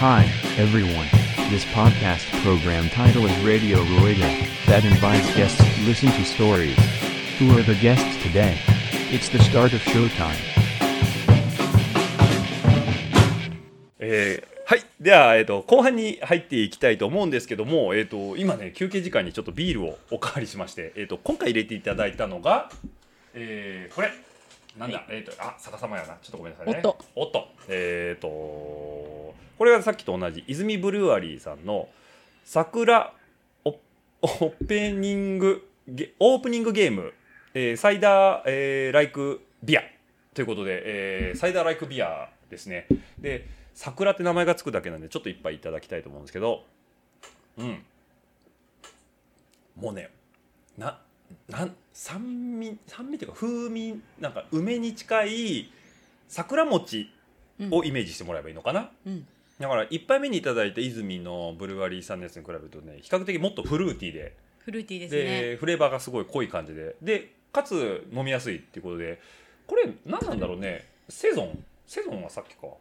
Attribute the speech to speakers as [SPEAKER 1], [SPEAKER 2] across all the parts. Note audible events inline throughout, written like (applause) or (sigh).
[SPEAKER 1] Hi, everyone. This podcast program title is Radio Rueda, that invites guests to listen to stories. Who are the guests today? It's the start of showtime.
[SPEAKER 2] えーはい。では、えっ、と、後半に入っていきたいと思うんですけども、えっ、と、今ね、休憩時間にちょっとビールをおかわりしまして、えっ、と、今回入れていただいたのが、えーこれ。なんだ、えっ、と、あ、逆さまやな。ちょっとごめんなさいね。
[SPEAKER 3] おっと。
[SPEAKER 2] おっと。えっ、と、これがさっきと同じ、泉ブルワリーさんの、桜オッオープニングゲオープニングゲーム、えーサイダー、えーライクビアということで、えーサイダーライクビアですねで桜って名前がつくだけなんでちょっと一杯いただきたいと思うんですけどうんもうねななん酸味酸味というか風味なんか梅に近い桜餅をイメージしてもらえばいいのかな、
[SPEAKER 3] うん、
[SPEAKER 2] だから1杯目にいただいた泉のブルワリーさんのやつに比べるとね比較的もっとフルーティーで
[SPEAKER 3] フルーティーです
[SPEAKER 2] で
[SPEAKER 3] ね。
[SPEAKER 2] フレーバーがすごい濃い感じででかつ飲みやすいっていうことでこれ何なんだろうねセゾンセゾンはさっきかこ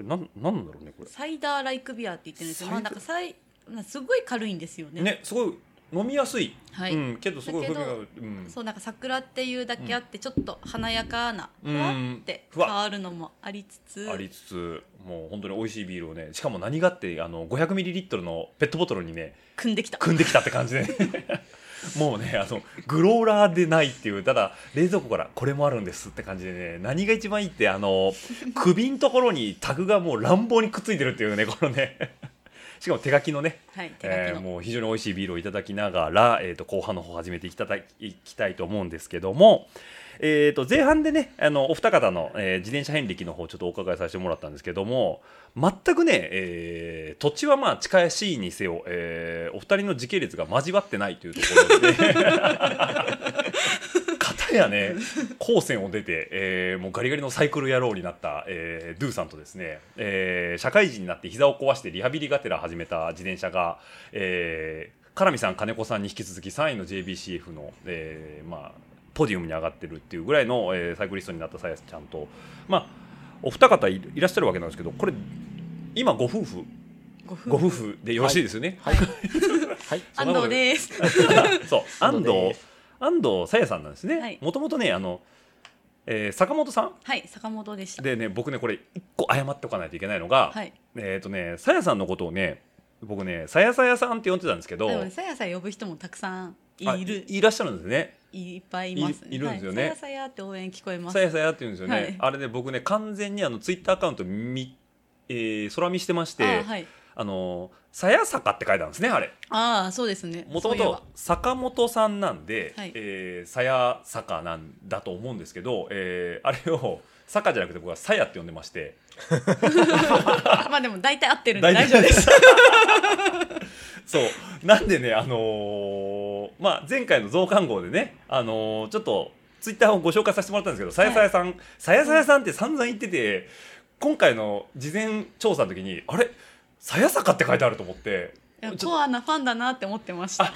[SPEAKER 2] れ何何なんだろうねこ
[SPEAKER 3] サイダーライクビアって言ってるんですよ。まあ
[SPEAKER 2] サイダ
[SPEAKER 3] な
[SPEAKER 2] ー
[SPEAKER 3] んかサイなんかすごい軽いんですよ
[SPEAKER 2] れ
[SPEAKER 3] ね。
[SPEAKER 2] ねすごい飲みやすい、
[SPEAKER 3] はい。
[SPEAKER 2] うん、けどすごい風味が
[SPEAKER 3] だ
[SPEAKER 2] あ
[SPEAKER 3] けど
[SPEAKER 2] るうん
[SPEAKER 3] そうなんか桜っていうだけあってちょっと華やかな
[SPEAKER 2] うん
[SPEAKER 3] ふわって
[SPEAKER 2] ふ
[SPEAKER 3] 変
[SPEAKER 2] わ
[SPEAKER 3] わるのもありつつ、
[SPEAKER 2] ありつつもう本当に美味しいビールをねしかも何がってあの 500ml のペットボトルにね
[SPEAKER 3] 組んできた。
[SPEAKER 2] 組んできたって感じで (laughs) もうねあのグローラーでないっていうただ冷蔵庫からこれもあるんですって感じでね何が一番いいってあの首のところにタグがもう乱暴にくっついてるっていうねこのねしかも手書きのね
[SPEAKER 3] はい。手書きの。
[SPEAKER 2] えーもう非常に美味しいビールをいただきながら、えー、と後半の方を始めていきただいきたいと思うんですけども、えー、と前半でねあのお二方の、えー自転車遍歴の方ちょっとお伺いさせてもらったんですけども全くね、えー土地はまあ近しいにせよ、えーお二人の時系列が交わってないというところで片やね高専を出て、えーもうガリガリのサイクル野郎になった、えードゥさんとですね、えー社会人になって膝を壊してリハビリがてら始めた自転車が、えー、絡みさん金子さんに引き続き3位の JBCF の、えーまあ、ポディウムに上がってるっていうぐらいの、えーサイクリストになったさやちゃんと、まあ、お二方いいらっしゃるわけなんですけどこれ今ご夫婦
[SPEAKER 3] ご夫婦
[SPEAKER 2] ご夫婦でよろしいですよね、
[SPEAKER 1] はい。はい。
[SPEAKER 3] 安藤です。
[SPEAKER 2] (laughs) そう安
[SPEAKER 1] そうで
[SPEAKER 2] 藤安藤さやさんなんです
[SPEAKER 3] は
[SPEAKER 2] ね
[SPEAKER 3] い
[SPEAKER 2] もともとねあの、えー坂本さん
[SPEAKER 3] (laughs) はい。坂本でした。
[SPEAKER 2] でね僕ねこれ一個謝っておかないといけないのが、
[SPEAKER 3] はい。
[SPEAKER 2] えっ、とねさやさんのことをね僕ねさやさやさんって呼んでたんですけど、
[SPEAKER 3] でもねさやさや呼ぶ人もたくさん
[SPEAKER 2] あ
[SPEAKER 3] いる。
[SPEAKER 2] いらっしゃるんですね
[SPEAKER 3] いっぱいいますね。
[SPEAKER 2] いいるんですよね
[SPEAKER 3] はいさやさやって応援聞こえます
[SPEAKER 2] さ。やさやって言うんですよね、
[SPEAKER 3] はい
[SPEAKER 2] あれね僕ね完全にあのツイッターアカウントみ、えー空見してまし
[SPEAKER 3] あ
[SPEAKER 2] て
[SPEAKER 3] ーはい。
[SPEAKER 2] あのさやさかって書いてあるんですねあれ
[SPEAKER 3] ああそうですね。
[SPEAKER 2] もとも
[SPEAKER 3] そういえば
[SPEAKER 2] と坂本さんなんで、
[SPEAKER 3] はい
[SPEAKER 2] えーさやさかなんだと思うんですけど、えーあれをさかじゃなくて僕はさやって呼んでまして
[SPEAKER 3] あまあでも大体合ってるんで大丈夫
[SPEAKER 2] (laughs)
[SPEAKER 3] です。
[SPEAKER 2] そうなんでねあのーまあ前回の増刊号でねあのーちょっとツイッターをご紹介させてもらったんですけどさやさやさん、さやさやさんって散々言ってて今回の事前調査の時にあれさやさかって書いてあると思って
[SPEAKER 3] いや
[SPEAKER 2] ちょ
[SPEAKER 3] コアなファンだなって思ってました。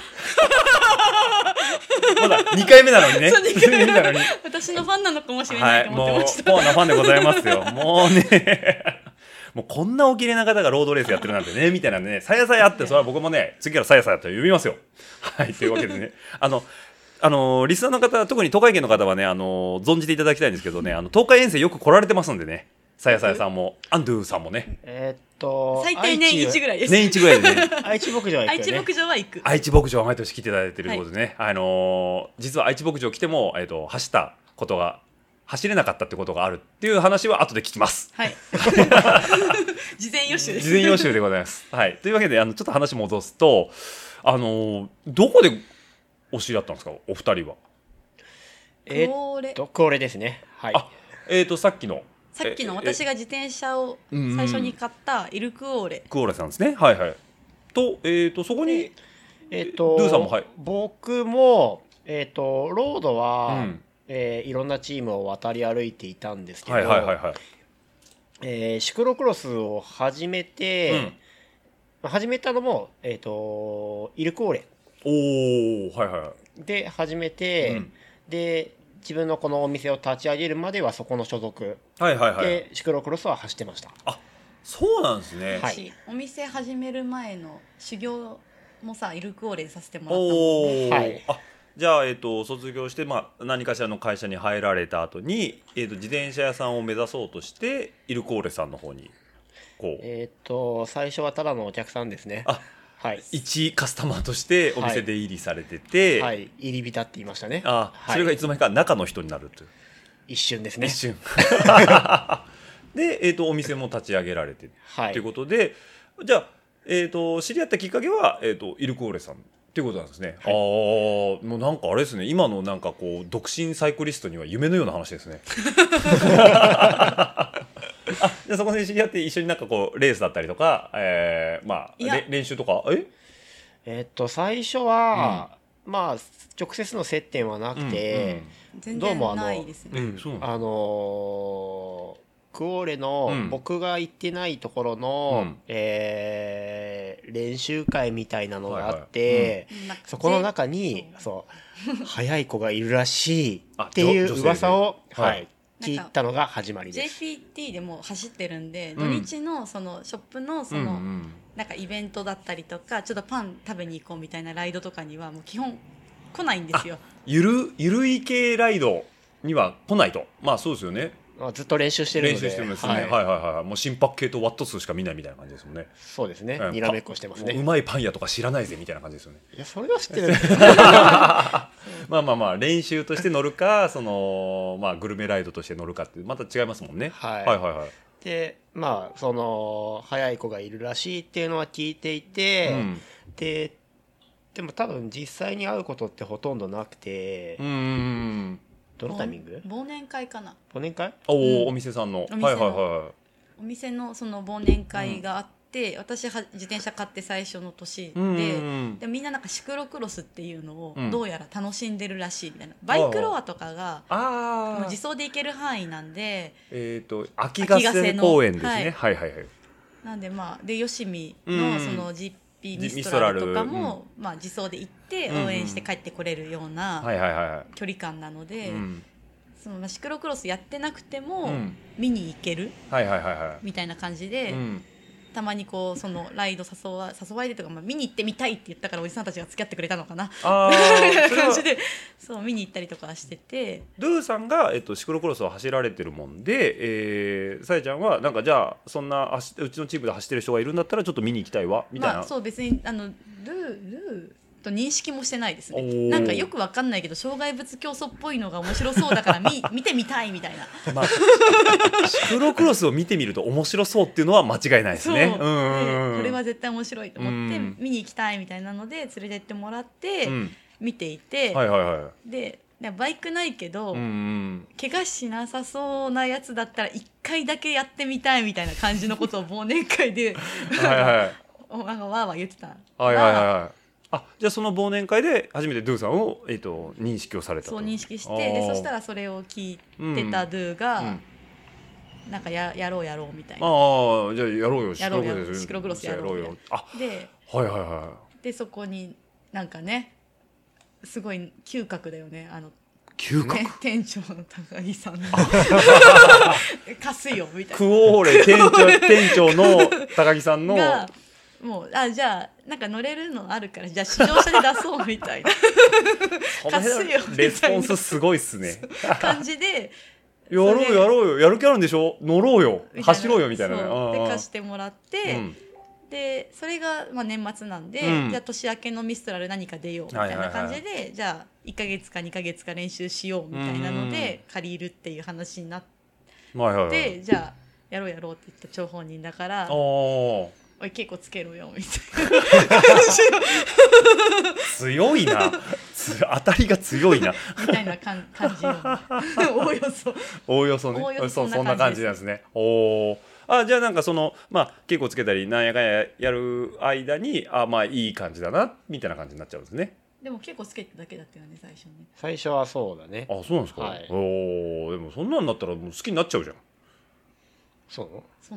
[SPEAKER 2] まだ2回目なのにね
[SPEAKER 3] (laughs) そう二回目
[SPEAKER 2] 2回目なのに
[SPEAKER 3] (laughs) 私のファンなのかもしれな
[SPEAKER 2] はいい、
[SPEAKER 3] と
[SPEAKER 2] も
[SPEAKER 3] 思ってまし
[SPEAKER 2] う、
[SPEAKER 3] た。
[SPEAKER 2] コアなファンでございます
[SPEAKER 3] (laughs)
[SPEAKER 2] よ。もうね、 (laughs) もうこんなお綺麗な方がロードレースやってるなんてね、みたいなね、さやさやあって、それは僕もね、次からさやさやと呼びますよ。 (laughs) はい、というわけでね、あの、あのリスナーの方、特に東海圏の方はね、あの存じていただきたいんですけどね、あの東海遠征よく来られてますんでね、さやさやさんも、アンドゥさんもね、
[SPEAKER 4] えーっと、
[SPEAKER 3] 最低年1ぐ
[SPEAKER 4] い。
[SPEAKER 3] らいです。
[SPEAKER 2] 年一ぐらいで
[SPEAKER 3] (laughs)
[SPEAKER 2] ね、
[SPEAKER 4] 愛知牧場は行
[SPEAKER 3] 愛
[SPEAKER 4] く
[SPEAKER 3] 知
[SPEAKER 4] よね。
[SPEAKER 3] 牧場は行く。
[SPEAKER 2] 愛知牧場は毎年来ていただいてるということでね、あの実は愛知牧場来ても、えっ、と、走ったことが、走れなかったってことがあるっていう話は後で聞きます。 (laughs)
[SPEAKER 3] はい。事前予習です。
[SPEAKER 2] 事前予習でございます。はい、というわけであのちょっと話戻すと、あのどこでお知り合ったんですかお二人は。
[SPEAKER 4] えーっ
[SPEAKER 3] これ
[SPEAKER 4] と、これですね。はい。
[SPEAKER 2] あえっ、とさっきの
[SPEAKER 3] さっきの私
[SPEAKER 2] が
[SPEAKER 3] が自転車を
[SPEAKER 2] うんうん
[SPEAKER 3] 最初に買ったイルクオーレ。
[SPEAKER 2] クオーラさんですね。はいはい。とえっ、とそこに、
[SPEAKER 4] えーっと、
[SPEAKER 2] ルーさんもはい
[SPEAKER 4] 僕も、えーっと、ロード
[SPEAKER 2] う
[SPEAKER 4] は、
[SPEAKER 2] ん、
[SPEAKER 4] えーいろんなチームを渡り歩いていたんですけど、
[SPEAKER 2] はいはいはいはい。
[SPEAKER 4] えーシクロクロスを始めて、
[SPEAKER 2] うん
[SPEAKER 4] まあ始めたのも、えーっと、イルクオーレ
[SPEAKER 2] おおはいはいはい。
[SPEAKER 4] で始めて、
[SPEAKER 2] うん
[SPEAKER 4] で、自分のこのお店を立ち上げるまではそこの所属
[SPEAKER 2] はいはいはい。
[SPEAKER 4] で、シクロクロスは走ってました。
[SPEAKER 2] そうなんですね。
[SPEAKER 4] はい
[SPEAKER 3] 私お店始める前の修行もさイルクオーレでさせてもらったもん
[SPEAKER 2] おお、
[SPEAKER 4] はい
[SPEAKER 2] あじゃあ、えっと卒業して、まあ、何かしらの会社に入られた後に、えっと自転車屋さんを目指そうとしてイルコーレさんの方にこう
[SPEAKER 4] えっ、と、最初はただのお客さんですね。
[SPEAKER 2] あ
[SPEAKER 4] はい。
[SPEAKER 2] 一カスタマーとしてお店で入りされてて、
[SPEAKER 4] はい。入り浸っていましたね。
[SPEAKER 2] あ
[SPEAKER 4] はい
[SPEAKER 2] それがいつの間にか中の人になるという、
[SPEAKER 4] 一瞬ですね
[SPEAKER 2] 一。瞬 (laughs)
[SPEAKER 4] (laughs)
[SPEAKER 2] で、えっとお店も立ち上げられてと、
[SPEAKER 4] はい
[SPEAKER 2] い、う。ことでじゃあ、えっと知り合ったきっかけは、えっとイルコーレさんっていうことなんですね、
[SPEAKER 4] は
[SPEAKER 2] ああ
[SPEAKER 4] い
[SPEAKER 2] もうなんかあれですね今のなんかこう独身サイクリストには夢のような話です
[SPEAKER 4] (laughs)
[SPEAKER 2] ねあじゃあそこで知り合って一緒になんかこうレースだったりとか、えーまあ
[SPEAKER 3] いや
[SPEAKER 2] れ練習とかえ
[SPEAKER 4] えっ、と、最初は、まあ、直接の接点はなくて、
[SPEAKER 3] 全
[SPEAKER 4] どう
[SPEAKER 3] 然
[SPEAKER 4] もあの
[SPEAKER 3] ないです
[SPEAKER 2] うんう
[SPEAKER 3] ね
[SPEAKER 2] んえそうなんだ
[SPEAKER 4] あのークオーレ
[SPEAKER 2] う
[SPEAKER 4] の
[SPEAKER 2] ん
[SPEAKER 4] 僕が行ってないところの、
[SPEAKER 2] うん
[SPEAKER 4] えー練習会みたいなのがあって、
[SPEAKER 2] はいは
[SPEAKER 3] なんか
[SPEAKER 4] そこの中に
[SPEAKER 3] ぜ
[SPEAKER 4] そう早い子がいるらしい
[SPEAKER 2] あ
[SPEAKER 4] ってい
[SPEAKER 2] 女女性
[SPEAKER 4] う
[SPEAKER 2] で
[SPEAKER 4] 噂を、
[SPEAKER 2] はい
[SPEAKER 4] はい、聞いたのが始まりです。
[SPEAKER 3] JPT でもう走ってるんで、
[SPEAKER 2] うん
[SPEAKER 3] 土日のそのショップのそ
[SPEAKER 2] うんう
[SPEAKER 3] の、
[SPEAKER 2] ん
[SPEAKER 3] なんかイベントだったりとかちょっとパン食べに行こうみたいなライドとかにはもう基本来ないんですよ。
[SPEAKER 2] ゆるゆるい系ライドには来ないとまあそうですよね
[SPEAKER 4] まあずっと練習してる
[SPEAKER 2] 練
[SPEAKER 4] ので
[SPEAKER 2] 習してるんですね、
[SPEAKER 4] は
[SPEAKER 2] はいい、はいはいはいもう心拍系とワット数しか見ないみたいな感じですもんね
[SPEAKER 4] そうですね
[SPEAKER 2] うん
[SPEAKER 4] にらめっこしてます
[SPEAKER 2] もうう
[SPEAKER 4] ね。
[SPEAKER 2] まいパン屋とか知らないぜみたいな感じですよね
[SPEAKER 4] いやそれは知ってる
[SPEAKER 2] (laughs)
[SPEAKER 4] んですけど
[SPEAKER 2] まあまあまあ練習として乗るか (laughs) そのまあグルメライドとして乗るかってまた違いますもんね、
[SPEAKER 4] はい
[SPEAKER 2] はいはいはい
[SPEAKER 4] でまあその早い子がいるらしいっていうのは聞いていて、
[SPEAKER 2] うん
[SPEAKER 4] ででも多分実際に会うことってほとんどなくて、
[SPEAKER 2] うんうんうん
[SPEAKER 4] どのタイミング
[SPEAKER 3] 忘年会かな
[SPEAKER 4] 忘年会
[SPEAKER 2] おー
[SPEAKER 3] うん
[SPEAKER 2] お店さんの
[SPEAKER 3] お店の
[SPEAKER 2] はいはいは
[SPEAKER 3] お店のその忘年会があって、私は自転車買って最初の年で、
[SPEAKER 2] いうんうん
[SPEAKER 3] でみんななんかシクロクロスっていうのを
[SPEAKER 2] うん
[SPEAKER 3] どうやら楽しんでるらしいみたいな、バイクロアとかがもう
[SPEAKER 2] ああ
[SPEAKER 3] 自走で行ける範囲なんで
[SPEAKER 2] えっ、と秋ヶ
[SPEAKER 3] 秋ヶ瀬
[SPEAKER 2] 瀬
[SPEAKER 3] の
[SPEAKER 2] 公園ですね、
[SPEAKER 3] はい
[SPEAKER 2] はい、はいはい
[SPEAKER 3] なんでまあでよしみ
[SPEAKER 2] う
[SPEAKER 3] の
[SPEAKER 2] ん
[SPEAKER 3] その GP ミ
[SPEAKER 2] ミ
[SPEAKER 3] ス
[SPEAKER 2] ス
[SPEAKER 3] ト
[SPEAKER 2] ト
[SPEAKER 3] ラ
[SPEAKER 2] ラ
[SPEAKER 3] ル
[SPEAKER 2] ル
[SPEAKER 3] とかも、まあ、自走で行って応援して帰ってこれるような
[SPEAKER 2] はいはいはいは
[SPEAKER 3] 距離感なの
[SPEAKER 2] い、
[SPEAKER 3] で、
[SPEAKER 2] うん
[SPEAKER 3] そのまあシクロクロスやってなくて
[SPEAKER 2] う
[SPEAKER 3] も
[SPEAKER 2] ん、
[SPEAKER 3] 見に行ける
[SPEAKER 2] はいはいはいはい
[SPEAKER 3] みたいな感じで、
[SPEAKER 2] うん
[SPEAKER 3] たまにこうそのライド誘わ誘われてとか、まあ、見に行ってみたいって言ったからおじさんたちが付き合ってくれたのかな
[SPEAKER 2] ああ (laughs)
[SPEAKER 3] (laughs)
[SPEAKER 2] それ
[SPEAKER 3] 感
[SPEAKER 2] は
[SPEAKER 3] じでそう見に行ったりとかしてて
[SPEAKER 2] ドゥさんが、えっと、シクロクロスを走られてるもんで、えー、さえちゃんはなんかじゃあそんな走うちのチームで走ってる人がいるんだったらちょっと見に行きたいわみたいな、
[SPEAKER 3] まあそう別にあのルールーと認識もしてないです
[SPEAKER 2] お
[SPEAKER 3] ね
[SPEAKER 2] ー
[SPEAKER 3] なんかよくわかんないけど障害物競争っぽいのが面白そうだか
[SPEAKER 2] (laughs)
[SPEAKER 3] ら見見てみたいみたいな
[SPEAKER 2] ま
[SPEAKER 3] (laughs)
[SPEAKER 2] あシクロクロスを見てみると面白そうっていうのは間違いないですね。
[SPEAKER 3] そう
[SPEAKER 2] うんうんうん
[SPEAKER 3] でこれは絶対面白いと思って
[SPEAKER 2] うん
[SPEAKER 3] 見に行きたいみたいなので連れてってもらって
[SPEAKER 2] うん
[SPEAKER 3] 見ていて、
[SPEAKER 2] はいはいはい。
[SPEAKER 3] ででバイクないけど、
[SPEAKER 2] うんうん、
[SPEAKER 3] 怪我しなさそうなやつだったら一回だけやってみたいみたいな感じのことを忘年会で (laughs)
[SPEAKER 2] はいはいはい
[SPEAKER 3] おなんかわーわー言ってた
[SPEAKER 2] はいはいはい。あじゃあその忘年会で初めてドゥさんを、えっと認識をされたと
[SPEAKER 3] そう認識してでそした
[SPEAKER 2] ら、
[SPEAKER 3] らそれを聞いてたドゥが、
[SPEAKER 2] うん
[SPEAKER 3] なんかややろうやろうみたいな
[SPEAKER 2] ああじゃあやろうよ
[SPEAKER 3] やろうやろう
[SPEAKER 2] シ
[SPEAKER 3] シ
[SPEAKER 2] ク
[SPEAKER 3] クロ
[SPEAKER 2] ロクロ
[SPEAKER 3] クロス
[SPEAKER 2] ス
[SPEAKER 3] や
[SPEAKER 2] や
[SPEAKER 3] ろ
[SPEAKER 2] ろ
[SPEAKER 3] う
[SPEAKER 2] う
[SPEAKER 3] よ
[SPEAKER 2] よあ
[SPEAKER 3] で
[SPEAKER 2] はいはいはい
[SPEAKER 3] でそこになんかねすごい嗅覚だよねあの、
[SPEAKER 2] 嗅覚、
[SPEAKER 3] ね、店長の高木さんの (laughs) かすよみたい
[SPEAKER 2] クオーレ店長店長の高木さん
[SPEAKER 3] な
[SPEAKER 2] の
[SPEAKER 3] がもうあじゃあなんか乗れるのあるからじゃあ試乗車で出そうみたいな
[SPEAKER 2] この辺の
[SPEAKER 3] 貸すよ
[SPEAKER 2] レスポンスすごいっすね
[SPEAKER 3] 感じで
[SPEAKER 2] やろうやろうよやる気あるんでしょ乗ろうよ
[SPEAKER 3] みたいな
[SPEAKER 2] 走ろうよみたいなね
[SPEAKER 3] そう
[SPEAKER 2] うんう
[SPEAKER 3] で
[SPEAKER 2] ん
[SPEAKER 3] 貸してもらって、
[SPEAKER 2] うん
[SPEAKER 3] でそれがまあ年末なんで、
[SPEAKER 2] うん
[SPEAKER 3] じゃあ年明けのミストラル何か出ようみたいな感じで、じゃあ1か月か2か月か練習しようみたいなので借りるっていう話になっ
[SPEAKER 2] はいはいはい
[SPEAKER 3] て、じゃあやろうやろうって言った張本人だから「お
[SPEAKER 2] おー
[SPEAKER 3] い稽古つけろよ」みたい
[SPEAKER 2] 強いなつ当たりが強
[SPEAKER 3] (laughs)
[SPEAKER 2] いな
[SPEAKER 3] なみたいな感感じ
[SPEAKER 2] (laughs)
[SPEAKER 3] のおおよそ
[SPEAKER 2] おおよそね
[SPEAKER 3] おおよそ
[SPEAKER 2] そう
[SPEAKER 3] そ
[SPEAKER 2] そ
[SPEAKER 3] ん
[SPEAKER 2] ん
[SPEAKER 3] な
[SPEAKER 2] な
[SPEAKER 3] 感
[SPEAKER 2] 感じ
[SPEAKER 3] じで
[SPEAKER 2] なんです
[SPEAKER 3] す
[SPEAKER 2] ねおーあじゃあなんかそのまあ稽古つけたりなんやかんややる間にあまあいい感じだなみたいな感じになっちゃうんですね
[SPEAKER 3] でも稽古つけただけだったよね最初ね
[SPEAKER 4] 最初はそうだね。
[SPEAKER 2] あそうなんですか、
[SPEAKER 4] はい
[SPEAKER 2] おおでもそんなんだったらもう好きになっちゃうじゃん
[SPEAKER 4] そうなの
[SPEAKER 3] そ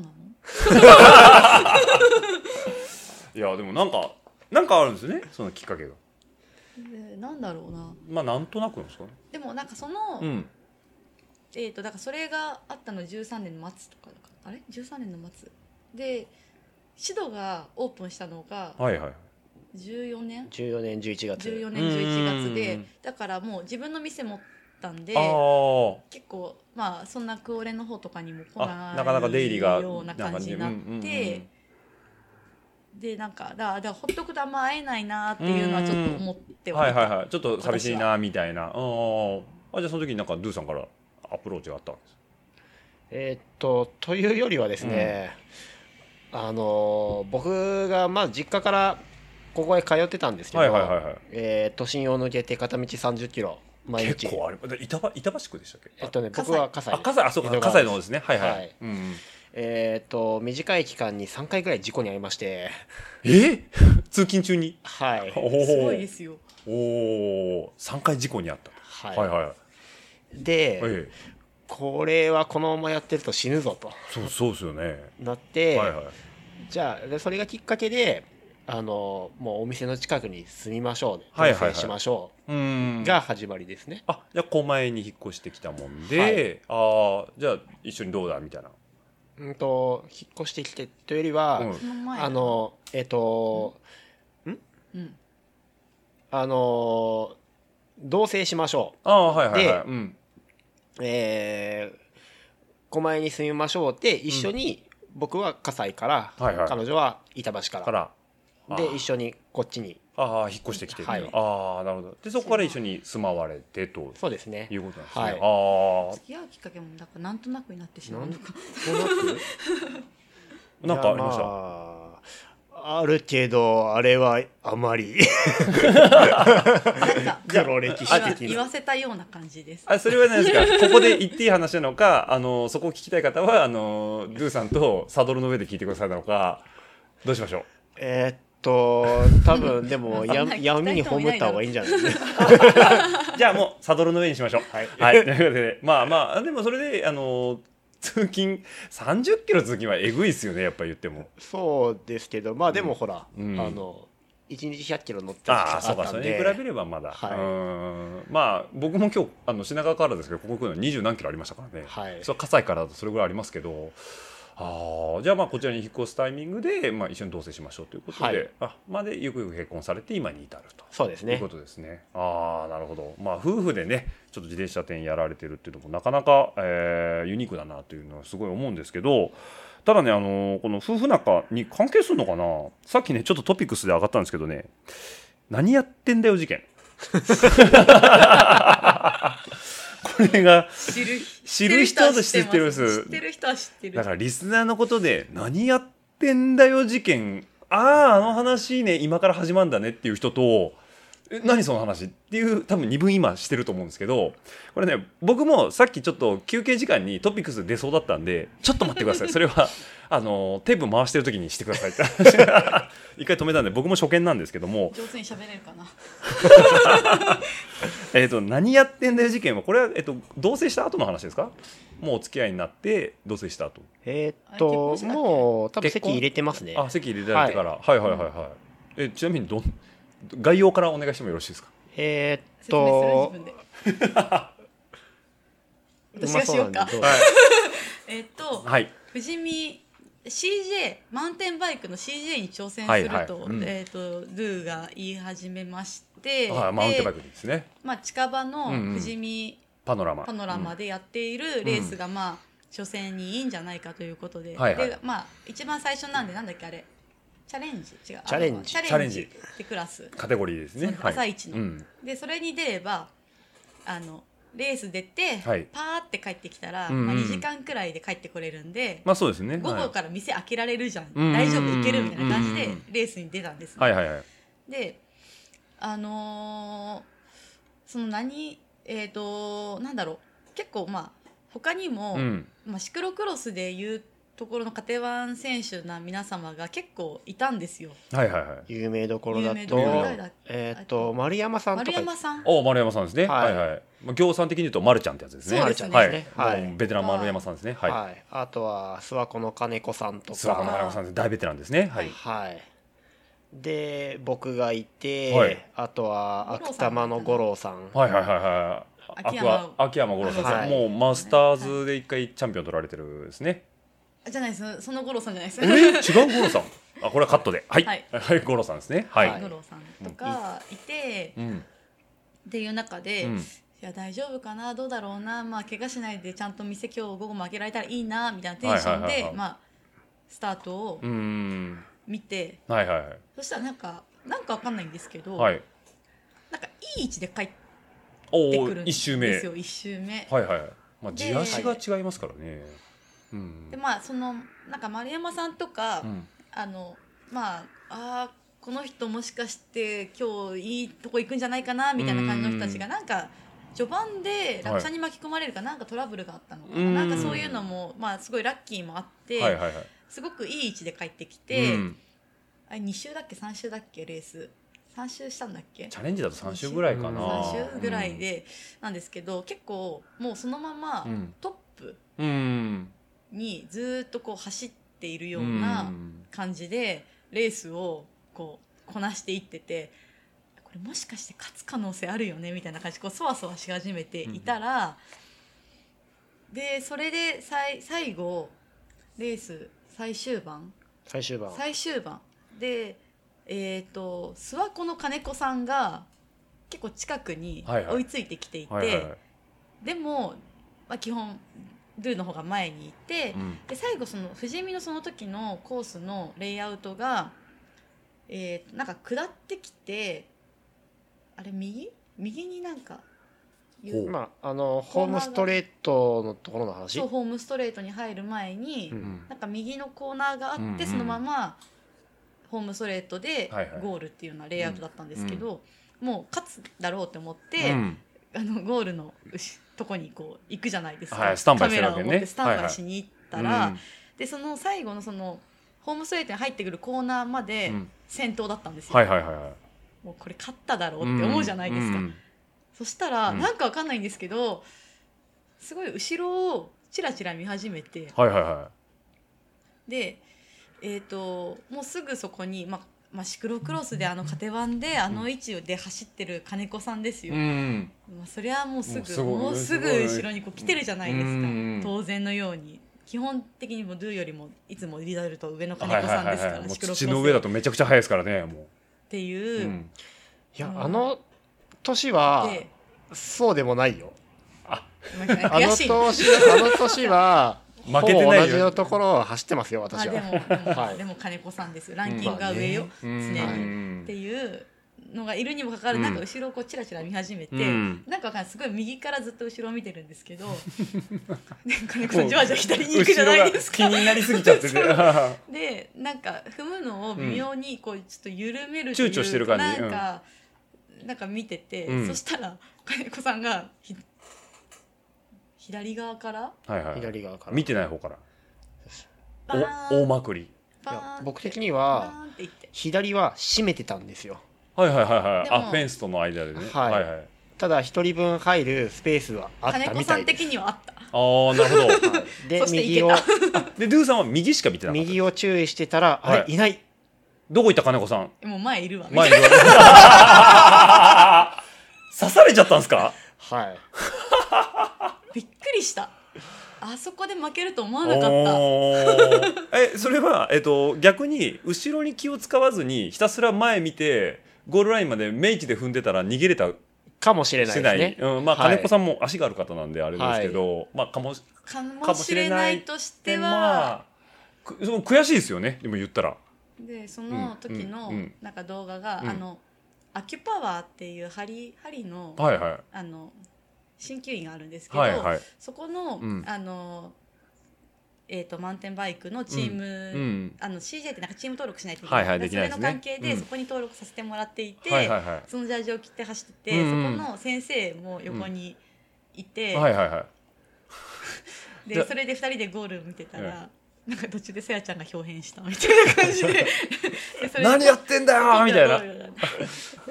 [SPEAKER 3] うなの
[SPEAKER 2] いやでもなんかなんかあるんですねそのきっかけが
[SPEAKER 3] でなんだろうな
[SPEAKER 2] まあなんとなくなんですかね
[SPEAKER 3] でもなんかその、
[SPEAKER 2] うん
[SPEAKER 3] えっ、とだからそれがあったの13年の末とかだからあれ13年の末でシドがオープンしたのが
[SPEAKER 2] はいはい
[SPEAKER 3] 14年
[SPEAKER 4] 14年11月
[SPEAKER 3] 14年11月
[SPEAKER 2] う
[SPEAKER 3] で
[SPEAKER 2] ん
[SPEAKER 3] だからもう自分の店持ったんで
[SPEAKER 2] あー
[SPEAKER 3] 結構まあそんなクオレの方とかにも来な
[SPEAKER 2] あ
[SPEAKER 3] い
[SPEAKER 2] なかなか出入りが
[SPEAKER 3] ような感じになっ
[SPEAKER 2] うんうんうん
[SPEAKER 3] てでなんかだだからほっとくとあんま会えないなっていうのはちょっと思って
[SPEAKER 2] は
[SPEAKER 3] はいい
[SPEAKER 2] は
[SPEAKER 3] た
[SPEAKER 2] いはいちょっと寂しいなみたいなうんうんうんあじゃあその時になんかドゥさんからアプローチがあったんです
[SPEAKER 4] えーっとというよりはですね、あの僕がまあ実家からここへ通ってたんですけど、
[SPEAKER 2] はいはいはいはい
[SPEAKER 4] えー都心を抜けて片道30キロ毎日
[SPEAKER 2] 結構あれで板橋板橋区でしたっけ
[SPEAKER 4] えっとね
[SPEAKER 3] 葛西
[SPEAKER 4] 僕は葛
[SPEAKER 2] あ
[SPEAKER 4] 西
[SPEAKER 2] 葛西あそうか
[SPEAKER 4] 江戸川
[SPEAKER 2] 葛西の方ですねはいはい、
[SPEAKER 4] はい
[SPEAKER 2] うんうん
[SPEAKER 4] えーっと短い期間に3回ぐらい事故に遭いまして
[SPEAKER 2] え (laughs) 通勤中に
[SPEAKER 4] はい
[SPEAKER 2] お
[SPEAKER 3] すごいで
[SPEAKER 2] ー
[SPEAKER 3] すよ
[SPEAKER 2] おー三回事故にあった、
[SPEAKER 4] はい、
[SPEAKER 2] はい、はいはい
[SPEAKER 4] で、
[SPEAKER 2] ええ
[SPEAKER 4] これはこのままやってると死ぬぞと
[SPEAKER 2] そうそうですよね、
[SPEAKER 4] なって、
[SPEAKER 2] はいはい
[SPEAKER 4] じゃあでそれがきっかけであのもうお店の近くに住みましょう
[SPEAKER 2] はいは
[SPEAKER 4] 転
[SPEAKER 2] いはい
[SPEAKER 4] 生しましょ
[SPEAKER 2] うん
[SPEAKER 4] うが始まりですね、
[SPEAKER 2] あじゃあ狛江に引っ越してきたもんで、ああじゃあ一緒にどうだみたいな、
[SPEAKER 4] うんと引っ越してきてというよりは、
[SPEAKER 2] うん
[SPEAKER 3] その前
[SPEAKER 4] あのえっ、と
[SPEAKER 3] うん
[SPEAKER 4] あの同棲しましょ
[SPEAKER 2] ああはいはいはい
[SPEAKER 4] で
[SPEAKER 2] うん
[SPEAKER 4] うえー、狛江に住みましょうって一緒に、僕は葛西から、
[SPEAKER 2] はいはい
[SPEAKER 4] 彼女は板橋か
[SPEAKER 2] かららあ
[SPEAKER 4] で一緒にこっちに
[SPEAKER 2] ああ引っ越してきてる、
[SPEAKER 4] はい
[SPEAKER 2] ああなるほどでそこから一緒に住まわれてと
[SPEAKER 4] そうですね
[SPEAKER 2] いうことなんですね、
[SPEAKER 4] はい
[SPEAKER 2] あ
[SPEAKER 3] 付き合うきっかけもなんかなんとなくになってしまうのか
[SPEAKER 4] そうなってる
[SPEAKER 2] あなんかありました、
[SPEAKER 4] いやああるけどあれはあまり (laughs)
[SPEAKER 3] なんか
[SPEAKER 4] 黒歴
[SPEAKER 3] 言
[SPEAKER 4] 史
[SPEAKER 3] わ
[SPEAKER 4] 的
[SPEAKER 3] 言
[SPEAKER 4] な
[SPEAKER 3] わせたような感じです
[SPEAKER 2] あそれは何ですか (laughs) ここで言っていい話なのかあのそこを聞きたい方はあのルーさんとサドルの上で聞いてくださいなのかどうしましょう
[SPEAKER 4] えーっと多分
[SPEAKER 3] (laughs)
[SPEAKER 4] でもや
[SPEAKER 3] そんな聞きたい人もいないだろう
[SPEAKER 4] 闇に葬った方がいいんじゃない (laughs) ですか
[SPEAKER 2] (laughs) じゃあもうサドルの上にしましょう
[SPEAKER 4] はい (laughs)
[SPEAKER 2] はい、ということでまあまあでもそれであの通勤30キロ通勤はえぐいですよねやっぱり言っても
[SPEAKER 4] そうですけどまあでもほら、
[SPEAKER 2] うん
[SPEAKER 4] あの1日100キロ乗って
[SPEAKER 2] ああそうか
[SPEAKER 4] った
[SPEAKER 2] そ
[SPEAKER 4] ん
[SPEAKER 2] れ
[SPEAKER 4] で
[SPEAKER 2] に比べればまだ、
[SPEAKER 4] はいう
[SPEAKER 2] ーんまあ僕も今日あの品川からですけどここ来るの二十何キロありましたからね、
[SPEAKER 4] はい
[SPEAKER 2] それは葛西からだとそれぐらいありますけどああじゃあまあこちらに引っ越すタイミングで、まあ、一緒に同棲しましょうということで、
[SPEAKER 4] はい
[SPEAKER 2] あまあでゆくゆく結婚されて今に至ると。
[SPEAKER 4] そうです
[SPEAKER 2] という
[SPEAKER 4] ね
[SPEAKER 2] ことですね。ああ、なるほど。まあ、夫婦でね、ちょっと自転車店やられてるっていうのも、なかなか、えーユニークだなというのはすごい思うんですけど、ただね、あのーこの夫婦仲に関係するのかなさっきね、ちょっとトピックスで上がったんですけどね、何やってんだよ事件。 (laughs) これが、
[SPEAKER 3] 知る
[SPEAKER 2] 知る人は知ってます
[SPEAKER 3] 知ってる人は知ってる
[SPEAKER 2] だからリスナーのことで、何やってんだよ事件、ああ、あの話ね、今から始まるんだねっていう人と、え何その話っていう多分二分今してると思うんですけどこれね僕もさっきちょっと休憩時間にトピックス出そうだったんでちょっと待ってくださいそれはあのテープ回してる時にしてくださいって (laughs) 一回止めたんで僕も初見なんですけども
[SPEAKER 3] 上手に喋れるかな
[SPEAKER 2] えっと何やってんだよ事件はこれは、えっと同棲した後の話ですかもうお付き合いになって同棲した後
[SPEAKER 4] えーっ
[SPEAKER 3] あ
[SPEAKER 4] と
[SPEAKER 3] 結婚したっけ
[SPEAKER 4] もう多分
[SPEAKER 2] 結
[SPEAKER 4] 席
[SPEAKER 2] 婚
[SPEAKER 4] 入れてますね
[SPEAKER 2] あ席入れられてから、はい、はいはいはいえちなみにどん概要からお願いしてもよろしいですか
[SPEAKER 4] えーっ
[SPEAKER 3] 説明
[SPEAKER 4] と
[SPEAKER 3] す
[SPEAKER 2] (laughs)
[SPEAKER 3] る
[SPEAKER 4] う
[SPEAKER 3] 自分で私
[SPEAKER 4] ま
[SPEAKER 3] がし
[SPEAKER 4] そうな
[SPEAKER 3] ようん
[SPEAKER 4] で
[SPEAKER 3] か
[SPEAKER 4] どうぞ
[SPEAKER 2] は
[SPEAKER 3] えっと
[SPEAKER 2] い、はい、
[SPEAKER 3] 富士見 CJ マウンテンバイクの CJ に挑戦
[SPEAKER 2] は
[SPEAKER 3] す
[SPEAKER 2] い
[SPEAKER 3] る
[SPEAKER 2] はい
[SPEAKER 3] と,、
[SPEAKER 2] うん
[SPEAKER 3] えっとルーが言い始めまして、
[SPEAKER 2] あマウンテンバイ
[SPEAKER 3] で
[SPEAKER 2] クですね
[SPEAKER 3] まあ、近場の
[SPEAKER 2] うんうん
[SPEAKER 3] 富士見
[SPEAKER 2] パノラマ
[SPEAKER 3] パノラマでやっているレースが、まあ、初戦にいいんじゃないかということで,、
[SPEAKER 2] はいはい
[SPEAKER 3] でまあ、一番最初なんでなんだっけあれチャレンジ違うあの
[SPEAKER 4] チャレンジ
[SPEAKER 3] チ
[SPEAKER 2] チャ
[SPEAKER 3] ャ
[SPEAKER 2] レ
[SPEAKER 3] レ
[SPEAKER 2] ン
[SPEAKER 3] ン
[SPEAKER 2] ジ
[SPEAKER 3] ジってクラス
[SPEAKER 2] カテゴリーですね
[SPEAKER 3] そ。う
[SPEAKER 2] はい
[SPEAKER 3] 朝一の
[SPEAKER 2] うん
[SPEAKER 3] でそれに出ればあのレース出て、
[SPEAKER 2] はい
[SPEAKER 3] パーって帰ってきたら、
[SPEAKER 2] うんうん
[SPEAKER 3] まあ、2時間くらいで帰ってこれるんで、
[SPEAKER 2] まあそうですね。
[SPEAKER 3] 午
[SPEAKER 2] は
[SPEAKER 3] 後から店開けられるじゃん、
[SPEAKER 2] うんうん
[SPEAKER 3] 大丈夫行けるみたいな感じ
[SPEAKER 2] うん
[SPEAKER 3] で
[SPEAKER 2] うん
[SPEAKER 3] レースに出たんですね、
[SPEAKER 2] いはいはいはい。
[SPEAKER 3] であのーその何えっ、となんだろう結構まあ他にも、
[SPEAKER 2] うん。
[SPEAKER 3] まあ、シクロクロスでいうところのカテワン選手な皆様が結こういたんですよ
[SPEAKER 2] はいはいはい。
[SPEAKER 4] 有名どころだ
[SPEAKER 3] 有名
[SPEAKER 4] と
[SPEAKER 3] ど
[SPEAKER 2] ころ
[SPEAKER 3] 誰だっけ
[SPEAKER 4] えーっと丸山さんとか
[SPEAKER 3] 丸山さん
[SPEAKER 2] お丸山さんですね。は
[SPEAKER 4] はいい
[SPEAKER 2] はい。まあ、行さん的に言うと丸ちゃんってやつですね。
[SPEAKER 3] そうですね
[SPEAKER 2] はい。
[SPEAKER 4] はい
[SPEAKER 2] もうベテラン丸山さんですね。
[SPEAKER 4] はい、
[SPEAKER 2] は
[SPEAKER 4] あとは諏訪湖の金子さん
[SPEAKER 2] い。
[SPEAKER 4] と
[SPEAKER 2] 諏訪湖の
[SPEAKER 4] か
[SPEAKER 2] 丸山さんです大ベテランですね。はい。
[SPEAKER 4] はいで僕がいて、
[SPEAKER 2] はい
[SPEAKER 4] あとは
[SPEAKER 3] 五郎さん
[SPEAKER 4] 悪玉の五郎さん
[SPEAKER 2] はいはいはいはい。
[SPEAKER 3] 秋
[SPEAKER 2] アクア
[SPEAKER 3] 山
[SPEAKER 2] 秋山五郎さん、
[SPEAKER 4] はい
[SPEAKER 2] もうマスターズで一回チャンピオン取られてるですね。
[SPEAKER 3] じゃないですその五郎さんじゃないです
[SPEAKER 2] え違う五郎さんあこれはカットではい
[SPEAKER 3] はい
[SPEAKER 2] はい五郎さんですねはい、
[SPEAKER 4] はい
[SPEAKER 3] 五郎さんとかいて、
[SPEAKER 2] うん
[SPEAKER 3] っていう中で、
[SPEAKER 2] う
[SPEAKER 3] い
[SPEAKER 2] ん
[SPEAKER 3] や大丈夫かなどうだろうなまあ怪我しないでちゃんと店今日午後も開けられたらいいなみたいなテンション
[SPEAKER 2] はいはいはいは
[SPEAKER 3] で
[SPEAKER 2] い
[SPEAKER 3] まあスタートを
[SPEAKER 2] うーん
[SPEAKER 3] 見て、
[SPEAKER 2] はいはいはい
[SPEAKER 3] そしたらなんかなんかわかんないんですけど、
[SPEAKER 2] はい
[SPEAKER 3] なんかいい位置で帰っ
[SPEAKER 2] お
[SPEAKER 3] て
[SPEAKER 2] お
[SPEAKER 3] くるんで
[SPEAKER 2] 一
[SPEAKER 3] す
[SPEAKER 2] 周目はい
[SPEAKER 3] よ一周目。
[SPEAKER 2] はいはいまあ
[SPEAKER 3] で
[SPEAKER 2] 地足が違いますからねうん
[SPEAKER 3] でまあそのなんか丸山さんとか、
[SPEAKER 2] うん
[SPEAKER 3] あのまああーこの人もしかして今日いいとこ行くんじゃないかなみたいな感じの人たちが
[SPEAKER 2] う
[SPEAKER 3] なんか序盤で落車に巻き込まれるかなんかトラブルがあったのかな,、
[SPEAKER 2] うん
[SPEAKER 3] なんかそういうのも、まあ、すごいラッキーもあって、
[SPEAKER 2] はいはいはい
[SPEAKER 3] すごくいい位置で帰ってきて、
[SPEAKER 2] うん
[SPEAKER 3] あれ2周だっけ3周だっけレース3周したんだっけ
[SPEAKER 2] チャレンジだと三周ぐらいかな
[SPEAKER 3] 3周ぐらいでなんですけど結構もうそのまま
[SPEAKER 2] うん
[SPEAKER 3] トップ
[SPEAKER 2] うんうん
[SPEAKER 3] にずーっとこう走っているよう
[SPEAKER 2] うん
[SPEAKER 3] な。感じでレースをこうこなしていっててこれもしかして勝つ可能性あるよねみたいな感じでこうそわそわし始めていたら、でそれでさい最後レース最終盤
[SPEAKER 4] 最終盤
[SPEAKER 3] 最終盤でえー、と諏訪湖の金子さんが結構近くに
[SPEAKER 2] はいはい
[SPEAKER 3] 追いついてきていて、
[SPEAKER 2] はいはいはい
[SPEAKER 3] でも、まあ、基本ドゥの方が前にいて。
[SPEAKER 2] うん
[SPEAKER 3] で最後その藤見のその時のコースのレイアウトが、えー、なんか下ってきてあれ右右になんか
[SPEAKER 2] ほう
[SPEAKER 4] まああのホームストレートのところの話
[SPEAKER 3] そうホームストレートに入る前に、
[SPEAKER 4] うん
[SPEAKER 2] うん
[SPEAKER 3] なんか右のコーナーがあって、
[SPEAKER 2] うんうん
[SPEAKER 3] そのままホームストレートで
[SPEAKER 2] はいはい
[SPEAKER 3] ゴールっていうようなレイアウトだったんですけど、もう勝つだろうと思って、
[SPEAKER 2] うん
[SPEAKER 3] あのゴールの後とこにこう行くじゃないですか、
[SPEAKER 2] はいスタンバ
[SPEAKER 3] カ
[SPEAKER 2] イし
[SPEAKER 3] メ
[SPEAKER 2] てる
[SPEAKER 3] ラ
[SPEAKER 2] わ
[SPEAKER 3] を
[SPEAKER 2] けね
[SPEAKER 3] 持ってスタンバイしに行ったら。
[SPEAKER 2] うん
[SPEAKER 3] でその最後のそのホームストレートに入ってくるコーナーまで
[SPEAKER 2] うん
[SPEAKER 3] 先頭だったんですよ、
[SPEAKER 2] はいはいはいはい
[SPEAKER 3] もうこれ勝っただろうって思うじゃないですか、
[SPEAKER 2] うんうん
[SPEAKER 3] そしたら、
[SPEAKER 2] うん
[SPEAKER 3] なんかわかんないんですけどすごい後ろをチラチラ見始めて
[SPEAKER 2] はいはいは
[SPEAKER 3] でえっ、ともうすぐそこに、ままあ、シクロクロスであの縦番であの位置で走ってる金子さんです
[SPEAKER 2] い
[SPEAKER 3] よ、
[SPEAKER 2] ん
[SPEAKER 3] まあ、それはもうす
[SPEAKER 2] もう
[SPEAKER 3] ぐ
[SPEAKER 2] すごい
[SPEAKER 3] もうすぐ
[SPEAKER 2] すごい
[SPEAKER 3] 後ろにこう来てるじゃないですか、
[SPEAKER 2] うん
[SPEAKER 3] 当然のように基本的にもドゥよりもいつもリザルト上の金
[SPEAKER 2] はい
[SPEAKER 3] 子
[SPEAKER 2] は
[SPEAKER 3] さ
[SPEAKER 2] い
[SPEAKER 3] ん
[SPEAKER 2] は
[SPEAKER 3] で
[SPEAKER 2] い
[SPEAKER 3] すから、
[SPEAKER 2] はいもう
[SPEAKER 3] シクロクロス
[SPEAKER 2] 土の上だとめちゃくちゃ速いですからねも
[SPEAKER 3] って
[SPEAKER 2] う、
[SPEAKER 3] いうう、
[SPEAKER 2] ん
[SPEAKER 4] いや
[SPEAKER 3] うん
[SPEAKER 4] あの年は
[SPEAKER 3] で、
[SPEAKER 4] そうでもないよ
[SPEAKER 3] なんかね
[SPEAKER 4] あの
[SPEAKER 3] 悔しいな。
[SPEAKER 4] 年あの年は
[SPEAKER 2] 負けてないよ
[SPEAKER 4] ほぼ同じのところを走ってますよ
[SPEAKER 3] まあ
[SPEAKER 4] 私
[SPEAKER 3] で
[SPEAKER 4] は
[SPEAKER 3] も、でも
[SPEAKER 4] はい
[SPEAKER 3] でも金子さんですよ。ランキングが上よ、
[SPEAKER 2] うん
[SPEAKER 3] 常に、
[SPEAKER 4] はい
[SPEAKER 3] っ
[SPEAKER 2] ん
[SPEAKER 3] ていうのがいるにもかかわらず、
[SPEAKER 2] うん
[SPEAKER 3] なんか後ろをこうチラチラ見始めて、
[SPEAKER 2] うん
[SPEAKER 3] なんかわかんないすごい右からずっと後ろを見てるんですけ
[SPEAKER 2] (laughs)
[SPEAKER 3] ど、で金子さんじわじわ左に行くじゃないですか
[SPEAKER 2] 後ろ。が気になりすぎちゃってて
[SPEAKER 3] そう
[SPEAKER 2] は
[SPEAKER 3] でなんか踏むのを微妙にこうちょっと緩める
[SPEAKER 2] 躊躇してる感じ
[SPEAKER 3] なんか、なんか見てて、
[SPEAKER 2] うん
[SPEAKER 3] そしたら金子さんがひ左側から
[SPEAKER 2] いはい
[SPEAKER 4] 左側から
[SPEAKER 2] 見てない方から
[SPEAKER 3] バーン
[SPEAKER 2] お大まくり
[SPEAKER 3] バ
[SPEAKER 4] い
[SPEAKER 3] ーン
[SPEAKER 4] や
[SPEAKER 3] って
[SPEAKER 4] 僕的に
[SPEAKER 3] バ
[SPEAKER 4] は
[SPEAKER 3] ーンって言って
[SPEAKER 4] 左は閉めてたんですよ
[SPEAKER 2] はいはいはいはい
[SPEAKER 3] でも
[SPEAKER 2] あフェンスとの間でね
[SPEAKER 4] はい
[SPEAKER 2] はいはい
[SPEAKER 4] ただ一人分入るスペースはあった
[SPEAKER 3] 金子
[SPEAKER 4] み
[SPEAKER 3] さ
[SPEAKER 4] た
[SPEAKER 3] ん
[SPEAKER 4] いで
[SPEAKER 3] 的
[SPEAKER 4] す
[SPEAKER 3] にはあった
[SPEAKER 2] ああなるほど
[SPEAKER 4] で
[SPEAKER 3] そして
[SPEAKER 4] 右
[SPEAKER 3] 行
[SPEAKER 4] を
[SPEAKER 3] け
[SPEAKER 2] でドゥさんは右しか見てなかった
[SPEAKER 4] 右を注意してたらあ
[SPEAKER 2] は
[SPEAKER 4] れ
[SPEAKER 2] い
[SPEAKER 4] いない
[SPEAKER 2] どこ行った金子さん
[SPEAKER 3] もう前いるわ
[SPEAKER 2] 前に言われ刺されちゃったんですか
[SPEAKER 4] はい
[SPEAKER 3] びっくりしたあそこで負けると思わなかっ
[SPEAKER 2] おーえそれは、えっと、逆に後ろに気を使わずにひたすら前見てゴールラインまで明治で踏んでたら逃げれた
[SPEAKER 4] かもしれな
[SPEAKER 2] し
[SPEAKER 4] い
[SPEAKER 2] な
[SPEAKER 4] で
[SPEAKER 2] い、
[SPEAKER 4] すね
[SPEAKER 2] うんまあ、
[SPEAKER 4] はい
[SPEAKER 2] 金子さんも足がある方なんであれですけど、まあかもした
[SPEAKER 3] かも
[SPEAKER 2] かもし
[SPEAKER 3] し
[SPEAKER 2] れ
[SPEAKER 3] れ
[SPEAKER 2] な
[SPEAKER 3] ないいとして
[SPEAKER 2] て
[SPEAKER 3] は
[SPEAKER 2] はくその悔しいですよねでも言ったら
[SPEAKER 3] でその時の
[SPEAKER 2] うんうん
[SPEAKER 3] なんか動画が、
[SPEAKER 2] うん
[SPEAKER 3] あのアキュパワーっていう針針の、
[SPEAKER 2] はいはい
[SPEAKER 3] あの鍼灸院があるんですけど、
[SPEAKER 2] はいはい
[SPEAKER 3] そこの、
[SPEAKER 2] うん
[SPEAKER 3] あのえっ、とマウンテンバイクのチーム、
[SPEAKER 2] うん
[SPEAKER 3] あの CJ ってなんかチーム登録しないといけない,、
[SPEAKER 2] はいはいできないです
[SPEAKER 3] そ
[SPEAKER 2] ね
[SPEAKER 3] れの関係で、
[SPEAKER 2] うん
[SPEAKER 3] そこに登録させてもらっていて、
[SPEAKER 2] はいはいはい
[SPEAKER 3] そのジャージを着て走ってて、
[SPEAKER 2] うんうん
[SPEAKER 3] そこの先生も横にいて、
[SPEAKER 2] はいはいはいじゃ
[SPEAKER 3] でそれで2人でゴール見てたら、なんか途中でさやちゃんが表変したみたいな感じ (laughs) ででそれで
[SPEAKER 2] 何やってんだよみたいな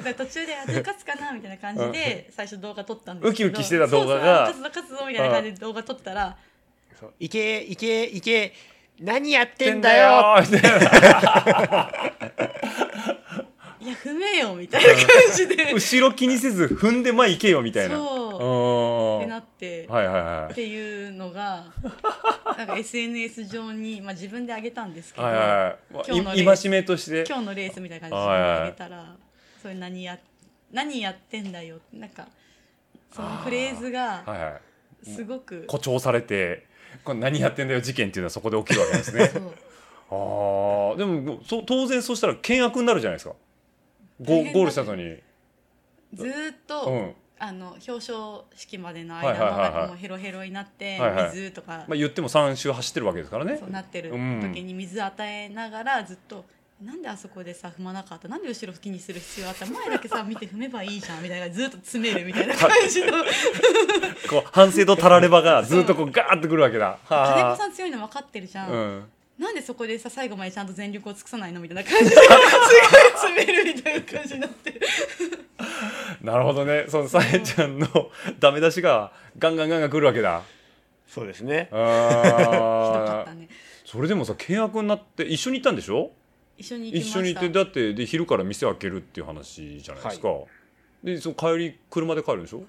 [SPEAKER 3] な途 (laughs) 中であ勝つかなみたいな感じで最初動画撮ったんです
[SPEAKER 2] ウキウキしてた動画が
[SPEAKER 3] そうそう勝つぞ勝つぞみたいな感じで動画撮ったら
[SPEAKER 4] そういけいけいけ何やってんだよ
[SPEAKER 2] みたいない
[SPEAKER 3] や不明よみたいな感じで
[SPEAKER 2] 後ろ気にせず踏んで前行けよみたいな
[SPEAKER 3] そ
[SPEAKER 2] う
[SPEAKER 3] うよ
[SPEAKER 2] ん
[SPEAKER 3] ってなって、
[SPEAKER 2] はいはいは
[SPEAKER 3] っ
[SPEAKER 2] い
[SPEAKER 3] ていうのがなんか SNS 上に、まあ、自分であげたんですけど、
[SPEAKER 2] はいはいはい
[SPEAKER 3] 今日の
[SPEAKER 2] まあ
[SPEAKER 3] レ
[SPEAKER 2] い
[SPEAKER 3] ース
[SPEAKER 2] 戒めとして
[SPEAKER 3] (laughs) 今日のレースみたいな感じで自分であげたら、それ何や何やってんだよなんかそのフレーズが
[SPEAKER 2] はいはい
[SPEAKER 3] すごく、
[SPEAKER 2] 誇張されてこれ何やってんだよ事件っていうのはそこで起きるわけですね
[SPEAKER 3] そう
[SPEAKER 2] あーでもそう当然そうしたら険悪になるじゃないですかゴ
[SPEAKER 3] 大変だね
[SPEAKER 2] ゴールした後に
[SPEAKER 3] ずーっと、
[SPEAKER 2] うん
[SPEAKER 3] あの表彰式までの
[SPEAKER 2] はい
[SPEAKER 3] 間
[SPEAKER 2] はいはいはい
[SPEAKER 3] もなんかもうヘロヘロになって、
[SPEAKER 2] はいはい
[SPEAKER 3] 水とか、
[SPEAKER 2] まあ言っても3周走ってるわけですからね
[SPEAKER 3] そうなってる
[SPEAKER 2] うん
[SPEAKER 3] 時に水与えながらずっと。なんであそこでさ踏まなかったなんで後ろ気にする必要あった前だけさ見て踏めばいいじゃんみたいなずっと詰めるみたいな感じの
[SPEAKER 2] こう反省とたらればがずっとこうガーッとくるわけだ
[SPEAKER 3] 金子
[SPEAKER 2] は
[SPEAKER 3] さん強いの分かってるじゃ
[SPEAKER 2] あ
[SPEAKER 3] ん、
[SPEAKER 2] うん
[SPEAKER 3] なんでそこでさ最後までちゃんと全力を尽くさないのみたいな感じですごい詰めるみたいな感じになって
[SPEAKER 2] なるほどねそのさえちゃんのダメ出しがガンガンガンガンくるわけだ
[SPEAKER 4] そうですね
[SPEAKER 2] あ
[SPEAKER 3] ひどかっ
[SPEAKER 2] ー
[SPEAKER 3] たね
[SPEAKER 2] それでもさ契約になって一緒に行ったんでしょ
[SPEAKER 3] 一緒に行き
[SPEAKER 2] 一
[SPEAKER 3] ました
[SPEAKER 2] 緒に行ってだってで昼から店開けるっていう話じゃないですか、でその帰り車で帰るんでしょ、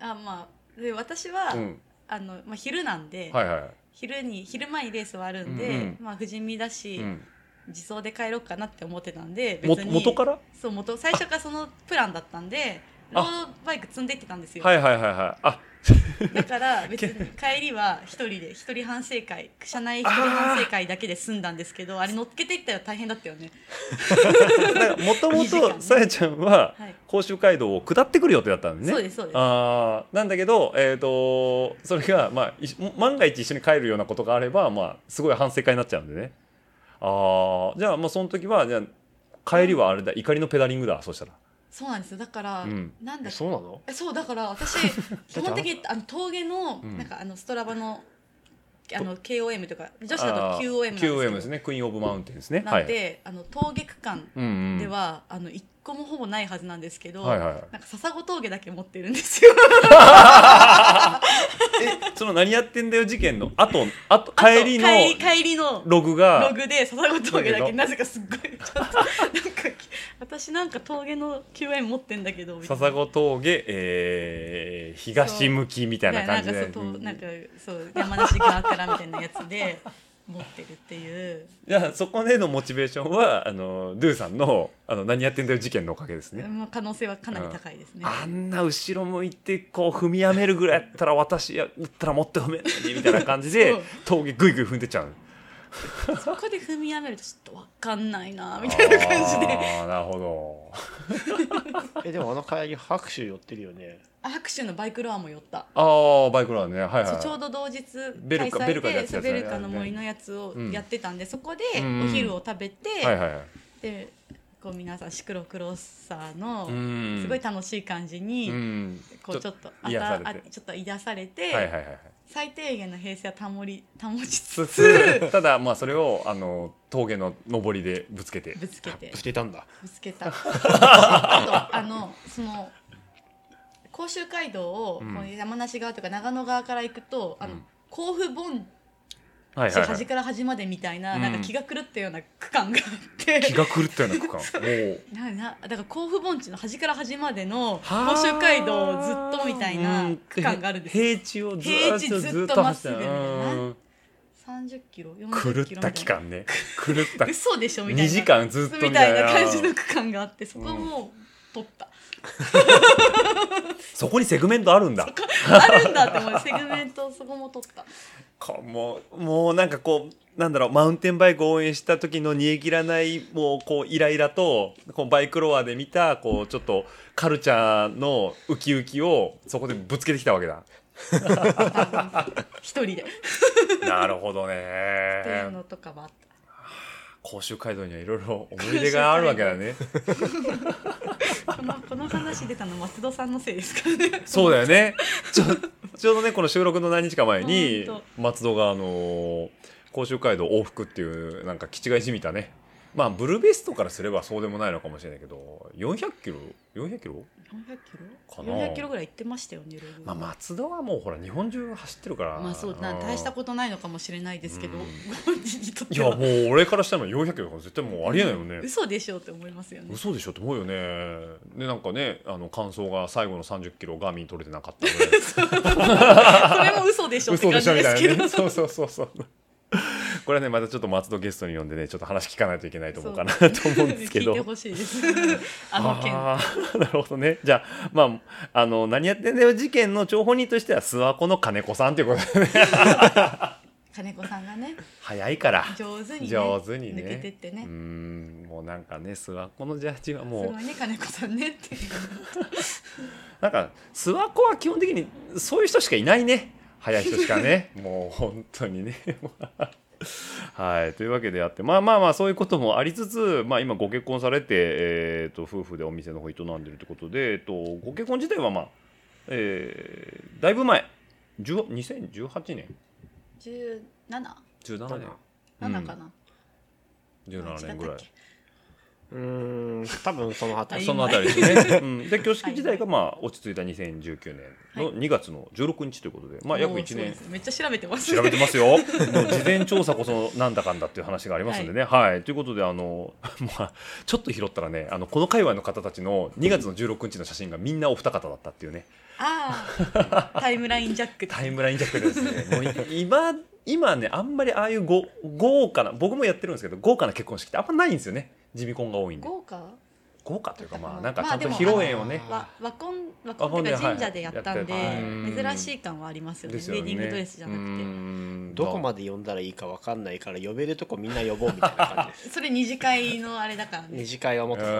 [SPEAKER 3] あまあで私は、
[SPEAKER 2] うん、
[SPEAKER 3] あのまあ、昼なんで、
[SPEAKER 2] はいはい、
[SPEAKER 3] 昼に昼前にレースはあるんで、
[SPEAKER 2] うんうん
[SPEAKER 3] まあ、不死身だし、
[SPEAKER 2] うん、
[SPEAKER 3] 自走で帰ろうかなって思ってたんで
[SPEAKER 2] も元から
[SPEAKER 3] そう元最初からそのプランだったんでロードバイク積んでいってたんですよ、
[SPEAKER 2] はいはいはいはいあ
[SPEAKER 3] だから別に帰りは一人で一人反省会車内一人反省会だけで済んだんですけどあれ乗っけていったら大変だったよね
[SPEAKER 2] もと
[SPEAKER 3] (laughs)
[SPEAKER 2] も
[SPEAKER 3] いい時間
[SPEAKER 2] とさやちゃんは
[SPEAKER 3] はい
[SPEAKER 2] 甲州街道を下ってくる予定だったんでね
[SPEAKER 3] そうですそうです
[SPEAKER 2] あーなんだけど、えー、とそれが、まあ、いし万が一一緒に帰るようなことがあれば、まあ、すごい反省会になっちゃうんでねああじゃあもうその時はじゃあ帰りはあれだ怒りのペダリングだそうしたら
[SPEAKER 3] そうなんですよだから、
[SPEAKER 2] うん
[SPEAKER 3] なんだ
[SPEAKER 4] そうなの
[SPEAKER 3] えそうだ
[SPEAKER 2] (laughs)
[SPEAKER 3] から私基本的にあの峠の
[SPEAKER 2] うん
[SPEAKER 3] なんかあのストラバのあの KOM とか女子だ
[SPEAKER 2] あー
[SPEAKER 3] と QOM なんですけ
[SPEAKER 2] QOM
[SPEAKER 3] ど
[SPEAKER 2] ですねクイーン・オブ・マウンテンですね
[SPEAKER 3] なんで、
[SPEAKER 2] はい
[SPEAKER 3] あの峠区間
[SPEAKER 2] うんうん、
[SPEAKER 3] では、あの一個もほぼないはずなんですけど、
[SPEAKER 2] はいはいはい
[SPEAKER 3] なんか笹子峠だけ持ってるんですよ
[SPEAKER 2] その何やってんだよ事件の後後 (laughs) 帰りの
[SPEAKER 3] 帰り帰りの
[SPEAKER 2] ログが
[SPEAKER 3] ログで笹子峠だ
[SPEAKER 2] だ
[SPEAKER 3] け
[SPEAKER 2] けど
[SPEAKER 3] なぜかすっごいちょっとなんか私なんか峠の QM 持ってんだけどみたいな
[SPEAKER 2] 笹子峠、えー東向きみたいな感じ
[SPEAKER 3] いやな
[SPEAKER 2] で
[SPEAKER 3] んかそうとなんかそう山梨側からみたいなやつで持ってるっていう、
[SPEAKER 2] いやそこでのモチベーションはあのドゥさんのあの何やってんだよ事件のおかげですね、
[SPEAKER 3] まあ、可能性はかなり高いですね、
[SPEAKER 2] あんな後ろ向いてこう踏みやめるぐらいやったら私やったらもっと踏めないのにみたいな感じで
[SPEAKER 3] (laughs) そう
[SPEAKER 2] 峠ぐいぐい踏んでっちゃう
[SPEAKER 3] そこで踏みやめるとちょっとわかんないなみたいな感じで
[SPEAKER 2] あーなるほど
[SPEAKER 4] えでもあの帰り拍手寄ってるよね
[SPEAKER 3] あ拍手のバイクロアも寄った、
[SPEAKER 2] ああバイクラーねはいはい
[SPEAKER 3] そうちょうど同日
[SPEAKER 2] ベ
[SPEAKER 3] 開
[SPEAKER 2] ルカベル
[SPEAKER 3] 催
[SPEAKER 2] カのや
[SPEAKER 3] で
[SPEAKER 2] つやつ
[SPEAKER 3] そう
[SPEAKER 2] だ
[SPEAKER 3] ベ
[SPEAKER 2] ね
[SPEAKER 3] ルカの森のやつを
[SPEAKER 2] うん
[SPEAKER 3] やってたんで、そこで
[SPEAKER 2] うん
[SPEAKER 3] お昼を食べて、
[SPEAKER 2] はいはいはい
[SPEAKER 3] でこう皆さんシクロクロスサーの
[SPEAKER 2] うん
[SPEAKER 3] すごい楽しい感じに、
[SPEAKER 2] うん
[SPEAKER 3] こうちょっとあ
[SPEAKER 2] 癒
[SPEAKER 3] た
[SPEAKER 2] さ
[SPEAKER 3] あ
[SPEAKER 2] れて
[SPEAKER 3] ちょっと癒されて、
[SPEAKER 2] はいはいはいはい
[SPEAKER 3] (laughs) 最低限の平成は保り保ちつ
[SPEAKER 2] つ
[SPEAKER 3] つ
[SPEAKER 2] つただまあそれをあの峠の登りでぶつけて
[SPEAKER 3] ぶつけて
[SPEAKER 4] 捨てたんだ
[SPEAKER 3] ぶつけた
[SPEAKER 2] (laughs)
[SPEAKER 3] あとあのその甲州街道をこ
[SPEAKER 2] うん
[SPEAKER 3] う山梨側とか長野側から行くと、あの
[SPEAKER 2] うん
[SPEAKER 3] 甲府盆
[SPEAKER 2] はい
[SPEAKER 3] 地
[SPEAKER 2] はい、は
[SPEAKER 3] 端
[SPEAKER 2] い、
[SPEAKER 3] から端までみたいな,、
[SPEAKER 2] うん
[SPEAKER 3] なんか気が狂ったような区間があって
[SPEAKER 2] 気が狂ったような区間お
[SPEAKER 3] (laughs)
[SPEAKER 2] う
[SPEAKER 3] ななだから甲府盆地の端から端までの
[SPEAKER 2] は
[SPEAKER 3] 甲
[SPEAKER 2] あ
[SPEAKER 3] 州街道をずっとみたいな区間があるんですよ
[SPEAKER 2] 平地をず
[SPEAKER 3] 平地ずっと
[SPEAKER 2] ずっと走って
[SPEAKER 3] まっすぐみたいな
[SPEAKER 2] うん
[SPEAKER 3] 30キロ
[SPEAKER 2] 狂
[SPEAKER 3] 40
[SPEAKER 2] っ
[SPEAKER 3] キロみたいな
[SPEAKER 2] た期間ね狂った
[SPEAKER 3] 嘘で (laughs) しょみたい
[SPEAKER 2] 2
[SPEAKER 3] な
[SPEAKER 2] 時間ずっと
[SPEAKER 3] み
[SPEAKER 2] み
[SPEAKER 3] た
[SPEAKER 2] た
[SPEAKER 3] い
[SPEAKER 2] い
[SPEAKER 3] な
[SPEAKER 2] な
[SPEAKER 3] 感じの区間があってそこも
[SPEAKER 2] (laughs)
[SPEAKER 3] 取った、
[SPEAKER 2] そこにセグメントあるんだ
[SPEAKER 3] あるんだって思うセグメントそこも取った
[SPEAKER 2] こもうもうなんかこうなんだろうマウンテンバイクを応援した時の煮え切らないもうこうイライラとこうバイクロアで見たこうちょっとカルチャーのウキウキをそこでぶつけてきたわけ
[SPEAKER 3] (laughs)
[SPEAKER 2] だ
[SPEAKER 3] 一人でっ
[SPEAKER 2] なるほど
[SPEAKER 3] ていう
[SPEAKER 2] ね
[SPEAKER 3] のとかもあった
[SPEAKER 2] 甲州街道にはいろいろ思い出があるわけだね
[SPEAKER 3] このこの話出たの松戸さんのせいですからね
[SPEAKER 2] そうだよねちょ (laughs) ちょうどねこの収録の何日か前に
[SPEAKER 3] ほんと
[SPEAKER 2] 松戸があのー甲州街道往復っていうなんか気違いじみたねまあブルーベストからすればそうでもないのかもしれないけど400キロ400キロ
[SPEAKER 3] 400キ
[SPEAKER 2] か
[SPEAKER 3] ロ
[SPEAKER 2] な
[SPEAKER 3] 400キロぐらい行ってましたよねログ
[SPEAKER 2] まあ松田はもうほら日本中走ってるから
[SPEAKER 3] まあそうな
[SPEAKER 2] うん
[SPEAKER 3] 大したことないのかもしれないですけど
[SPEAKER 2] うん
[SPEAKER 3] ご本人にとっ
[SPEAKER 2] い
[SPEAKER 3] て
[SPEAKER 2] や
[SPEAKER 3] は
[SPEAKER 2] もう俺からしたら400キロとか絶対もうありえないよね、
[SPEAKER 3] 嘘でしょって思いますよね
[SPEAKER 2] 嘘でしょって思うよねでなんかねあの感想が最後の3 0キロガーミン取れてなかったぐらい
[SPEAKER 3] それも嘘でしょって
[SPEAKER 2] 嘘
[SPEAKER 3] 感
[SPEAKER 2] で
[SPEAKER 3] じ
[SPEAKER 2] しょみた
[SPEAKER 3] で
[SPEAKER 2] い
[SPEAKER 3] すけ
[SPEAKER 2] な
[SPEAKER 3] ど
[SPEAKER 2] ねそうそうそうそうこれはねまたちょっと松戸ゲストに呼んでねちょっと話聞かないといけないと思うかなと思うんですけ
[SPEAKER 3] (laughs) 聞い
[SPEAKER 2] ど
[SPEAKER 3] てほしいですあの件
[SPEAKER 2] あーなるほどねじゃあまああの何やってんだよ事件の張本人としては諏訪湖の金子さんということで (laughs)
[SPEAKER 3] 金子さんがね
[SPEAKER 2] 早いから
[SPEAKER 3] 上手にね
[SPEAKER 2] 上手にね
[SPEAKER 3] 抜けてって
[SPEAKER 2] うー
[SPEAKER 3] ね
[SPEAKER 2] んもうなんかね諏訪湖のジャージは
[SPEAKER 3] す
[SPEAKER 2] もう
[SPEAKER 3] ごいね金子さんねっていう
[SPEAKER 2] なんか諏訪湖は基本的にそういう人しかいないね早い人しか (laughs) ねもう本当にね (laughs) はいというわけであってまあまあまあそういうこともありつつ、まあ、今ご結婚されて、えー、と夫婦でお店の方営んでるってことで、えー、とご結婚自体はまあ、えーだいぶ前10 2018年
[SPEAKER 3] 17
[SPEAKER 2] 17年
[SPEAKER 3] 7かな、
[SPEAKER 2] 17年ぐらい
[SPEAKER 4] うーん多分その辺り
[SPEAKER 2] そのあたりですね、うん、で挙式自体がまあ落ち着いた2019年の2月の16日ということで、まあ約1年
[SPEAKER 3] 年めっちゃ調べてます
[SPEAKER 2] 調べてますよ。もう事前調査こそなんだかんだっていう話がありますんでね。はい。ということで、あの、 (laughs) まあ、ちょっと拾ったらね、あの、この界隈の方たちの2月の16日の写真がみんなお二方だったっていうね、
[SPEAKER 3] (laughs) ああタイムラインジャック
[SPEAKER 2] タイムラインジャックでです (laughs) ね、もうい今、今ね、あんまりああいうご豪華な、僕もやってるんですけど、豪華な結婚式ってあんまないんですよね。自民婚が多いんで。
[SPEAKER 3] 豪華
[SPEAKER 2] 豪華というか、まあ、なん
[SPEAKER 3] だった
[SPEAKER 2] か
[SPEAKER 3] か
[SPEAKER 2] ち
[SPEAKER 3] な
[SPEAKER 2] ゃんと披露宴をね、
[SPEAKER 3] わ和婚和婚っていうか
[SPEAKER 2] 和婚で
[SPEAKER 3] 神社でやったんで、
[SPEAKER 2] はいやって
[SPEAKER 3] 珍しい感はありますよね
[SPEAKER 2] ですよね。
[SPEAKER 3] ウェディングドレスじゃな
[SPEAKER 2] う
[SPEAKER 3] く
[SPEAKER 2] ん
[SPEAKER 4] どこまで呼んだらいいか分かんないから呼べるとこみんな呼ぼうみたいな感
[SPEAKER 2] (laughs)
[SPEAKER 4] じです
[SPEAKER 3] てそれ二次会のあれだからね
[SPEAKER 4] 二次会はもっ
[SPEAKER 2] う
[SPEAKER 4] とそう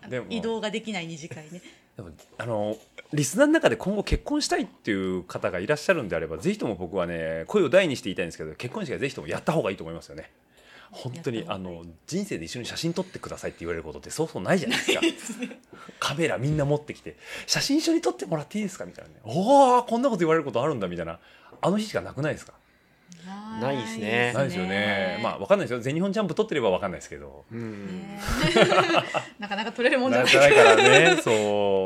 [SPEAKER 4] だね
[SPEAKER 2] ん (laughs) でも
[SPEAKER 3] 移動ができない二次会
[SPEAKER 4] (laughs)
[SPEAKER 3] ね
[SPEAKER 2] でもあのリスナーの中で今後結婚したいっていう方がいらっしゃるんであればぜひとも僕はね声を大にして言いたいんですけど結婚式はぜひともやった方がいいと思いますよね。本当
[SPEAKER 3] や
[SPEAKER 2] に
[SPEAKER 3] った
[SPEAKER 2] あ
[SPEAKER 3] 方がいい
[SPEAKER 2] の人生で一緒に写真撮ってくださいって言われることってそうそうないじゃない (laughs) ですかカメラみんな持ってきて写真一緒に撮ってもらっていいですかみたいなね (laughs) おおこんなこと言われることあるんだみたいなあの日しかなくないですか
[SPEAKER 4] ないですね
[SPEAKER 2] ないですよねまあわかんないですよ全日本ジャンプ撮ってればわかんないですけど
[SPEAKER 4] うん
[SPEAKER 3] ね (laughs) なかなか取れるもんじゃ
[SPEAKER 2] な
[SPEAKER 3] なんい
[SPEAKER 2] じゃないからね。そ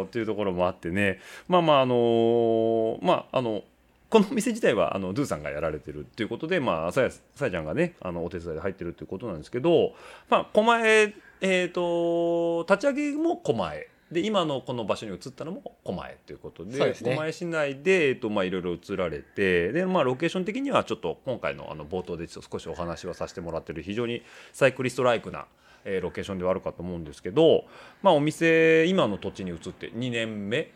[SPEAKER 2] うっていうところもあってね。まあまああのーまああのこの店自体はあのドゥさんがやられてるっていうことで、まあさやさやちゃんがねあのお手伝いで入ってるっていうことなんですけど、まあ狛江えっ、と立ち上げも狛江。で今のこの場所に移ったのも狛江ということで
[SPEAKER 4] そうですね
[SPEAKER 2] 狛江市内で、えっとまあ、いろいろ移られてで、まあ、ロケーション的にはちょっと今回のあの冒頭でちょっと少しお話はさせてもらってる非常にサイクリストライクな、えーロケーションではあるかと思うんですけど、まあ、お店今の土地に移って2年目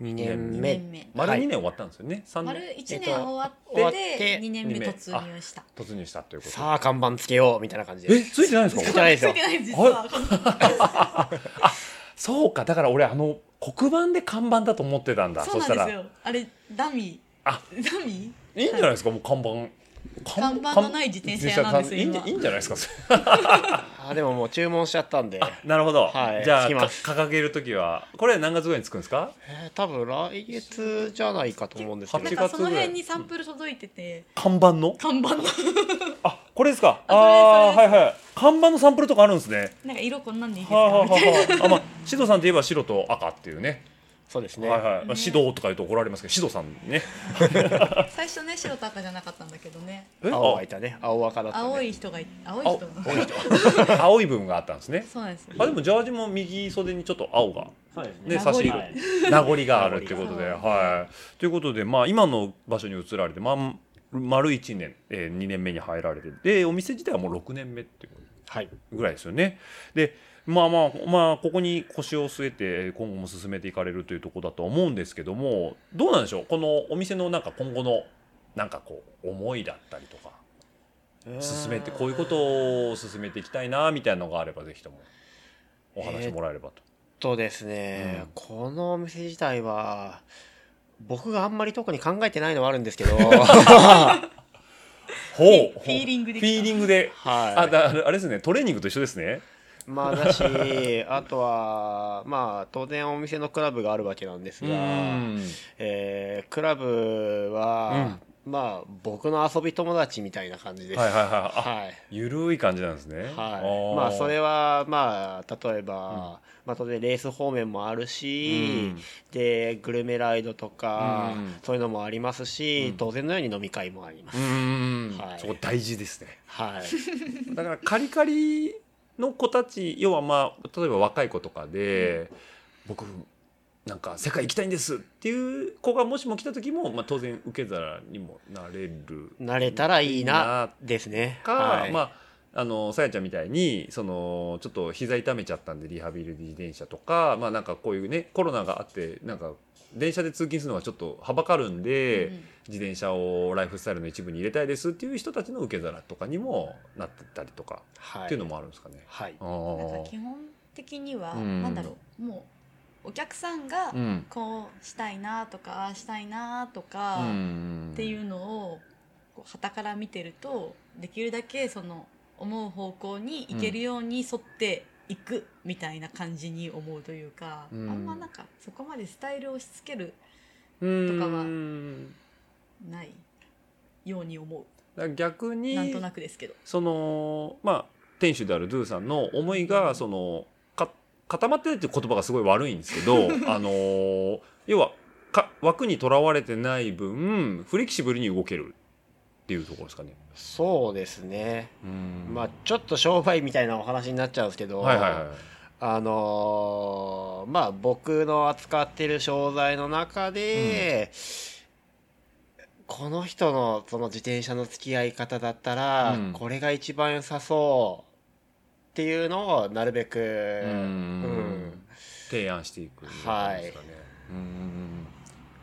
[SPEAKER 4] 二
[SPEAKER 2] 年
[SPEAKER 3] 二
[SPEAKER 4] 年目
[SPEAKER 3] 年目
[SPEAKER 2] 丸2
[SPEAKER 4] はい
[SPEAKER 2] 年終わったんですよね、三
[SPEAKER 3] 丸
[SPEAKER 2] 年
[SPEAKER 3] 一
[SPEAKER 4] えっ
[SPEAKER 3] 年
[SPEAKER 4] と
[SPEAKER 3] 終わっ
[SPEAKER 4] 終わってて
[SPEAKER 3] で二年目
[SPEAKER 2] 二年目
[SPEAKER 3] 突入した
[SPEAKER 2] 突入したということで
[SPEAKER 4] さあ看板つけようみたいな感じで
[SPEAKER 2] え
[SPEAKER 4] す
[SPEAKER 2] ついてないんです
[SPEAKER 4] つ
[SPEAKER 2] か
[SPEAKER 4] けてないですよ
[SPEAKER 3] ついてないです実は
[SPEAKER 2] そうかだから俺あの黒板で看板だと思ってたんだ
[SPEAKER 3] そうなん
[SPEAKER 2] した
[SPEAKER 3] で
[SPEAKER 2] ら
[SPEAKER 3] すよあれダミ
[SPEAKER 2] あ
[SPEAKER 3] ーダミー
[SPEAKER 2] いいんじゃないですか、もう看板
[SPEAKER 3] 看板のない自転車屋なんですよ
[SPEAKER 2] 自転車
[SPEAKER 3] 今
[SPEAKER 2] いいんじゃないですかそれ
[SPEAKER 4] あーでももう注文しちゃったんで、
[SPEAKER 2] (laughs) なるほど、
[SPEAKER 4] はい
[SPEAKER 2] じゃあ
[SPEAKER 4] 着き
[SPEAKER 2] か
[SPEAKER 4] ます
[SPEAKER 2] 掲げるときはこれ何月ぐらいにつくんですか
[SPEAKER 4] えー多分来月じゃないかと思うんですけど
[SPEAKER 3] なんかその辺にサンプル届いてて、
[SPEAKER 2] 看板の
[SPEAKER 3] 看
[SPEAKER 2] (laughs)
[SPEAKER 3] 板の
[SPEAKER 2] あこれですか
[SPEAKER 3] あそれ
[SPEAKER 2] ああー
[SPEAKER 3] そ
[SPEAKER 2] は
[SPEAKER 3] れ
[SPEAKER 2] いはい看板のサンプルとかあるんですね
[SPEAKER 3] なんか色こんなんでいいです
[SPEAKER 2] はいはい
[SPEAKER 3] かみたいな
[SPEAKER 2] はいはいあまあシドさんといえば白と赤っていうね
[SPEAKER 4] そうですね、
[SPEAKER 2] はいはい、まあ、
[SPEAKER 3] ね
[SPEAKER 2] シドとか言うと怒られますけどシドさんね
[SPEAKER 3] 最初ね白と赤じゃなかったんだけどね
[SPEAKER 2] えあ
[SPEAKER 4] 青がいたね青赤だった、ね、
[SPEAKER 3] 青い人がい青い
[SPEAKER 2] 青
[SPEAKER 3] 人
[SPEAKER 2] 青い人
[SPEAKER 3] (laughs)
[SPEAKER 2] 青い部分があったんですね
[SPEAKER 3] そうなんですよ
[SPEAKER 2] あでもジャージも右袖にちょっと青が
[SPEAKER 4] そうです
[SPEAKER 2] ね
[SPEAKER 3] 名残
[SPEAKER 2] 差し色
[SPEAKER 4] はい
[SPEAKER 2] 名残があるってことで、
[SPEAKER 3] 名残
[SPEAKER 2] はい。ということで、まあ、今の場所に移られて、まあ、丸1年、えー、2年目に入られてでお店自体はもう6年目っていう
[SPEAKER 4] はい
[SPEAKER 2] ぐらいですよね。でまあまあまあここに腰を据えて今後も進めていかれるというところだとは思うんですけどもどうなんでしょうこのお店のなんか今後のなんかこう思いだったりとか進めてこういうことを進めていきたいなみたいなのがあればぜひともお話もらえればと。
[SPEAKER 4] とですね、
[SPEAKER 2] うん
[SPEAKER 4] このお店自体は僕があんまり特に考えてないのはあるんです
[SPEAKER 2] (laughs)
[SPEAKER 4] けど
[SPEAKER 2] ほう
[SPEAKER 3] フィーリングで
[SPEAKER 2] フ
[SPEAKER 3] き
[SPEAKER 2] ィ
[SPEAKER 3] た
[SPEAKER 2] ーリングで
[SPEAKER 4] はい
[SPEAKER 2] あだあれですねトレーニングと一緒ですね。
[SPEAKER 4] まあだしあとはまあ当然お店のクラブがあるわけなんですが、えークラブは、まあ僕の遊び友達みたいな感じです。
[SPEAKER 2] はいはいはいあ
[SPEAKER 4] はい
[SPEAKER 2] ゆるい感じなんですね。
[SPEAKER 4] はい、まあそれ
[SPEAKER 2] は、
[SPEAKER 4] はまあ例えば、まあ当然レース方面もあるし、でグルメライドとか、
[SPEAKER 2] うん
[SPEAKER 4] そういうのもありますし、
[SPEAKER 2] うん
[SPEAKER 4] 当然のように飲み会もあります、
[SPEAKER 2] うんうんうん、
[SPEAKER 4] はい
[SPEAKER 2] そこ大事ですね。 (laughs)
[SPEAKER 4] はい
[SPEAKER 2] だからカリカリの子たち要はまあ例えば若い子とかで、僕なんか世界行きたいんですっていう子がもしも来た時も、まあ、当然受け皿にもなれる
[SPEAKER 4] 慣れたらいいな
[SPEAKER 2] な
[SPEAKER 4] ですね
[SPEAKER 2] か、
[SPEAKER 4] はい、
[SPEAKER 2] まああのさやちゃんみたいにそのちょっと膝痛めちゃったんでリハビリ自転車とかまあなんかこういうねコロナがあってなんか電車で通勤するのがちょっとはばかるんで、
[SPEAKER 3] うん
[SPEAKER 2] 自転車をライフスタイルの一部に入れたいですっていう人たちの受け皿とかにもなってたりとか
[SPEAKER 4] はい、
[SPEAKER 2] っていうのもあるんですかね。
[SPEAKER 4] はい
[SPEAKER 2] あ
[SPEAKER 3] なんか基
[SPEAKER 2] ー
[SPEAKER 3] 本的には、
[SPEAKER 2] うん
[SPEAKER 3] なんだろうもうお客さんが
[SPEAKER 2] うん
[SPEAKER 3] こうしたいなとかああしたいなと
[SPEAKER 2] う
[SPEAKER 3] か、
[SPEAKER 2] ん
[SPEAKER 3] っていうのをこう旗から見てるとできるだけその思う方向に行けるように沿っていくみたいな感じに思うというか、
[SPEAKER 2] うん
[SPEAKER 3] あんまなんかそこまでスタイルを押し付ける
[SPEAKER 2] うん
[SPEAKER 3] とかは
[SPEAKER 2] うん
[SPEAKER 3] ないように思
[SPEAKER 2] だから逆
[SPEAKER 3] う
[SPEAKER 2] に
[SPEAKER 3] なんとなくですけど。
[SPEAKER 2] そのまあ店主であるドゥさんの思いがそのか固まってるっていう言葉がすごい悪いんですけど (laughs) あのー要はか枠にとらわれてない分フレキシブルに動けるっていうところですかね。
[SPEAKER 4] そうですね
[SPEAKER 2] うん
[SPEAKER 4] まあちょっと商売みたいなお話になっちゃうんですけど、
[SPEAKER 2] はいはいはい。
[SPEAKER 4] あのーまあ僕の扱ってる商材の中で、この人のその自転車の付き合い方だったら、
[SPEAKER 2] うん
[SPEAKER 4] これが一番良さそうっていうのをなるべく、
[SPEAKER 2] う
[SPEAKER 4] うん
[SPEAKER 2] ん提案していくんですかね。
[SPEAKER 4] はい
[SPEAKER 2] うん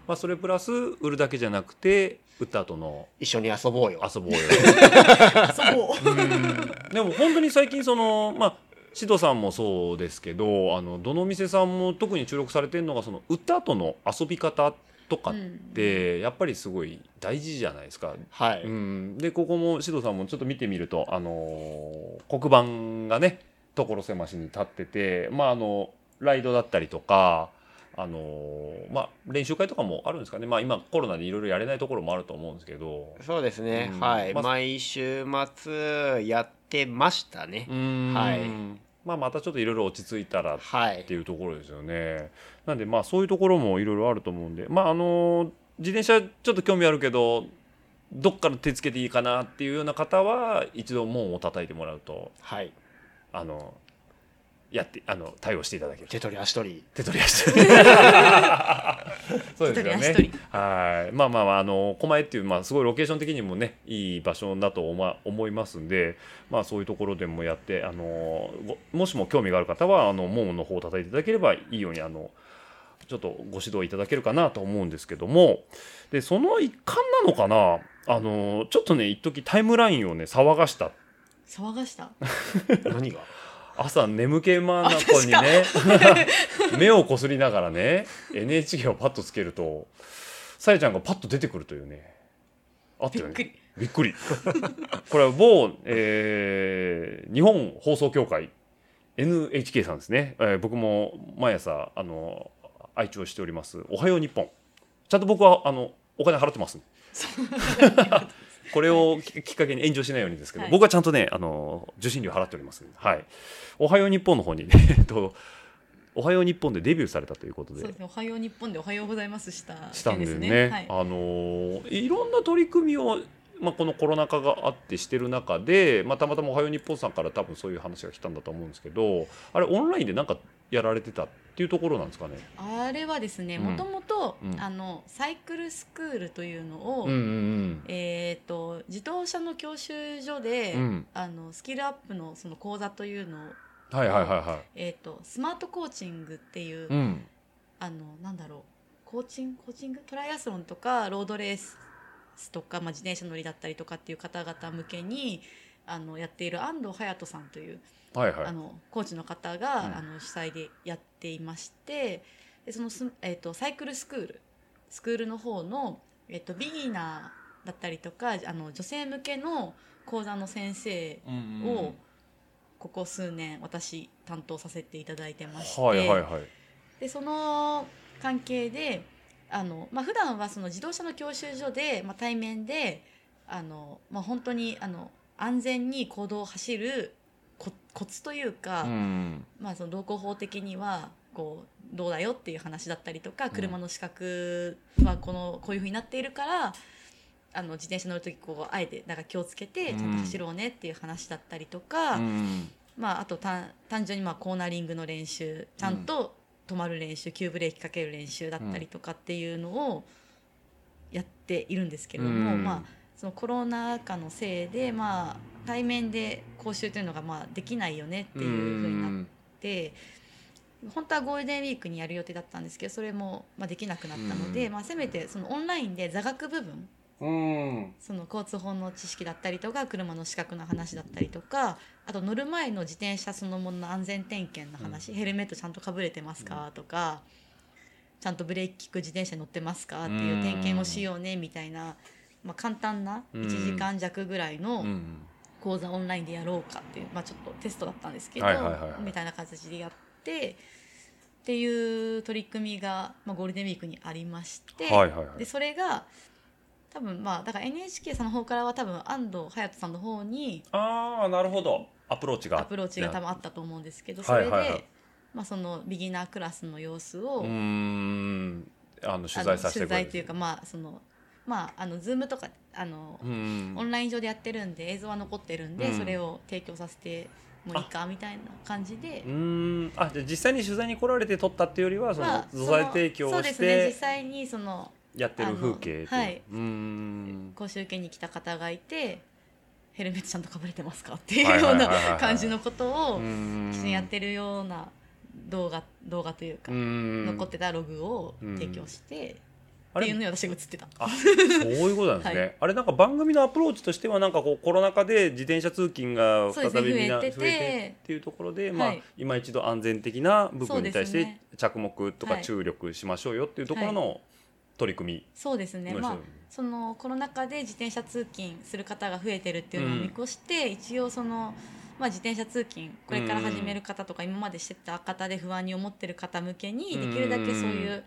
[SPEAKER 2] まあそれプラス売るだけじゃなくて売った後の
[SPEAKER 4] 一緒に遊ぼうよ。
[SPEAKER 2] 遊ぼうよ。
[SPEAKER 3] (laughs) そう
[SPEAKER 2] うんでも本当に最近そのまあシドさんもそうですけどあのどのお店さんも特に注力されてるのがその売った後の遊び方とかって、やっぱりすごい大事じゃないですか。
[SPEAKER 4] はい、
[SPEAKER 2] うん、でここも獅童さんもちょっと見てみると、あのー黒板がね所狭しに立ってて、まあ、あのライドだったりとか、あのーまあ、練習会とかもあるんですかね、まあ、今コロナでいろいろやれないところもあると思うんですけど。
[SPEAKER 4] そうですね。
[SPEAKER 2] うん
[SPEAKER 4] はい、
[SPEAKER 2] まあ
[SPEAKER 4] 毎週末やってましたね。
[SPEAKER 2] うん
[SPEAKER 4] はい
[SPEAKER 2] まあ、またちょっといろいろ落ち着いたらっ
[SPEAKER 4] はい
[SPEAKER 2] て。いうところですよね。なんでまあそういうところもいろいろあると思うんで、まああの自転車ちょっと興味あるけどどっから手つけていいかなっていうような方は一度門を叩いてもらうと
[SPEAKER 4] はい。
[SPEAKER 2] あのやってあの対応していただける。
[SPEAKER 4] 手取り
[SPEAKER 2] (laughs)
[SPEAKER 4] 足取り。
[SPEAKER 2] 手取り足
[SPEAKER 3] (laughs)
[SPEAKER 2] 取り。そうですよ
[SPEAKER 3] 手取り足取
[SPEAKER 2] ね
[SPEAKER 3] り。
[SPEAKER 2] はい。まあまあまああの狛江っていうまあすごいロケーション的にもねいい場所だと思わ思いますんで、まあそういうところでもやってあのごもしも興味がある方はあの門の方を叩いていただければいいようにあのちょっとご指導いただけるかなと思うんですけども、でその一環なのかな。あのちょっとね一時タイムラインをね騒がした
[SPEAKER 3] 騒
[SPEAKER 2] (laughs)
[SPEAKER 3] がした
[SPEAKER 4] 何が？
[SPEAKER 2] 朝眠気まなこにね (laughs) 目をこすりながらね NHK をパッとつけるとさやちゃんがパッと出てくるというねあった
[SPEAKER 3] び
[SPEAKER 2] よ
[SPEAKER 3] っ
[SPEAKER 2] ね
[SPEAKER 3] くり
[SPEAKER 2] びっくりこれは某、えー日本放送協会 NHK さんですね、えー僕も毎朝あの愛聴しております「おはよう日本」ちゃんと僕はあのお金払ってますこれをききっかけに炎上しないようにですけど、
[SPEAKER 3] はい
[SPEAKER 2] 僕はちゃんとねあの受信料払っておりますはい「おはよう日本」の方に、ね、えっと「おはよう日本」でデビューされたということ
[SPEAKER 3] そう
[SPEAKER 2] で
[SPEAKER 3] ですねおはよう日本でおはようございますした
[SPEAKER 2] したんでね
[SPEAKER 3] はい
[SPEAKER 2] あのーいろんな取り組みを、まあ、このコロナ禍があってしてる中で、まあ、たまたま「おはよう日本」さんから多分そういう話が来たんだと思うんですけどあれオンラインでなんかやられてたっていうところなんですかね。
[SPEAKER 3] あれはですね
[SPEAKER 2] うん
[SPEAKER 3] もともと
[SPEAKER 2] うん
[SPEAKER 3] あのサイクルスクールというのを、
[SPEAKER 2] うんうん
[SPEAKER 3] えー、と自動車の教習所で、
[SPEAKER 2] うんうん
[SPEAKER 3] あのスキルアップのその講座というのを、
[SPEAKER 2] はいはいはいは
[SPEAKER 3] えー、とスマートコーチングってい
[SPEAKER 2] い。
[SPEAKER 3] う、
[SPEAKER 2] うん
[SPEAKER 3] あのなんだろうコーチングコーチングトライアスロンとかロードレースとか、まあ、自転車乗りだったりとかっていう方々向けにあのやっている安藤隼人さんという
[SPEAKER 2] はいはい
[SPEAKER 3] あのコーチの方が、
[SPEAKER 2] うん
[SPEAKER 3] あの主催でやっていましてでそのす、えー、とサイクルスクールスクールの方の、えー、とビギナーだったりとかあの女性向けの講座の先生
[SPEAKER 2] うんうんうん
[SPEAKER 3] をここ数年私担当させていただいてまして、
[SPEAKER 2] はいはいはい。
[SPEAKER 3] でその関係であの、まあ、普段はその自動車の教習所で、まあ、対面であの、まあ、本当にあの安全に行動を走るココツというか、
[SPEAKER 4] うん
[SPEAKER 3] まあ、その道交法的にはこうどうだよっていう話だったりとか車の資格はこのこういうふうになっているからあの自転車乗る時こうあえてなんか気をつけてちゃんと走ろうねっていう話だったりとか、
[SPEAKER 4] うん
[SPEAKER 3] まあ、あと単単純にまあコーナリングの練習ちゃんと止まる練習、急ブレーキかける練習だったりとかっていうのをやっているんですけれども、
[SPEAKER 4] うん
[SPEAKER 3] まあ、そのコロナ禍のせいで、まあ、対面で講習というのがまあできないよねっていうふうになって。って本当はゴールデンウィークにやる予定だったんですけどそれもまあできなくなったので、
[SPEAKER 4] うん
[SPEAKER 3] まあ、せめてそのオンラインで座学部分
[SPEAKER 4] うん
[SPEAKER 3] その交通法の知識だったりとか車の資格の話だったりとかあと乗る前の自転車そのものの安全点検の話、ヘルメットちゃんとかぶれてますか、とかちゃんとブレーキ効く自転車乗ってますかっていう点検をしようねみたいな、まあ、簡単な
[SPEAKER 4] うん
[SPEAKER 3] 1時間弱ぐらいの、
[SPEAKER 2] うん
[SPEAKER 3] 講座オンラインでやろうかっていう、まあ、ちょっとテストだったんですけど、
[SPEAKER 2] はいはいはいはい
[SPEAKER 3] みたいな形でやってっていう取り組みが、まあ、ゴールデンウィークにありまして、
[SPEAKER 2] はいはいは
[SPEAKER 3] で
[SPEAKER 2] い。
[SPEAKER 3] それが多分まあだから NHK さんの方からは多分安藤隼人さんの方に
[SPEAKER 2] ああ、なるほど。アプローチが。
[SPEAKER 3] アプローチが多分あったと思うんですけど
[SPEAKER 2] ね
[SPEAKER 3] それで、
[SPEAKER 2] はいはいはい
[SPEAKER 3] まあ、そのビギナークラスの様子を、
[SPEAKER 2] うーん。あの取材させて
[SPEAKER 3] 取
[SPEAKER 2] くれ
[SPEAKER 3] 材
[SPEAKER 2] る。
[SPEAKER 3] というかまあそのまああのズームとかあの
[SPEAKER 2] うーん。
[SPEAKER 3] オンライン上でやってるんで映像は残ってるんで、
[SPEAKER 2] うん
[SPEAKER 3] それを提供させてもいいかみたいな感じで
[SPEAKER 2] うーんあじゃあ実際に取材に来られて撮ったっていうよりはその
[SPEAKER 3] まあ
[SPEAKER 2] 素材提供
[SPEAKER 3] そ
[SPEAKER 2] を
[SPEAKER 3] のそうで
[SPEAKER 2] し
[SPEAKER 3] すね実
[SPEAKER 2] て
[SPEAKER 3] 際にその
[SPEAKER 2] やってる風景っていう
[SPEAKER 3] あのはいう
[SPEAKER 2] ーん
[SPEAKER 3] 講習受けに来た方がいてヘルメットちゃんとかぶれてますかってい
[SPEAKER 2] はいう
[SPEAKER 3] よ
[SPEAKER 2] は
[SPEAKER 3] う
[SPEAKER 2] いはいはい
[SPEAKER 3] な感じのことを
[SPEAKER 2] うん
[SPEAKER 3] 一緒にやってるような動画動画というか、残
[SPEAKER 2] 残
[SPEAKER 3] ってたログを提供して、
[SPEAKER 2] あ
[SPEAKER 3] ってい
[SPEAKER 2] れ
[SPEAKER 3] うのに私が映ってた。
[SPEAKER 2] あそういうことなんですね、
[SPEAKER 3] は
[SPEAKER 2] あれなんか番組のアプローチとしてはなんかこうコロナ禍で自転車通勤が再
[SPEAKER 3] そうです
[SPEAKER 2] び
[SPEAKER 3] ね
[SPEAKER 2] みんな増
[SPEAKER 3] 増
[SPEAKER 2] え
[SPEAKER 3] え
[SPEAKER 2] て
[SPEAKER 3] て
[SPEAKER 2] ってていうところで、まあ
[SPEAKER 3] はい
[SPEAKER 2] 今一度安全的な部分に対し
[SPEAKER 3] そう
[SPEAKER 2] て
[SPEAKER 3] ですね
[SPEAKER 2] 着目とか
[SPEAKER 3] はい
[SPEAKER 2] 注力しましょうよっていうところの取り組
[SPEAKER 3] そうですね、
[SPEAKER 2] み、
[SPEAKER 3] まあそのコロナ禍で自転車通勤する方が増えてるっていうのを見越して、一応その、まあ、自転車通勤これから始める方とか、今までしてた方で不安に思ってる方向けに
[SPEAKER 2] う
[SPEAKER 3] で
[SPEAKER 2] ん
[SPEAKER 3] きるだけそういう、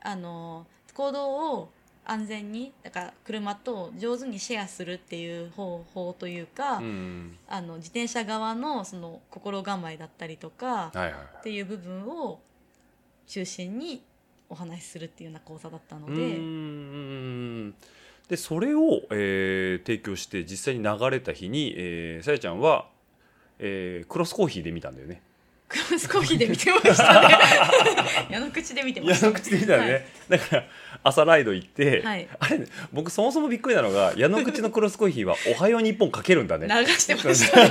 [SPEAKER 3] あの行動を安全にだから車と上手にシェアするっていう方法というか、
[SPEAKER 2] うん
[SPEAKER 3] あの自転車側のその心構えだったりとか
[SPEAKER 2] はいはい
[SPEAKER 3] っていう部分を中心にお話しするっていうような講座だったの
[SPEAKER 2] う
[SPEAKER 3] で。
[SPEAKER 2] ーんでそれを、えー提供して実際に流れた日に、えーさやちゃんは、えークロスコーヒーで見たんだよね。
[SPEAKER 3] クロスコーヒーで見てましたね
[SPEAKER 2] (laughs)
[SPEAKER 3] 矢の口で見てま
[SPEAKER 2] 矢
[SPEAKER 3] した
[SPEAKER 2] 野口で見たよね、だから朝ライド行って、
[SPEAKER 3] はい
[SPEAKER 2] あれ僕そもそもびっくりなのが矢野口のクロスコーヒーは「おはよう日本」かけるんだ
[SPEAKER 3] 流
[SPEAKER 2] ね
[SPEAKER 3] してましたね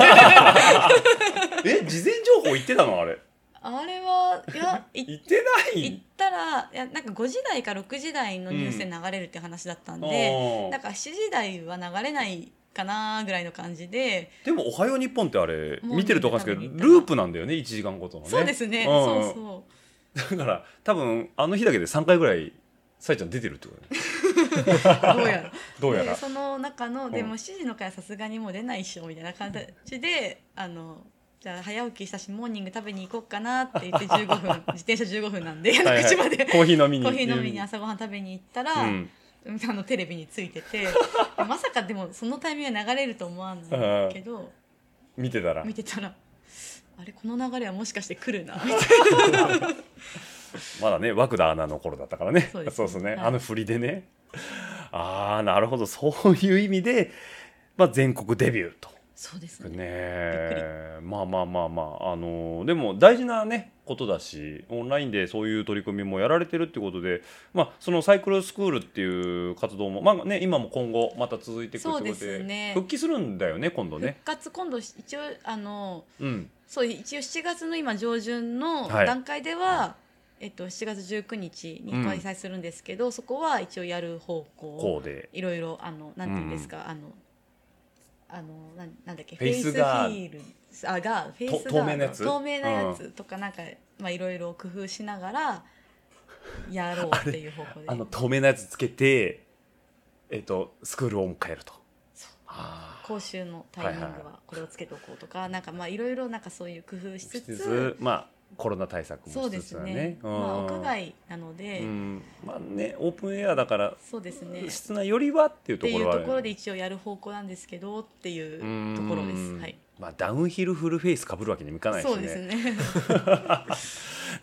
[SPEAKER 2] え事前情報言ってたのあれ
[SPEAKER 3] あれはいやい
[SPEAKER 2] 言ってな
[SPEAKER 3] 行っ
[SPEAKER 2] い
[SPEAKER 3] たらいやなんか5時台か6時台のニュースで流れるって話だったんで、
[SPEAKER 2] あー
[SPEAKER 3] なんか7時台は流れないかなぐらいの感じで、
[SPEAKER 2] でも「おはよう日本」ってあれ
[SPEAKER 3] もう
[SPEAKER 2] 見てると分かるんですけ
[SPEAKER 3] 見
[SPEAKER 2] ど
[SPEAKER 3] てた
[SPEAKER 2] ループなんだよね1時間ごとのね
[SPEAKER 3] そうですね、
[SPEAKER 2] うん
[SPEAKER 3] そうそ
[SPEAKER 2] だから多分あの日だけで3回ぐらいさやちゃん出てるってことだね
[SPEAKER 3] うどうやら
[SPEAKER 2] どうやら
[SPEAKER 3] でその中ので
[SPEAKER 2] うん
[SPEAKER 3] も7時の回はさすがにもう出ないっしょみたいな感じであのじゃあ早起きしたしモーニング食べに行こうかなって言って15分自転車15分なんで矢
[SPEAKER 2] はい
[SPEAKER 3] の
[SPEAKER 2] はい
[SPEAKER 3] 口まで
[SPEAKER 2] コーヒー飲みに
[SPEAKER 3] コーヒー飲みに
[SPEAKER 2] う
[SPEAKER 3] 朝ごはん食べに行ったら、
[SPEAKER 2] ん
[SPEAKER 3] あのテレビについ
[SPEAKER 2] (laughs)
[SPEAKER 3] ててまさかでもそのタイミングで流れると思わないけど
[SPEAKER 2] 見てたら
[SPEAKER 3] 見てたらあれこの流れはもしかして来
[SPEAKER 2] (laughs)
[SPEAKER 3] るなみたいな
[SPEAKER 2] まだね涌田アナの頃だったからね
[SPEAKER 3] そうです
[SPEAKER 2] そう
[SPEAKER 3] ね
[SPEAKER 2] ですね、
[SPEAKER 3] はい
[SPEAKER 2] あの振りでねああなるほどそういう意味で、まあ、全国デビューと。
[SPEAKER 3] そうです
[SPEAKER 2] ね
[SPEAKER 3] ね
[SPEAKER 2] えまあまあまあまあ、あのーでも大事なねことだしオンラインでそういう取り組みもやられてるってことで、まあ、そのサイクルスクールっていう活動も、まあね、今も今後また続いていくってことで
[SPEAKER 3] そうですね
[SPEAKER 2] 復帰するんだよね今度
[SPEAKER 3] 復
[SPEAKER 2] ね。
[SPEAKER 3] 活今度一応あの
[SPEAKER 2] うん、
[SPEAKER 3] そう一応7月の今上旬の
[SPEAKER 2] はい
[SPEAKER 3] 段階では、えっと、7月19日に開催するんですけど、そこは一応やる方向
[SPEAKER 2] こうで
[SPEAKER 3] いろいろあのなんていうんですか、あのあのなんなんだっけ
[SPEAKER 2] フェイスガード
[SPEAKER 3] フェイスヒールあガードフェイスガ
[SPEAKER 2] と
[SPEAKER 3] ード
[SPEAKER 2] 透明なやつ
[SPEAKER 3] 透明なやつとかなんか、まあ、いろいろ工夫しながらやろうっていう方向で
[SPEAKER 2] あの透明なやつつけて、えっとスクールを迎えると。
[SPEAKER 3] そう
[SPEAKER 2] あー
[SPEAKER 3] 講習のタイミング
[SPEAKER 2] はい
[SPEAKER 3] はこれをつけておこうとか、なんかまあいろいろなんかそういう工夫しつ
[SPEAKER 2] しつ
[SPEAKER 3] つ
[SPEAKER 2] つまあコロナ対策も
[SPEAKER 3] そう
[SPEAKER 2] し
[SPEAKER 3] で
[SPEAKER 2] つ
[SPEAKER 3] す
[SPEAKER 2] つだ
[SPEAKER 3] ね
[SPEAKER 2] ね。
[SPEAKER 3] まあ、屋外なので、
[SPEAKER 2] うん、まあねオープンエアだから、
[SPEAKER 3] そうですねっ
[SPEAKER 2] 室内よりはっていうと
[SPEAKER 3] て
[SPEAKER 2] こ
[SPEAKER 3] い
[SPEAKER 2] ろ
[SPEAKER 3] う
[SPEAKER 2] はあ
[SPEAKER 3] と
[SPEAKER 2] る
[SPEAKER 3] ころで一応やる方向なんですけどっていうところです。はい、
[SPEAKER 2] まあ、ダウンヒルフルフェイスかぶるわけにもいかないしね
[SPEAKER 3] そうですね。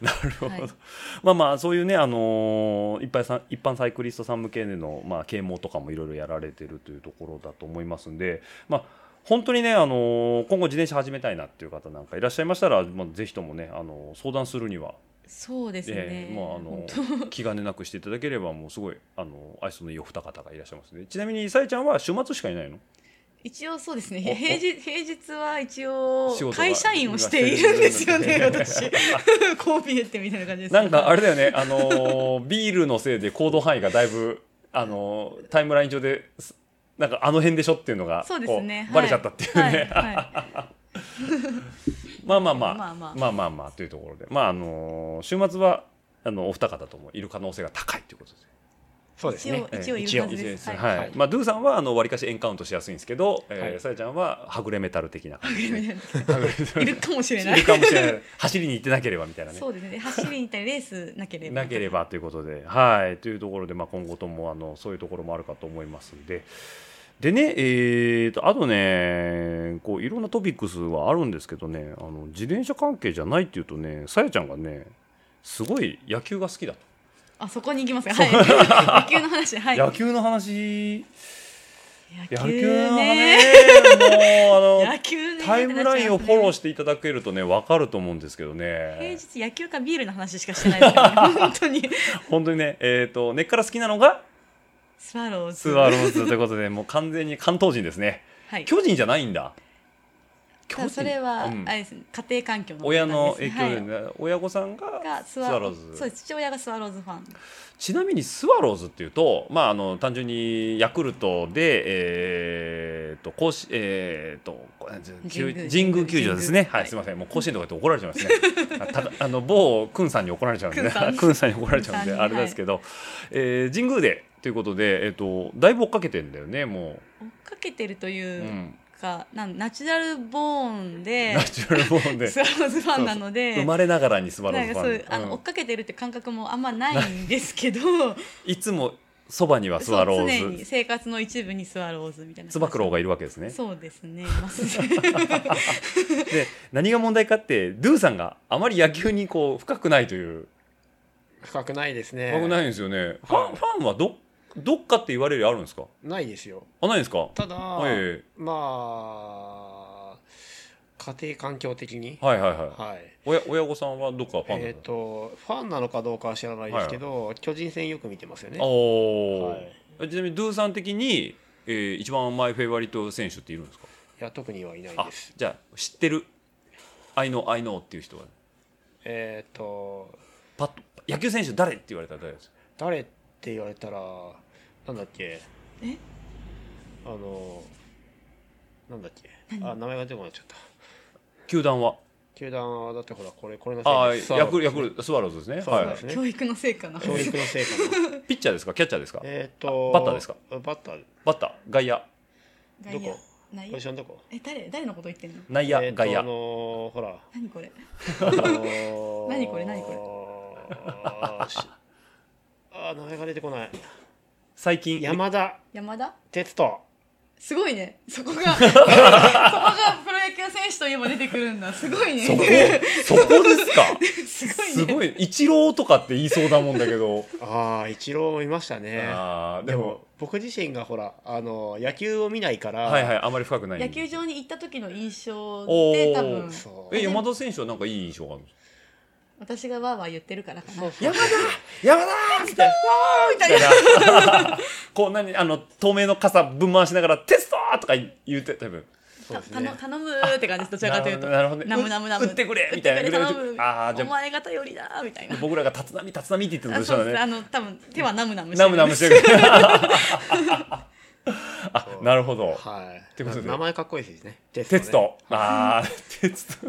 [SPEAKER 2] なるほど、
[SPEAKER 3] はい
[SPEAKER 2] (laughs) まあまあそういうね、あのー一般さん一般サイクリストさん向けの、まあ、啓蒙とかもいろいろやられてるというところだと思いますんで、まあ、本当にね、あのー今後自転車始めたいなっていう方なんかいらっしゃいましたら、まあ、ぜひともね、あのー相談するには、
[SPEAKER 3] そうですね。
[SPEAKER 2] ええまああ
[SPEAKER 3] 本
[SPEAKER 2] の
[SPEAKER 3] 当
[SPEAKER 2] 気兼ねなくしていただければもうすごい、あの愛想のいいお二方がいらっしゃいますねちなみにさえちゃんは週末しかいないの
[SPEAKER 3] 一応そうです
[SPEAKER 2] おお
[SPEAKER 3] ね平日平日は一
[SPEAKER 2] 仕事
[SPEAKER 3] 応
[SPEAKER 2] が
[SPEAKER 3] 会社員をしているんですよね
[SPEAKER 2] 今
[SPEAKER 3] 私
[SPEAKER 2] (laughs)
[SPEAKER 3] こう見えてみたいな感じです
[SPEAKER 2] なんかあ
[SPEAKER 3] れ
[SPEAKER 2] れだよね、あのービールのせいで行動範囲がだいぶ、あのータイムライン上ですなんかあの辺でしょっていうのが
[SPEAKER 3] そうですね
[SPEAKER 2] こうバレちゃったっていうね、
[SPEAKER 3] はいはいは
[SPEAKER 2] (laughs) まあまあまあ
[SPEAKER 3] まあまあ
[SPEAKER 2] まあまあまあというところで、まああのー週末はあのお二方ともいる可能性が高いということです。
[SPEAKER 4] そう
[SPEAKER 3] い
[SPEAKER 4] です
[SPEAKER 3] 一
[SPEAKER 4] ね
[SPEAKER 3] 応。一応いるはずです
[SPEAKER 2] はい、
[SPEAKER 3] はい
[SPEAKER 4] はい
[SPEAKER 2] まあドゥさんはあのわりかしエンカウントしやすいんですけど、
[SPEAKER 4] は
[SPEAKER 2] えー
[SPEAKER 4] い
[SPEAKER 2] さやちゃんははぐれメタル的な感じで、
[SPEAKER 3] いるかもしれな
[SPEAKER 2] (laughs)
[SPEAKER 3] い
[SPEAKER 2] いるかもしれない走りに行ってなければみたいなね。
[SPEAKER 3] そうですね走りに行ったりレースなければ
[SPEAKER 2] なければということで、はい、というところで、まあ、今後ともあのそういうところもあるかと思いますんで。でね、えー、とあとねこういろんなトピックスはあるんですけどねあの自転車関係じゃないっていうとねさやちゃんがねすごい野球が好きだと、
[SPEAKER 3] あそこに行きますかはい (laughs) 野球の話はい
[SPEAKER 2] 野球の話野球の話
[SPEAKER 3] ね
[SPEAKER 2] ねもうあ
[SPEAKER 3] (laughs) 野
[SPEAKER 2] の
[SPEAKER 3] 球ね
[SPEAKER 2] タイムラインをフォロー
[SPEAKER 3] し
[SPEAKER 2] していただけるとね分かると思うんですけどね
[SPEAKER 3] 平日野球かビールの話しかしてないで
[SPEAKER 2] (laughs)
[SPEAKER 3] すからね本当に
[SPEAKER 2] 本当にねえっ、と根っから好きなのが
[SPEAKER 3] スワローズ
[SPEAKER 2] スワローズということでもう完全に関東人ですね
[SPEAKER 3] はい
[SPEAKER 2] 巨人じゃないんだ。
[SPEAKER 3] ただそれは、
[SPEAKER 2] うん
[SPEAKER 3] あれですね家庭環境の
[SPEAKER 2] 親の
[SPEAKER 3] 問題
[SPEAKER 2] 影響
[SPEAKER 3] ですね
[SPEAKER 2] で、ね親御さんが
[SPEAKER 3] はいがス
[SPEAKER 2] ス
[SPEAKER 3] ワ
[SPEAKER 2] ワロ
[SPEAKER 3] ロー
[SPEAKER 2] ー
[SPEAKER 3] ズ
[SPEAKER 2] ズ
[SPEAKER 3] そうです父親がスワローズファン
[SPEAKER 2] ちなみにスワローズっていうと、まあ、あの単純にヤクルトで、えー、と甲子えー、と
[SPEAKER 3] 神
[SPEAKER 2] 神
[SPEAKER 3] 宮
[SPEAKER 2] 宮神宮球場ですね、
[SPEAKER 3] 神宮
[SPEAKER 2] はい、すみません、もう甲子園とかって怒られちゃいますね、
[SPEAKER 3] (laughs)
[SPEAKER 2] あたあの某くんさんに怒られちゃうんで、
[SPEAKER 3] くんさ
[SPEAKER 2] (laughs)
[SPEAKER 3] ん
[SPEAKER 2] くんさんに怒られちゃうん
[SPEAKER 3] くんさん
[SPEAKER 2] で、
[SPEAKER 3] に
[SPEAKER 2] あれですけど、えー神宮でということで、えー、とだいぶ追っかけてんだよね、も
[SPEAKER 3] 追っかけてると
[SPEAKER 2] う、う、
[SPEAKER 3] いうんか、なんナチュラルボーン
[SPEAKER 2] (laughs)
[SPEAKER 3] で
[SPEAKER 2] ナチュラルボー
[SPEAKER 3] (laughs)
[SPEAKER 2] ンで
[SPEAKER 3] スワローズファンなので
[SPEAKER 2] 生まれながらにスワロー
[SPEAKER 3] な
[SPEAKER 2] ズ
[SPEAKER 3] ん
[SPEAKER 2] フ
[SPEAKER 3] か
[SPEAKER 2] ァンで
[SPEAKER 3] そういうあの、
[SPEAKER 2] うん
[SPEAKER 3] 追っかけてるって感覚もあんまないんです
[SPEAKER 2] (laughs)
[SPEAKER 3] けど
[SPEAKER 2] いつもそばにはス
[SPEAKER 3] そ
[SPEAKER 2] ワ
[SPEAKER 3] う
[SPEAKER 2] ロ
[SPEAKER 3] 常
[SPEAKER 2] ー
[SPEAKER 3] に
[SPEAKER 2] ズ。
[SPEAKER 3] 生活の一部にスワローズみたいな
[SPEAKER 2] つば九郎がいるわけですね。
[SPEAKER 3] そうですね
[SPEAKER 2] (laughs)
[SPEAKER 3] いますね
[SPEAKER 2] で、何が問題かって、ドゥさんがあまり野球にこう深くないという。
[SPEAKER 4] 深くないですね。
[SPEAKER 2] 深くないんですよね。ファン、ファンはど、どっかって言われるよりあるんですか。
[SPEAKER 4] ないですよ。
[SPEAKER 2] あ、ないんですか。
[SPEAKER 4] ただ、
[SPEAKER 2] はい、
[SPEAKER 4] まあ、家庭環境的に、
[SPEAKER 2] はい、はい、はい。
[SPEAKER 4] はい。
[SPEAKER 2] 親、親御さんはどっかファン
[SPEAKER 4] えっ、と、ファンなのかどうかは知らないですけど、巨人戦よく見てますよね。
[SPEAKER 2] おお、
[SPEAKER 4] はい
[SPEAKER 2] ちなみにドゥさん的に、えー、一番マイフェイバリット選手っているんですか。
[SPEAKER 4] いや、特にはいない
[SPEAKER 2] あ
[SPEAKER 4] です。、
[SPEAKER 2] じゃあ、知ってる。I know, I know っていう人は。
[SPEAKER 4] えっ、と、
[SPEAKER 2] パッと、野球選手誰って言われたら誰ですか。
[SPEAKER 4] 誰って言われたら、なんだっけ、
[SPEAKER 3] え
[SPEAKER 4] あの、なんだっけ、あ、名前が出てこなっちゃった。
[SPEAKER 2] 球団は。
[SPEAKER 4] 球団はだってほら、これ、これの
[SPEAKER 2] ああ、
[SPEAKER 4] せいで
[SPEAKER 2] ヤクルヤクル
[SPEAKER 4] ル
[SPEAKER 2] トスワローズですね。
[SPEAKER 4] トそう
[SPEAKER 2] は
[SPEAKER 4] ですね。
[SPEAKER 3] 教育の成果の
[SPEAKER 4] 教
[SPEAKER 3] 話
[SPEAKER 4] 育の成果の。
[SPEAKER 2] い。ピッチャーですか、キャッチャーですか。
[SPEAKER 4] えっと、
[SPEAKER 2] バッターですか
[SPEAKER 4] バッター、
[SPEAKER 2] バッター、外野、
[SPEAKER 3] 外野
[SPEAKER 4] どこ
[SPEAKER 3] 内
[SPEAKER 4] ポジシ
[SPEAKER 3] 野
[SPEAKER 4] ョンどこ
[SPEAKER 3] え誰誰のこと言ってんの
[SPEAKER 2] 内野、
[SPEAKER 4] えっと
[SPEAKER 2] 外野。
[SPEAKER 4] あのー、
[SPEAKER 2] (laughs)
[SPEAKER 4] ほら、
[SPEAKER 3] 何これ
[SPEAKER 4] あのー
[SPEAKER 3] 何これ何これ
[SPEAKER 4] あーしあー、名前が出てこない。
[SPEAKER 2] 最近。
[SPEAKER 4] 山田
[SPEAKER 3] 山田
[SPEAKER 4] 哲人。
[SPEAKER 3] すごいねそ
[SPEAKER 2] (laughs)
[SPEAKER 3] こがそこがプロ野球選手といえば出てくるんだ (laughs) すごいね
[SPEAKER 2] そこ、そこですか。
[SPEAKER 3] すごいね
[SPEAKER 2] すごい、一郎とかって言いそうだもんだけど。
[SPEAKER 4] ああ、一郎もいましたね。
[SPEAKER 2] ああ、で
[SPEAKER 4] でも
[SPEAKER 2] も。
[SPEAKER 4] 僕自身がほらあの野球を見ないから、
[SPEAKER 2] はいはい、あまり深くない。
[SPEAKER 3] 野球場に行った時の印象
[SPEAKER 2] お
[SPEAKER 3] で
[SPEAKER 2] ー
[SPEAKER 3] 多分
[SPEAKER 4] そう
[SPEAKER 2] え、山田選手はなんかいい印象があるんですか。
[SPEAKER 3] 私がわーわー言ってるからかな
[SPEAKER 2] 山田、山田みたいな。みたいな。 (laughs) こう、何、あの、透明の傘ぶん回しながら、テストとか言って、多分。
[SPEAKER 4] そうです
[SPEAKER 3] た頼
[SPEAKER 4] ね
[SPEAKER 3] 頼むーって感じですどちらかというと
[SPEAKER 2] なるほどな
[SPEAKER 3] ナ
[SPEAKER 2] るほどね
[SPEAKER 3] ムナムナム
[SPEAKER 2] 打ってくれみたいな
[SPEAKER 3] 打ってくれ頼む
[SPEAKER 2] あーじゃあ
[SPEAKER 3] お前が頼りだーみたいな
[SPEAKER 2] 僕らが立浪、立浪って言ってたん
[SPEAKER 3] あ
[SPEAKER 2] でし
[SPEAKER 3] そ
[SPEAKER 2] ょ
[SPEAKER 3] う
[SPEAKER 2] う
[SPEAKER 3] で
[SPEAKER 2] ね
[SPEAKER 3] す。あの多分手はナムナムして
[SPEAKER 2] ナ
[SPEAKER 3] る
[SPEAKER 2] ムナム (laughs) してる。あ、なるほど。
[SPEAKER 4] はい
[SPEAKER 2] てことで
[SPEAKER 4] 名前かっこいいですね鉄
[SPEAKER 2] 鉄と。ああ、鉄と。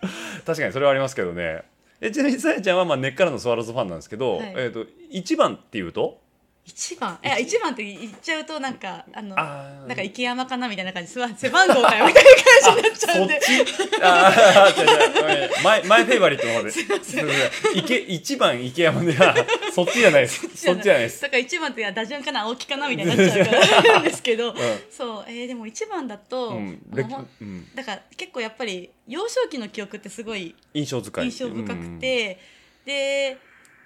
[SPEAKER 2] (laughs) 確かにそれはありますけどね。え、ちなみにさやちゃんはまあ根っからのスワローズファンなんですけど、
[SPEAKER 3] はい
[SPEAKER 2] えっ、と、一番っていうと
[SPEAKER 3] 一番いや一番って言っちゃうとなんかあの
[SPEAKER 2] あー
[SPEAKER 3] なんか池山かなみたいな感じすわ背番号かよみたいな感じになっちゃうんで
[SPEAKER 2] そっち (laughs) あー違う違うごめんマイマイフェイバリットの方で。すいません。池一番池山で
[SPEAKER 3] (laughs)
[SPEAKER 2] はそっちじゃないです。そっちじゃないです。
[SPEAKER 3] だから一番って打順かな青木かなみたいになっち
[SPEAKER 2] (laughs)
[SPEAKER 3] ゃうからなんですけど、そうえーでも一番だと、
[SPEAKER 2] うん。
[SPEAKER 3] あ
[SPEAKER 2] で
[SPEAKER 3] のほん
[SPEAKER 2] うん
[SPEAKER 3] だから結構やっぱり幼少期の記憶ってすごい
[SPEAKER 2] 印象深い。
[SPEAKER 3] 印象深くて、で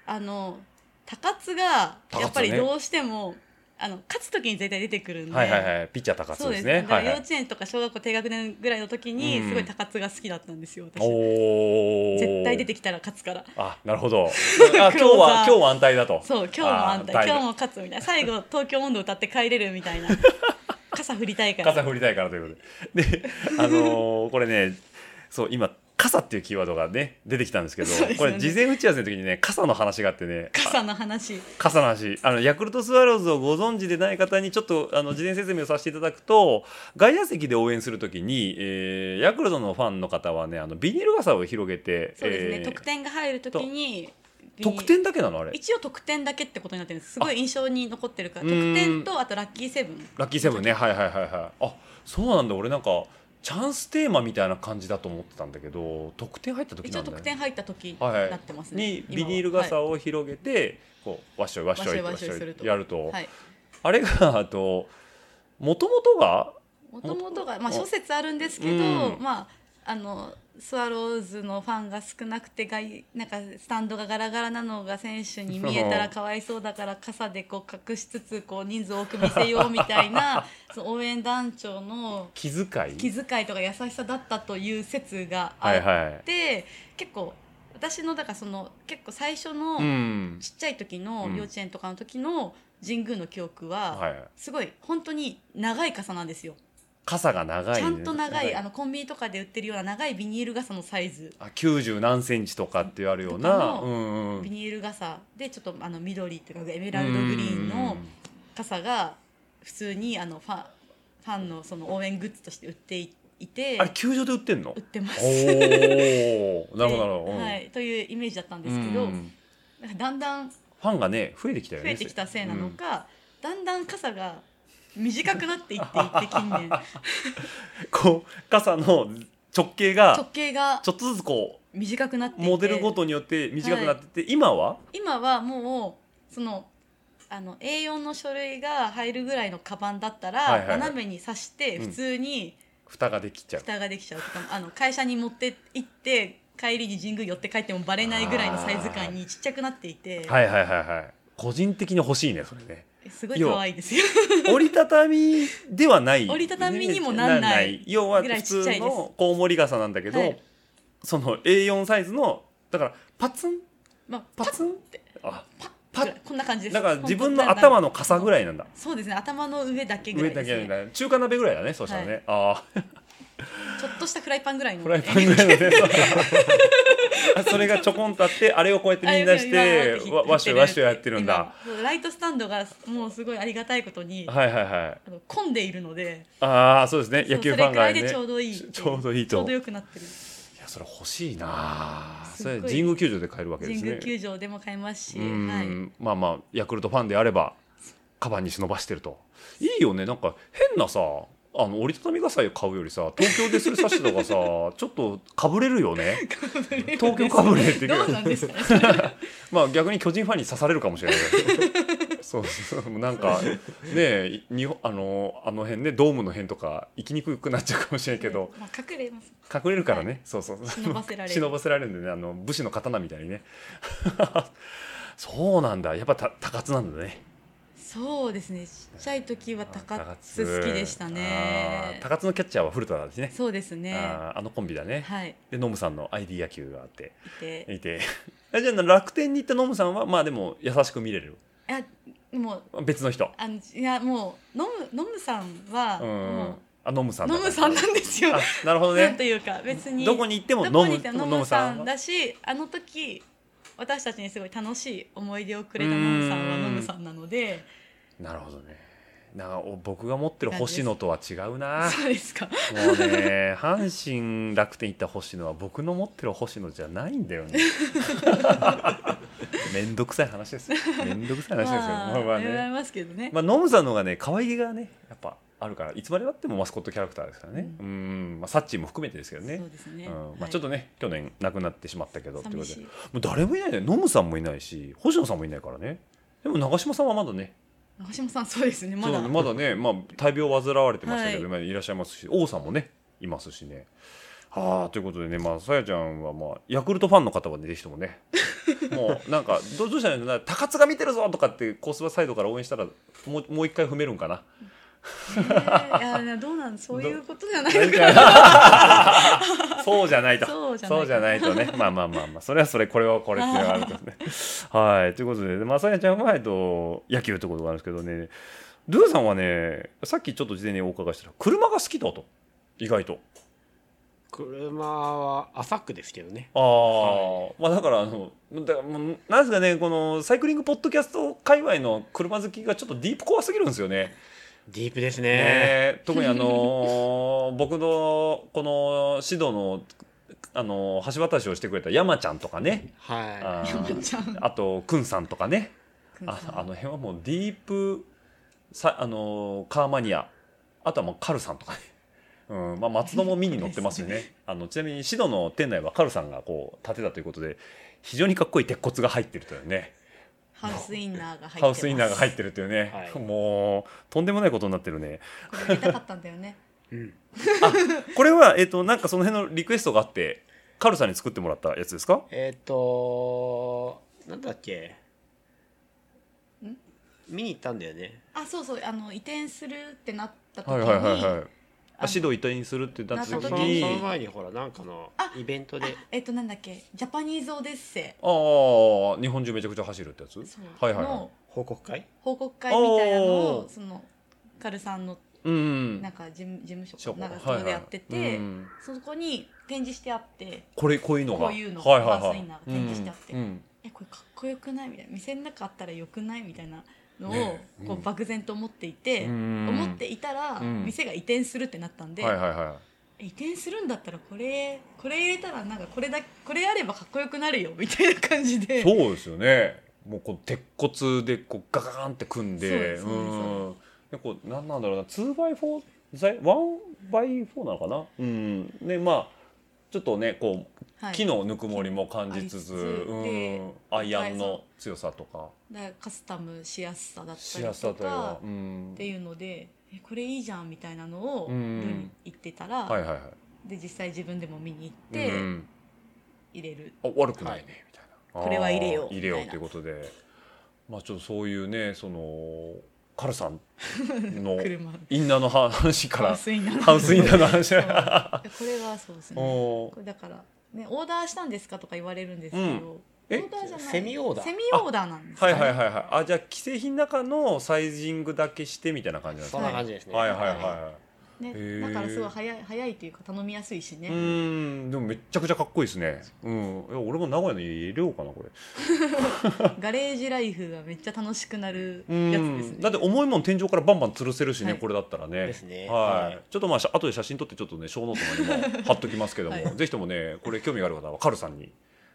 [SPEAKER 3] あの高津が
[SPEAKER 2] 高津ね
[SPEAKER 3] やっぱりどうしても、あの勝つ時に絶対出てくるん
[SPEAKER 2] う
[SPEAKER 3] で、
[SPEAKER 2] ん。はいはいはい。ピッチャー高
[SPEAKER 3] そ
[SPEAKER 2] 津
[SPEAKER 3] う
[SPEAKER 2] で
[SPEAKER 3] ですす
[SPEAKER 2] ね。
[SPEAKER 3] だか
[SPEAKER 2] はい
[SPEAKER 3] ら幼
[SPEAKER 2] はい。
[SPEAKER 3] 稚園とか小学校低学年ぐらいの時に、
[SPEAKER 2] うん
[SPEAKER 3] すごい高津が好きだったんですよ私
[SPEAKER 2] おお。
[SPEAKER 3] 絶対出てきたら勝つから
[SPEAKER 2] あ、なるほ
[SPEAKER 3] (laughs)
[SPEAKER 2] ど。あ、今日は今日は安泰だと。
[SPEAKER 3] そう今日も安
[SPEAKER 2] あ
[SPEAKER 3] 泰
[SPEAKER 2] ー
[SPEAKER 3] 今日も勝つみたいな最後東京温度歌って帰れるみ
[SPEAKER 2] (laughs)
[SPEAKER 3] たいな傘振りたいから
[SPEAKER 2] 傘振りたいからということで。で、あのーこれね、そう、今、傘っていうキーワードがね、出てきたんですけど、
[SPEAKER 3] そうです
[SPEAKER 2] こ
[SPEAKER 3] よね
[SPEAKER 2] れ、事前打ち合わせの時にね、傘の話があってね、
[SPEAKER 3] 傘の話
[SPEAKER 2] 傘の話あのヤクルトスワローズをご存知でない方にちょっとあの事前説明をさせていただくと外野席で応援するときに、えーヤクルトのファンの方はねあのビニール傘を広げて
[SPEAKER 3] そうですね、
[SPEAKER 2] えー
[SPEAKER 3] 得点が入る時に
[SPEAKER 2] 得点だけなのあれ
[SPEAKER 3] 一応得点だけってことになってるんですすごい印象に残ってるから
[SPEAKER 2] あ
[SPEAKER 3] 得点とあとラッキーセブン
[SPEAKER 2] ラッキーセブンねはいはいはいはいあそうなんだ俺なんかチャンステーマみたいな感じだと思ってたんだけど得点入った時
[SPEAKER 3] 一
[SPEAKER 2] な
[SPEAKER 3] 応
[SPEAKER 2] んだ
[SPEAKER 3] 得
[SPEAKER 2] ね
[SPEAKER 3] 点入った時に
[SPEAKER 2] はい
[SPEAKER 3] なってますね、
[SPEAKER 2] に
[SPEAKER 3] 今
[SPEAKER 2] ビ
[SPEAKER 3] は
[SPEAKER 2] ニール
[SPEAKER 3] は
[SPEAKER 2] 傘を広げて、こうわっしょいわっしょい
[SPEAKER 3] わっしょいわっしょいすると
[SPEAKER 2] やると、
[SPEAKER 3] いはい
[SPEAKER 2] あれがあともともとが
[SPEAKER 3] もともとが、まあ、諸説あるんですけど、
[SPEAKER 2] うん
[SPEAKER 3] まあ、あのスワローズのファンが少なくて外なんかスタンドがガラガラなのが選手に見えたらかわいそうだから傘でこう隠しつつこう人数多く見せようみた
[SPEAKER 2] (laughs)
[SPEAKER 3] いなその応援団長の
[SPEAKER 2] 気遣い
[SPEAKER 3] 気遣いとか優しさだったという説があっ
[SPEAKER 2] は
[SPEAKER 3] て、
[SPEAKER 2] いはい
[SPEAKER 3] 結構私のだからその結構最初の
[SPEAKER 2] うん
[SPEAKER 3] ちっちゃい時
[SPEAKER 2] う
[SPEAKER 3] の
[SPEAKER 2] ん
[SPEAKER 3] 幼稚園とかの時の神宮の記憶は
[SPEAKER 2] はい、
[SPEAKER 3] すごい本当に長い傘なんですよ。
[SPEAKER 2] 傘が長い、ね、
[SPEAKER 3] ちゃんと長いあのコンビニとかで売ってるような長いビニール傘のサイズ、
[SPEAKER 2] あ90何センチとかってあるよう
[SPEAKER 3] と
[SPEAKER 2] な
[SPEAKER 3] かの
[SPEAKER 2] うんうん
[SPEAKER 3] ビニール傘でちょっとあの緑っていうかエメラルドグリーン
[SPEAKER 2] う
[SPEAKER 3] の
[SPEAKER 2] ん
[SPEAKER 3] 傘が普通にあのファンファンのその応援グッズとして売っていいて
[SPEAKER 2] あれ球場で売ってんの
[SPEAKER 3] 売ってます。
[SPEAKER 2] おおなるほどなるほど、うん
[SPEAKER 3] はい、というイメージだったんですけど、
[SPEAKER 2] うん
[SPEAKER 3] なんかだんだん増
[SPEAKER 2] ファンがね増えてきたよね
[SPEAKER 3] えてきたせいなのか、だんだん傘が短くなっていっていって
[SPEAKER 2] (laughs)
[SPEAKER 3] 近
[SPEAKER 2] う
[SPEAKER 3] 年
[SPEAKER 2] んこう傘の直径が
[SPEAKER 3] 直径が
[SPEAKER 2] ちょっとずつこ
[SPEAKER 3] 短くなって
[SPEAKER 2] う
[SPEAKER 3] いて
[SPEAKER 2] モデルごとによって短くなってて、今は
[SPEAKER 3] 今はもうそのあの A4 の書類が入るぐらいのカバンだったら、
[SPEAKER 2] はいはいはい
[SPEAKER 3] 斜めに刺して
[SPEAKER 2] うん
[SPEAKER 3] 普通に
[SPEAKER 2] 蓋ができちゃう
[SPEAKER 3] 蓋ができちゃうとか、あの会社に持って行って帰りに神宮寄って帰ってもバレないぐらいのサイズ感にちっちゃくなっていて、
[SPEAKER 2] はいはいはいはい個人的に欲しいねそれね (laughs)
[SPEAKER 3] すごい可愛いですよ。
[SPEAKER 2] 折りたたみではない
[SPEAKER 3] 折りたたみにもなんない
[SPEAKER 2] 要は
[SPEAKER 3] ぐら
[SPEAKER 2] 普
[SPEAKER 3] いちっちゃいです
[SPEAKER 2] 通のコウモリ傘なんだけど、
[SPEAKER 3] はい
[SPEAKER 2] その A4 サイズのだからパツン
[SPEAKER 3] まあ、パ
[SPEAKER 2] パ
[SPEAKER 3] ッ
[SPEAKER 2] ツンってあ
[SPEAKER 3] パッ
[SPEAKER 2] パッ
[SPEAKER 3] ぐらいこんな感じです。
[SPEAKER 2] だから自分の
[SPEAKER 3] 本当だんだ
[SPEAKER 2] 頭
[SPEAKER 3] ん
[SPEAKER 2] の傘ぐらいなんだ
[SPEAKER 3] そうですね頭の上だけぐら
[SPEAKER 2] 上
[SPEAKER 3] いで
[SPEAKER 2] だ
[SPEAKER 3] す、
[SPEAKER 2] け
[SPEAKER 3] ね、
[SPEAKER 2] だね中華鍋ぐらいだねそうしたらね、ああ
[SPEAKER 3] ちょっとしたフライパンぐらいの
[SPEAKER 2] フライパンぐらいの
[SPEAKER 3] (laughs)
[SPEAKER 2] ねそうそれがちょこんとあってあれをこうやってみんなし
[SPEAKER 3] あいやいや
[SPEAKER 2] て
[SPEAKER 3] 今
[SPEAKER 2] わわっしょいわっしょいやってるんだ
[SPEAKER 3] 今そうライトスタンドがもうすごいありがたいことに、
[SPEAKER 2] はいはいはい
[SPEAKER 3] あの混んでいるので
[SPEAKER 2] ああそうですね
[SPEAKER 3] そう
[SPEAKER 2] 野球ファンが
[SPEAKER 3] それくらい
[SPEAKER 2] ね
[SPEAKER 3] でちょうどいいってい
[SPEAKER 2] ちょうどいい
[SPEAKER 3] ちょ
[SPEAKER 2] と
[SPEAKER 3] うどよくなってる
[SPEAKER 2] いやそれ欲しいな
[SPEAKER 3] す
[SPEAKER 2] そ
[SPEAKER 3] っご
[SPEAKER 2] れ
[SPEAKER 3] い
[SPEAKER 2] 神宮球場で買えるわけで
[SPEAKER 3] 神
[SPEAKER 2] すね
[SPEAKER 3] 宮球場でも買えますし、
[SPEAKER 2] う
[SPEAKER 3] はい、
[SPEAKER 2] んまあまあヤクルトファンであればカバンに忍ばしてるといいよねなんか変なさあの折りたたみ傘買うよりさ東京でする差しとか
[SPEAKER 3] (laughs)
[SPEAKER 2] さちょっとかぶれるよね (laughs) 東京かぶれって
[SPEAKER 3] どうなんですかねそれ
[SPEAKER 2] まあ逆に巨人ファンに刺されるかもし
[SPEAKER 3] (laughs)
[SPEAKER 2] れないそうそうなんかねえい日本あのあの辺ねドームの辺とか行きにくくなっちゃうかもしれないけど、
[SPEAKER 3] まあ、隠れます
[SPEAKER 2] 隠れるからね、そうそう
[SPEAKER 3] 忍ばせられる
[SPEAKER 2] 忍ばせられるんでねあの武士の刀みたいにねそうなんだやっぱた高津なんだね
[SPEAKER 3] そうですねちっちゃい時は高津
[SPEAKER 2] あー
[SPEAKER 3] 好きでした
[SPEAKER 2] あー
[SPEAKER 3] ね
[SPEAKER 2] 高津のキャッチャーは古田ですね
[SPEAKER 3] そうですね
[SPEAKER 2] あーあのコンビだね、
[SPEAKER 3] はい
[SPEAKER 2] でノムさんの ID 野球があって
[SPEAKER 3] いて
[SPEAKER 2] いて (laughs) えじゃあ楽天に行ったノムさんはまあでも優しく見れる
[SPEAKER 3] いやもう
[SPEAKER 2] 別の人
[SPEAKER 3] あのいやもう飲む飲むさんは
[SPEAKER 2] うん
[SPEAKER 3] も
[SPEAKER 2] あノムさ
[SPEAKER 3] うん
[SPEAKER 2] だ
[SPEAKER 3] 飲むさんなんですよ、
[SPEAKER 2] あなるほど
[SPEAKER 3] なんと
[SPEAKER 2] ね
[SPEAKER 3] いうか別に
[SPEAKER 2] どこに行っても
[SPEAKER 3] ど
[SPEAKER 2] ノ
[SPEAKER 3] こ
[SPEAKER 2] ム
[SPEAKER 3] にいてもノ
[SPEAKER 2] ノ
[SPEAKER 3] ム
[SPEAKER 2] ム
[SPEAKER 3] さ
[SPEAKER 2] さん
[SPEAKER 3] ん
[SPEAKER 2] は
[SPEAKER 3] だしあの時私たちにすごい楽しい思い出をくれたノムさんは
[SPEAKER 2] うん
[SPEAKER 3] ノムさんなので
[SPEAKER 2] なるほどねなんかお僕が持ってる星野とは違うな
[SPEAKER 3] そうですか
[SPEAKER 2] もうね阪神
[SPEAKER 3] (laughs)
[SPEAKER 2] 楽天行った星野は僕の持ってる星野じゃないんだよねめんどくさい話です。めんどくさい話ですよ。まあまあ
[SPEAKER 3] 羨
[SPEAKER 2] ね。
[SPEAKER 3] ましいけどね。
[SPEAKER 2] まあ、ノムさんの方がね、可愛げがね、やっぱあるから、いつまでたってもマスコットキャラクターですからね。うん、まあ、サッチーも含めてですけどね
[SPEAKER 3] そう。ですね。
[SPEAKER 2] うんまあ、ちょっと
[SPEAKER 3] ね、
[SPEAKER 2] ね、去年亡くなってしまったけどというこ
[SPEAKER 3] 寂
[SPEAKER 2] と
[SPEAKER 3] し
[SPEAKER 2] で
[SPEAKER 3] い。
[SPEAKER 2] もう誰もいないねノムさんもいないし星野さんもいないからねでも長嶋さんはまだね
[SPEAKER 3] 長島さん、そうですね。まだ。
[SPEAKER 2] そうまだね、まあ、大病を患われてましたけど、今いらっしゃいますし王さんもねいますしね。はあということでね、まあ、さやちゃんは、まあ、ヤクルトファンの方はね、ぜひとも
[SPEAKER 3] (laughs)
[SPEAKER 2] ね、もうなんかど、どうしたらいいのなんか高津が見てるぞとかって、コスバサイドから応援したら、もうもう一回踏めるんかな。
[SPEAKER 3] ねえいや、どうなん、そういうことじゃないのか。
[SPEAKER 2] (laughs) そうじゃないと。
[SPEAKER 3] そうじゃない
[SPEAKER 2] そうじゃないとね。まあまあまあまあ、それはそれ、これはこれっていうのがある
[SPEAKER 3] (laughs)
[SPEAKER 2] からね。はい。ということで、まあ、さやちゃんは、えっと、野球ってことがあるんですけどね、ドゥーさんはね、さっきちょっと事前にお伺いしたら、車が好きだと。意外と。
[SPEAKER 4] 車は浅くですけどね
[SPEAKER 2] ああ、まあだからあのだからもうなんですかねこのサイクリングポッドキャスト界隈の車好きがちょっとディープ怖すぎるんですよね。
[SPEAKER 4] ディープです
[SPEAKER 2] ね
[SPEAKER 4] ね
[SPEAKER 2] え特にあのー僕のこの指導のあのー橋渡しをしてくれた山ちゃんとかね、
[SPEAKER 4] は
[SPEAKER 2] あー
[SPEAKER 3] 山ちゃん
[SPEAKER 2] あとくんさんとかね、あ
[SPEAKER 3] さん
[SPEAKER 2] あの辺はもうディープさあのーカーマニアあとはもうカルさんとかね、 (laughs) うんまあ、松戸も見に乗ってますよねあのちなみにシドの店内はカルさんがこう建てたということで非常にかっこいい鉄骨が入ってるというね
[SPEAKER 3] ハウスインナーが入ってます。
[SPEAKER 2] ハウスインナーが入
[SPEAKER 3] っ
[SPEAKER 2] ってるというね、
[SPEAKER 4] はい
[SPEAKER 2] もうとんでもないことになってるね
[SPEAKER 3] て。これ見たかったんだよね。
[SPEAKER 4] い、うん、
[SPEAKER 2] これはえっ、となんかその辺のリクエストがあってカルさんに作ってもらったやつですか
[SPEAKER 4] えっ、となんだっけ
[SPEAKER 3] ん
[SPEAKER 4] 見に行ったんだよね
[SPEAKER 3] あ、そうそう、あの移転するってなった時
[SPEAKER 2] はい
[SPEAKER 3] に。
[SPEAKER 2] はいはいはい
[SPEAKER 3] あの
[SPEAKER 2] あシド移転するってなった
[SPEAKER 4] そ
[SPEAKER 2] 時
[SPEAKER 3] な
[SPEAKER 4] のそ
[SPEAKER 3] った
[SPEAKER 4] の
[SPEAKER 3] 時
[SPEAKER 2] に
[SPEAKER 3] に
[SPEAKER 4] 前にほらなんかの
[SPEAKER 3] あ
[SPEAKER 4] イベント
[SPEAKER 3] あ
[SPEAKER 4] で
[SPEAKER 3] えっと、なんだっけ、ジャパニーズオデッセ
[SPEAKER 2] ああ日本中めちゃくちゃ走るってやつ
[SPEAKER 3] イ。そう
[SPEAKER 2] はいはいはい
[SPEAKER 3] の
[SPEAKER 4] 報告会
[SPEAKER 3] 報告会みたいなの
[SPEAKER 2] お
[SPEAKER 3] を、
[SPEAKER 2] ー
[SPEAKER 3] その。カルさんの、
[SPEAKER 2] うんうん
[SPEAKER 3] なんか事務、事務
[SPEAKER 2] ショ
[SPEAKER 3] 所
[SPEAKER 2] コ
[SPEAKER 3] か、なんか、そこでやって
[SPEAKER 2] はいはい
[SPEAKER 3] て
[SPEAKER 2] う。ん
[SPEAKER 3] そこに展示してあって。
[SPEAKER 2] これこういうのが
[SPEAKER 3] こういうの
[SPEAKER 2] はいはい
[SPEAKER 3] バー
[SPEAKER 2] は
[SPEAKER 3] スイ
[SPEAKER 2] い
[SPEAKER 3] ンナーが展示してあって
[SPEAKER 2] うんうん
[SPEAKER 3] えこれかっこよくないみたいな店の中あったらよくないみたいなのを、
[SPEAKER 2] ねえ
[SPEAKER 3] こ
[SPEAKER 2] うん
[SPEAKER 3] う漠然と思っていて、思っていたら、
[SPEAKER 2] うん
[SPEAKER 3] 店が移転するってなったんで、
[SPEAKER 2] はいはいは
[SPEAKER 3] え移転するんだったらこれこれ入れたらなんかこれだこれあればかっこよくなるよみたいな感じ
[SPEAKER 2] い
[SPEAKER 3] で
[SPEAKER 2] そうですよねもうこう鉄骨でこうガガガンって組んで
[SPEAKER 3] そうですそうです
[SPEAKER 2] んでこうなんなんだろうな 2x4 材 1x4 なのかなうんでまあちょっとねこう
[SPEAKER 3] はい
[SPEAKER 2] 木のぬくもりも感じつつ、
[SPEAKER 3] ありつつで
[SPEAKER 2] うんアイアンの強さとか
[SPEAKER 3] だからカスタムしやすさだった
[SPEAKER 2] し
[SPEAKER 3] り
[SPEAKER 2] やすさ
[SPEAKER 3] と
[SPEAKER 2] というか
[SPEAKER 3] か、
[SPEAKER 2] うん
[SPEAKER 3] っていうのでえこれいいじゃんみたいなのを
[SPEAKER 2] う
[SPEAKER 3] 言
[SPEAKER 2] ん
[SPEAKER 3] ってたら、
[SPEAKER 2] はいはいはい
[SPEAKER 3] で実際自分でも見に行って
[SPEAKER 2] うん
[SPEAKER 3] 入れる、
[SPEAKER 2] あ悪くないねみたいな、
[SPEAKER 3] これは入れよう
[SPEAKER 2] あー入れよう
[SPEAKER 3] み
[SPEAKER 2] と
[SPEAKER 3] た
[SPEAKER 2] い
[SPEAKER 3] いうな
[SPEAKER 2] ことでまあちょっとそういうねそのカルさんの
[SPEAKER 3] (laughs) 車
[SPEAKER 2] インナーの話か
[SPEAKER 3] ハウ
[SPEAKER 2] ら
[SPEAKER 3] スインナー
[SPEAKER 2] ハウスインナーの話
[SPEAKER 3] そういやこれはそうです
[SPEAKER 2] (laughs)
[SPEAKER 3] ね
[SPEAKER 2] おー
[SPEAKER 3] これだから、ね、オーダーしたんですかとか言われるんですけど、
[SPEAKER 2] うんえ
[SPEAKER 3] オーダーじゃない
[SPEAKER 4] セミオーダー
[SPEAKER 3] セミオーダーなんです
[SPEAKER 2] はい
[SPEAKER 3] ね
[SPEAKER 2] はいはいはいあじゃあ既製品の中のサイジングだけしてみたいな感じなんです
[SPEAKER 4] そん
[SPEAKER 2] ね
[SPEAKER 4] な感じですね
[SPEAKER 2] はいはいはいはいへ
[SPEAKER 3] ね、
[SPEAKER 2] ー
[SPEAKER 3] だからすごい早い早いというか頼みやすいしね、
[SPEAKER 2] うーんでもめっちゃくちゃかっこいいですねうんいや俺も名古屋の家入れようかなこれ
[SPEAKER 3] ガレージライフがめっちゃ楽しくなる
[SPEAKER 2] う
[SPEAKER 3] やつです
[SPEAKER 2] ん
[SPEAKER 3] ね
[SPEAKER 2] だって重いもん天井からバンバン吊るせるしね、
[SPEAKER 3] はい
[SPEAKER 2] これだったらね。
[SPEAKER 4] ですね
[SPEAKER 2] はい。
[SPEAKER 4] はい
[SPEAKER 2] ちょっとまあしゃ後で写真撮ってちょっとね小ノートまでも貼っときますけども、 (laughs)
[SPEAKER 3] はい
[SPEAKER 2] ぜひともねこれ興味がある方はカルさんに。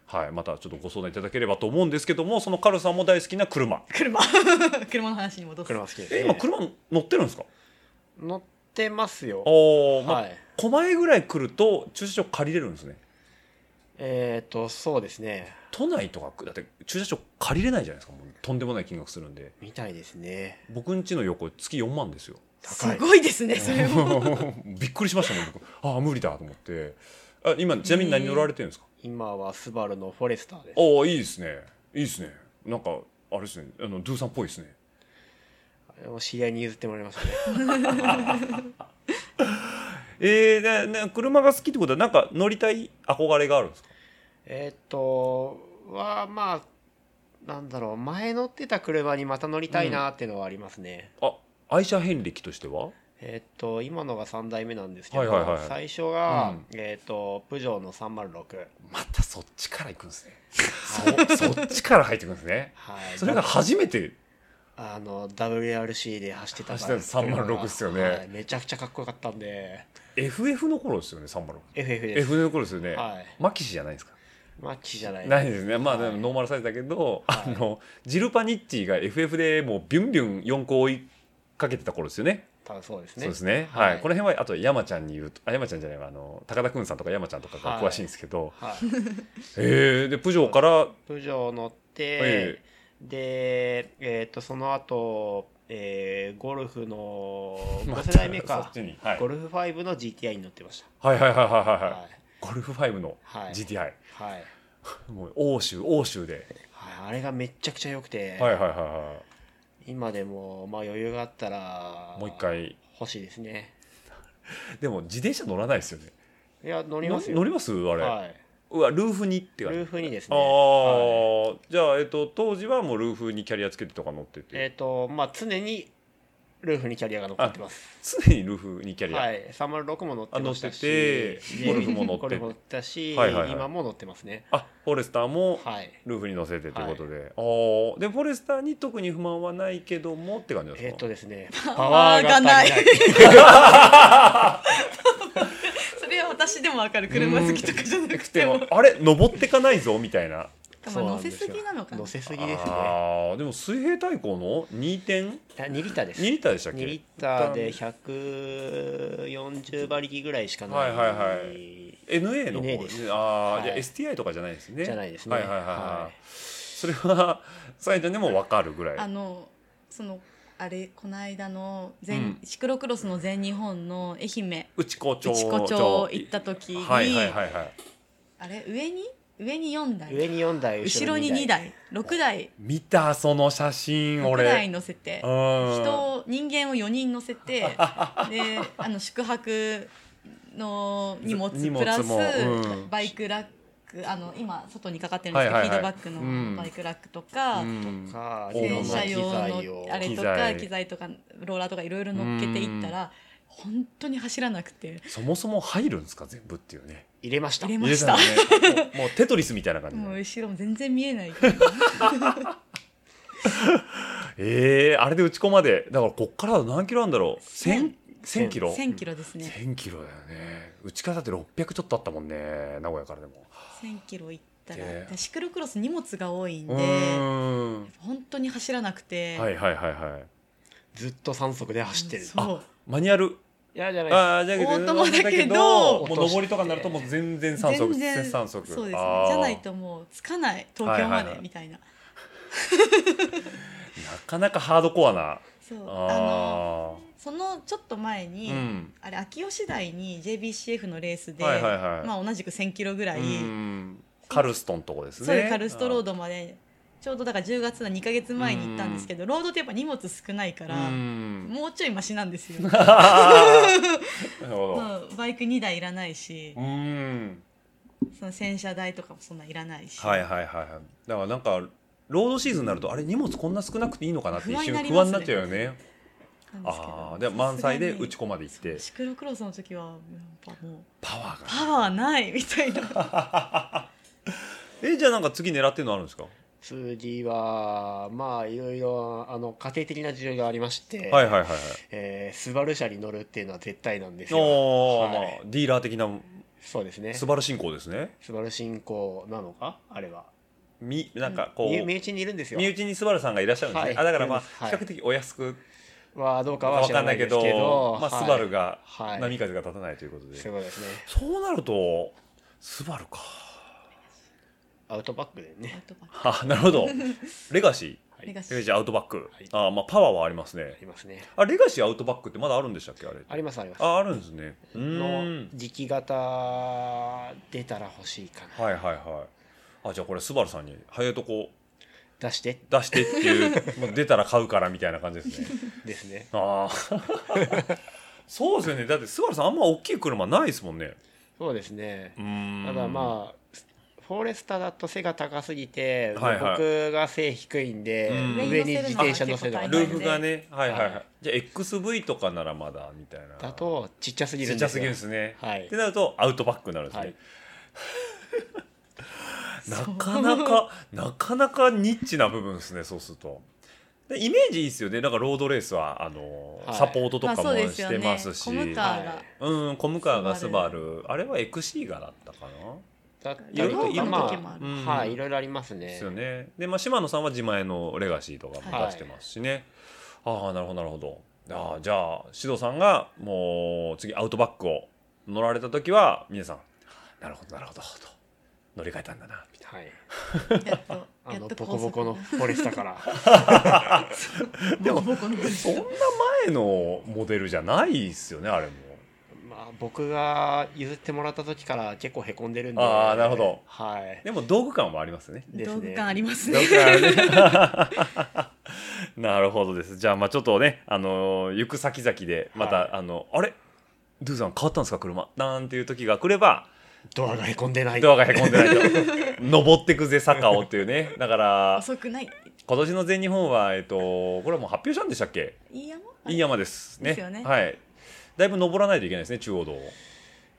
[SPEAKER 2] はい、またちょっとご相談いただければと思うんですけどもそのカルさんも大好きな (laughs) 車
[SPEAKER 3] 車 (laughs) 車の話に戻す
[SPEAKER 4] 車好きです、
[SPEAKER 2] え
[SPEAKER 4] ね、
[SPEAKER 2] 今車乗ってるんですか
[SPEAKER 4] 乗ってますよ
[SPEAKER 2] おお、まあ
[SPEAKER 4] はい
[SPEAKER 2] 狛江ぐらい来ると駐車場借りれるんですね
[SPEAKER 4] えっ、とそうですね
[SPEAKER 2] 都内とかだって駐車場借りれないじゃないですかもうとんでもない金額するんで
[SPEAKER 4] みたいですね
[SPEAKER 2] 僕ん家の横月4万ですよ (laughs)
[SPEAKER 3] す
[SPEAKER 4] 高い
[SPEAKER 3] ごいですねそれも
[SPEAKER 2] びっくりしましたもん僕ああ無理だと思ってあ今ちなみに何乗られてるんですか、
[SPEAKER 4] 今はスバルのフォレスターです
[SPEAKER 2] ああいいですねいいですねなんかあれですねあのドゥさんっぽいですね
[SPEAKER 4] あれも知り合いに譲ってもら
[SPEAKER 2] (laughs)
[SPEAKER 4] いましたね
[SPEAKER 2] えー、でね車が好きってことはなんか乗りたい憧れがあるんですか
[SPEAKER 4] えっとはまあなんだろう前乗ってた車にまた乗りたいなっていうのはありますね、
[SPEAKER 2] あ愛車遍歴としては
[SPEAKER 4] えっと今のが3代目なんですけど、
[SPEAKER 2] はいはいはい
[SPEAKER 4] 最初が、
[SPEAKER 2] うん
[SPEAKER 4] えっとプジョーの306
[SPEAKER 2] またそっちから行くんですねそそっちから入ってくるんですね
[SPEAKER 4] はい
[SPEAKER 2] それが初めて
[SPEAKER 4] あの WRC で走ってた
[SPEAKER 2] 走ってた306っすよね
[SPEAKER 4] はいめちゃくちゃかっこよかったんで
[SPEAKER 2] FF の頃ですよね306
[SPEAKER 4] FF です
[SPEAKER 2] FF の頃ですよね、
[SPEAKER 4] はい
[SPEAKER 2] マキシじゃないですか
[SPEAKER 4] マッチじゃない。
[SPEAKER 2] ないですねまあで
[SPEAKER 4] は
[SPEAKER 2] も
[SPEAKER 4] い
[SPEAKER 2] ノーマルサイズだけど、
[SPEAKER 4] はい
[SPEAKER 2] あのジルパニッチが FF でもうビュンビュン4個追いかけてた頃ですよね
[SPEAKER 4] 多分そうですね。
[SPEAKER 2] そうですねはい、
[SPEAKER 4] はい
[SPEAKER 2] この辺はあと山ちゃんに言うとあ山ちゃんじゃないわあの高田くんさんとか山ちゃんとかが詳しいんですけど、
[SPEAKER 4] はい。
[SPEAKER 2] えー、でプジョーから
[SPEAKER 4] プジョー
[SPEAKER 2] (laughs)
[SPEAKER 4] 乗って、
[SPEAKER 2] え
[SPEAKER 4] で、えっ、と、その後、えーゴルフの
[SPEAKER 2] (laughs) ま
[SPEAKER 4] 5
[SPEAKER 2] た
[SPEAKER 4] 世代目
[SPEAKER 2] そ
[SPEAKER 4] か
[SPEAKER 2] っち、に、はい、
[SPEAKER 4] ゴルフ5の GTI に乗ってまし
[SPEAKER 2] はいはいはいはいはい
[SPEAKER 4] た。
[SPEAKER 2] はいゴルフ5の
[SPEAKER 4] はい
[SPEAKER 2] GTI、
[SPEAKER 4] はい。はい。
[SPEAKER 2] もう欧州欧州で、
[SPEAKER 4] はいあれがめっちゃくちゃ良くて、
[SPEAKER 2] はいはいはいは
[SPEAKER 4] 今でも、まあ余裕があったら、
[SPEAKER 2] いもう一回
[SPEAKER 4] 欲しいですね。
[SPEAKER 2] でも自転車乗らないですよね
[SPEAKER 4] いや、乗りますよ。
[SPEAKER 2] 乗りますあれ、
[SPEAKER 4] は
[SPEAKER 2] うわルーフにって
[SPEAKER 4] い。
[SPEAKER 2] 感じ
[SPEAKER 4] ルーフにです
[SPEAKER 2] あ
[SPEAKER 4] ね。
[SPEAKER 2] あ
[SPEAKER 4] はい
[SPEAKER 2] ー、じゃあ、えっと、当時はもうルーフにキャリアつけてとか乗ってて、
[SPEAKER 4] えっ、と、まあ常にルーフにキャリアが乗ってます。
[SPEAKER 2] 常にルーフにキャリア、
[SPEAKER 4] はい。306も乗ってましたし、
[SPEAKER 2] あ乗っててゴルフも乗って
[SPEAKER 4] ゴルフも乗ったし、
[SPEAKER 2] はいはいはい
[SPEAKER 4] 今も乗ってますね。
[SPEAKER 2] あフォレスターも
[SPEAKER 4] はい。
[SPEAKER 2] ルーフに乗せてということで、ああでフォレスターに特に不満はないけどもって感じなんで
[SPEAKER 4] え
[SPEAKER 2] す
[SPEAKER 4] っ、
[SPEAKER 2] か、
[SPEAKER 4] とです
[SPEAKER 3] (laughs)
[SPEAKER 4] ね、パワーが足りない。
[SPEAKER 3] それは私でもわかる車好きとかじゃなくて
[SPEAKER 2] で
[SPEAKER 3] も
[SPEAKER 2] もあれ登ってかないぞみたいな
[SPEAKER 3] まあ乗せすぎなのかな
[SPEAKER 4] 乗せすぎですね。
[SPEAKER 2] あーでも水平対向の2点
[SPEAKER 4] あ2リッターです。
[SPEAKER 2] 2リッターでしたっけ
[SPEAKER 4] 2リッターで140馬力ぐらいしかな
[SPEAKER 2] は
[SPEAKER 4] い。
[SPEAKER 2] いはいは NA の方
[SPEAKER 4] NA です
[SPEAKER 2] ああ、
[SPEAKER 4] はい
[SPEAKER 2] じゃあ STI とかじゃないですね
[SPEAKER 4] じゃないですね
[SPEAKER 2] はいはいはい、はい
[SPEAKER 4] はい
[SPEAKER 2] それはサイちゃんでも分かるぐらい
[SPEAKER 3] あのそのあれこの間の全、
[SPEAKER 2] うん
[SPEAKER 3] シクロクロスの全日本の愛媛
[SPEAKER 2] 内子町
[SPEAKER 3] 内子町行った時に、
[SPEAKER 2] はいはいはいはい
[SPEAKER 3] あれ上に上に4台
[SPEAKER 4] 上に4台、
[SPEAKER 3] 後ろに2。台6台
[SPEAKER 2] 見たその写真
[SPEAKER 3] 6
[SPEAKER 2] 俺
[SPEAKER 3] 台乗せて
[SPEAKER 2] うん
[SPEAKER 3] 人を人間を4人乗
[SPEAKER 2] (laughs)
[SPEAKER 3] せてであの宿泊の荷物
[SPEAKER 2] 荷物も
[SPEAKER 3] プラス、
[SPEAKER 2] うん
[SPEAKER 3] バイクラックあの今外にかかってるんですけど、
[SPEAKER 2] はいはいはい
[SPEAKER 3] フィードバック
[SPEAKER 2] うん
[SPEAKER 3] のバイクラックとか、
[SPEAKER 2] うん
[SPEAKER 4] か、
[SPEAKER 2] お
[SPEAKER 3] 洗車
[SPEAKER 4] いろ
[SPEAKER 3] 用
[SPEAKER 4] んな機材
[SPEAKER 3] の
[SPEAKER 4] を
[SPEAKER 3] あれと
[SPEAKER 2] 機
[SPEAKER 3] か
[SPEAKER 2] 材
[SPEAKER 3] 機材とかローラーとかいろいろ乗っけていったら本当に走らなくて
[SPEAKER 2] そもそも入るんですか全部っていうね
[SPEAKER 4] 入れました。
[SPEAKER 3] 入れました
[SPEAKER 2] 入れたよねもうもうテトリスみたいな感じ
[SPEAKER 3] もう
[SPEAKER 2] で
[SPEAKER 3] 後ろも全然見えないけど
[SPEAKER 2] えー、あれで打ち込までだからこっからだと何キロあるんだろう1000 1000キロ
[SPEAKER 3] 1000キロですね
[SPEAKER 2] 1000キロだよねうちからだって600ちょっとあったもんね名古屋からでも
[SPEAKER 3] 1000キロ行ったら
[SPEAKER 2] で
[SPEAKER 3] シクロクロス荷物が多いん
[SPEAKER 2] う
[SPEAKER 3] で
[SPEAKER 2] ーん
[SPEAKER 3] 本当に走らなくて、
[SPEAKER 2] はいはいはいはい
[SPEAKER 4] ずっと3速で走ってる。
[SPEAKER 3] そう
[SPEAKER 2] マニュアル
[SPEAKER 4] いや、じゃないです。
[SPEAKER 2] あーじゃあ
[SPEAKER 3] オートマだけど
[SPEAKER 2] もう上りとかになるともう全然3速
[SPEAKER 3] 全然
[SPEAKER 2] 全3速
[SPEAKER 3] そうです
[SPEAKER 2] あ
[SPEAKER 3] ね
[SPEAKER 2] ー
[SPEAKER 3] じゃないともうつかない東京
[SPEAKER 2] はい
[SPEAKER 3] ま
[SPEAKER 2] はいは
[SPEAKER 3] で
[SPEAKER 2] い
[SPEAKER 3] みたいな、
[SPEAKER 2] なかなかハードコアな
[SPEAKER 3] そうあの
[SPEAKER 2] あ
[SPEAKER 3] そのちょっと前に、
[SPEAKER 2] ーうん
[SPEAKER 3] あれ秋吉台に JBCF のレースで、
[SPEAKER 2] はいはいはい
[SPEAKER 3] まあ、同じく1000キロぐらい、
[SPEAKER 2] うんカルストンとこですね
[SPEAKER 3] そういうカルストロードまでちょうどだから10月の2か月前に行ったんですけどロードってやっぱ荷物少ないから
[SPEAKER 2] うん
[SPEAKER 3] もうちょいマシなんですよ、
[SPEAKER 2] なるほど
[SPEAKER 3] まあバイク2台いらないし
[SPEAKER 2] うん
[SPEAKER 3] その洗車台とかもそんないらないし、
[SPEAKER 2] はいはいはいはいだからなんかロードシーズンになるとあれ荷物こんな少なくていいのかなって一瞬不安
[SPEAKER 3] 不安
[SPEAKER 2] に
[SPEAKER 3] に
[SPEAKER 2] な
[SPEAKER 3] な
[SPEAKER 2] っ
[SPEAKER 3] りますね
[SPEAKER 2] ちゃうよね
[SPEAKER 3] なんですけど
[SPEAKER 2] ああーで満載で
[SPEAKER 3] さすが
[SPEAKER 2] 打
[SPEAKER 3] に
[SPEAKER 2] ち込まで行って
[SPEAKER 3] シクロクロスの時はやっぱもう
[SPEAKER 2] パワーが
[SPEAKER 3] パワーないみたいな
[SPEAKER 2] えじゃあなんか次狙ってるのあるんですか
[SPEAKER 4] 次は、まあ、いろいろ、あの、家庭的な事情がありまして、
[SPEAKER 2] はいはいはいはい
[SPEAKER 4] えースバル車に乗るっていうのは絶対なんですよ。
[SPEAKER 2] おー
[SPEAKER 4] はい
[SPEAKER 2] まあディーラー的な
[SPEAKER 4] そうですね。
[SPEAKER 2] スバル進行ですね
[SPEAKER 4] スバル信仰なのかあれは。
[SPEAKER 2] みなんかこう
[SPEAKER 4] 身身内にいるんですよ
[SPEAKER 2] 身。内にスバルさんがいらっしゃるんですね、
[SPEAKER 4] はい
[SPEAKER 2] あだからまあ
[SPEAKER 4] はい
[SPEAKER 2] 比較的お安く
[SPEAKER 4] はどうかは
[SPEAKER 2] わ
[SPEAKER 4] 知
[SPEAKER 2] からんな
[SPEAKER 4] ないい
[SPEAKER 2] け
[SPEAKER 4] です
[SPEAKER 2] ど
[SPEAKER 4] けど、
[SPEAKER 2] まあ、
[SPEAKER 4] はい
[SPEAKER 2] スバルが
[SPEAKER 4] はい
[SPEAKER 2] 波風が立たないということで、
[SPEAKER 4] そういうことですね。
[SPEAKER 2] そうなるとスバルか
[SPEAKER 4] アウトバックでね。
[SPEAKER 3] とか
[SPEAKER 2] あなるほ
[SPEAKER 4] (laughs)
[SPEAKER 2] どレガシー
[SPEAKER 3] レガシー
[SPEAKER 2] レガシーアウトバック、
[SPEAKER 4] はい
[SPEAKER 2] あまあパワーはありますね
[SPEAKER 4] ありますね。
[SPEAKER 2] あレガシーアウトバックってまだあるんでしたっけあれ
[SPEAKER 4] ありますあります。
[SPEAKER 2] ああるんですねうー
[SPEAKER 4] の
[SPEAKER 2] ん
[SPEAKER 4] 時期型出たら欲しいかな。
[SPEAKER 2] はいはいはいあじゃあこれスバルさんに早いとこ
[SPEAKER 4] 出して
[SPEAKER 2] 出してって
[SPEAKER 4] (laughs)
[SPEAKER 2] いうもう出たら買うからみたいな感じですね
[SPEAKER 4] ですね。
[SPEAKER 2] ああ (laughs) そうですよねだってスバルさんあんま大きい車ないですもんね
[SPEAKER 4] そうですね
[SPEAKER 2] う。ーん
[SPEAKER 4] ただまあ、フォレスタだと背が高すぎて、
[SPEAKER 2] はいはい
[SPEAKER 4] 僕が背低いんで、
[SPEAKER 2] うん
[SPEAKER 4] 上に自転車乗せるのが
[SPEAKER 2] ル
[SPEAKER 4] 大
[SPEAKER 2] ー
[SPEAKER 4] 変
[SPEAKER 2] フ
[SPEAKER 4] で
[SPEAKER 2] がねはいはいはい、
[SPEAKER 4] はい
[SPEAKER 2] じゃあ XV とかならまだみたいな
[SPEAKER 4] だとちっちゃすぎ
[SPEAKER 2] ち
[SPEAKER 4] る
[SPEAKER 2] っ
[SPEAKER 4] ん
[SPEAKER 2] ちゃ
[SPEAKER 4] です
[SPEAKER 2] す
[SPEAKER 4] よ
[SPEAKER 2] ぎるんですね、
[SPEAKER 4] はい
[SPEAKER 2] ってなるとアウトバックになるんですね、
[SPEAKER 4] はい
[SPEAKER 2] (laughs) なかなかなかなかニッチな部分ですねそうするとでイメージいいですよねなんかロードレースはあのー
[SPEAKER 4] はい
[SPEAKER 2] サポートと
[SPEAKER 3] まあ
[SPEAKER 2] かも
[SPEAKER 3] そうです
[SPEAKER 2] し
[SPEAKER 3] よ
[SPEAKER 2] て
[SPEAKER 3] ね
[SPEAKER 2] ますし、
[SPEAKER 3] コムカーが、
[SPEAKER 4] はい
[SPEAKER 2] うんコムカーがス
[SPEAKER 3] ス
[SPEAKER 2] バ
[SPEAKER 3] バ
[SPEAKER 2] ルあれはエクシーガだったかな
[SPEAKER 4] だった
[SPEAKER 3] い
[SPEAKER 4] りと
[SPEAKER 3] ろいろ
[SPEAKER 4] か
[SPEAKER 3] いろんな
[SPEAKER 4] ま
[SPEAKER 3] 時もある
[SPEAKER 2] う
[SPEAKER 4] あ、
[SPEAKER 2] ん
[SPEAKER 4] はい、いろいろありますね。
[SPEAKER 2] ですよね。で、まあ、島野さんは自前のレガシーとか
[SPEAKER 3] は
[SPEAKER 2] も
[SPEAKER 3] い
[SPEAKER 2] 出してますしね。ああ、なるほど、なるほど。ああ、じゃあ、獅童さんがもう次アウトバックを乗られた時は、皆さん、なるほど、なるほど、と。乗り換えたんだな、みたい
[SPEAKER 4] はい。
[SPEAKER 3] やっと
[SPEAKER 4] あ
[SPEAKER 3] や
[SPEAKER 4] の
[SPEAKER 3] っと
[SPEAKER 4] ボコボコの
[SPEAKER 3] 高
[SPEAKER 4] フォレスタから。 (laughs)
[SPEAKER 3] 速なボコボコの
[SPEAKER 2] な。そんな前のモデルじゃないっすよね、あれも。
[SPEAKER 4] まあ僕が譲ってもらった時から結構へこんでるんで。
[SPEAKER 2] あーなるほど
[SPEAKER 4] はい。
[SPEAKER 2] でも、道具感はありますね。
[SPEAKER 4] です
[SPEAKER 3] 道具
[SPEAKER 4] ね
[SPEAKER 3] 感あります
[SPEAKER 2] だ
[SPEAKER 3] ね
[SPEAKER 2] からね (laughs) なるほどです。じゃあ、まあちょっとね、あのー行く先々で、また、
[SPEAKER 4] はい
[SPEAKER 2] あの、あれドゥさん変わったんですか、車。なんていう時が来れば、
[SPEAKER 4] ドアがへこんでない。
[SPEAKER 2] ドアがへこんでないと。登ってくぜ、坂をっていうね。だから、
[SPEAKER 3] (laughs) 遅くない
[SPEAKER 2] 今年の全日本は、えっと、これはもう発表したんでしたっけ
[SPEAKER 3] いい山
[SPEAKER 2] いい山ですね。
[SPEAKER 3] ですよね
[SPEAKER 2] はい。だいぶ登らないといけないですね、中央道を。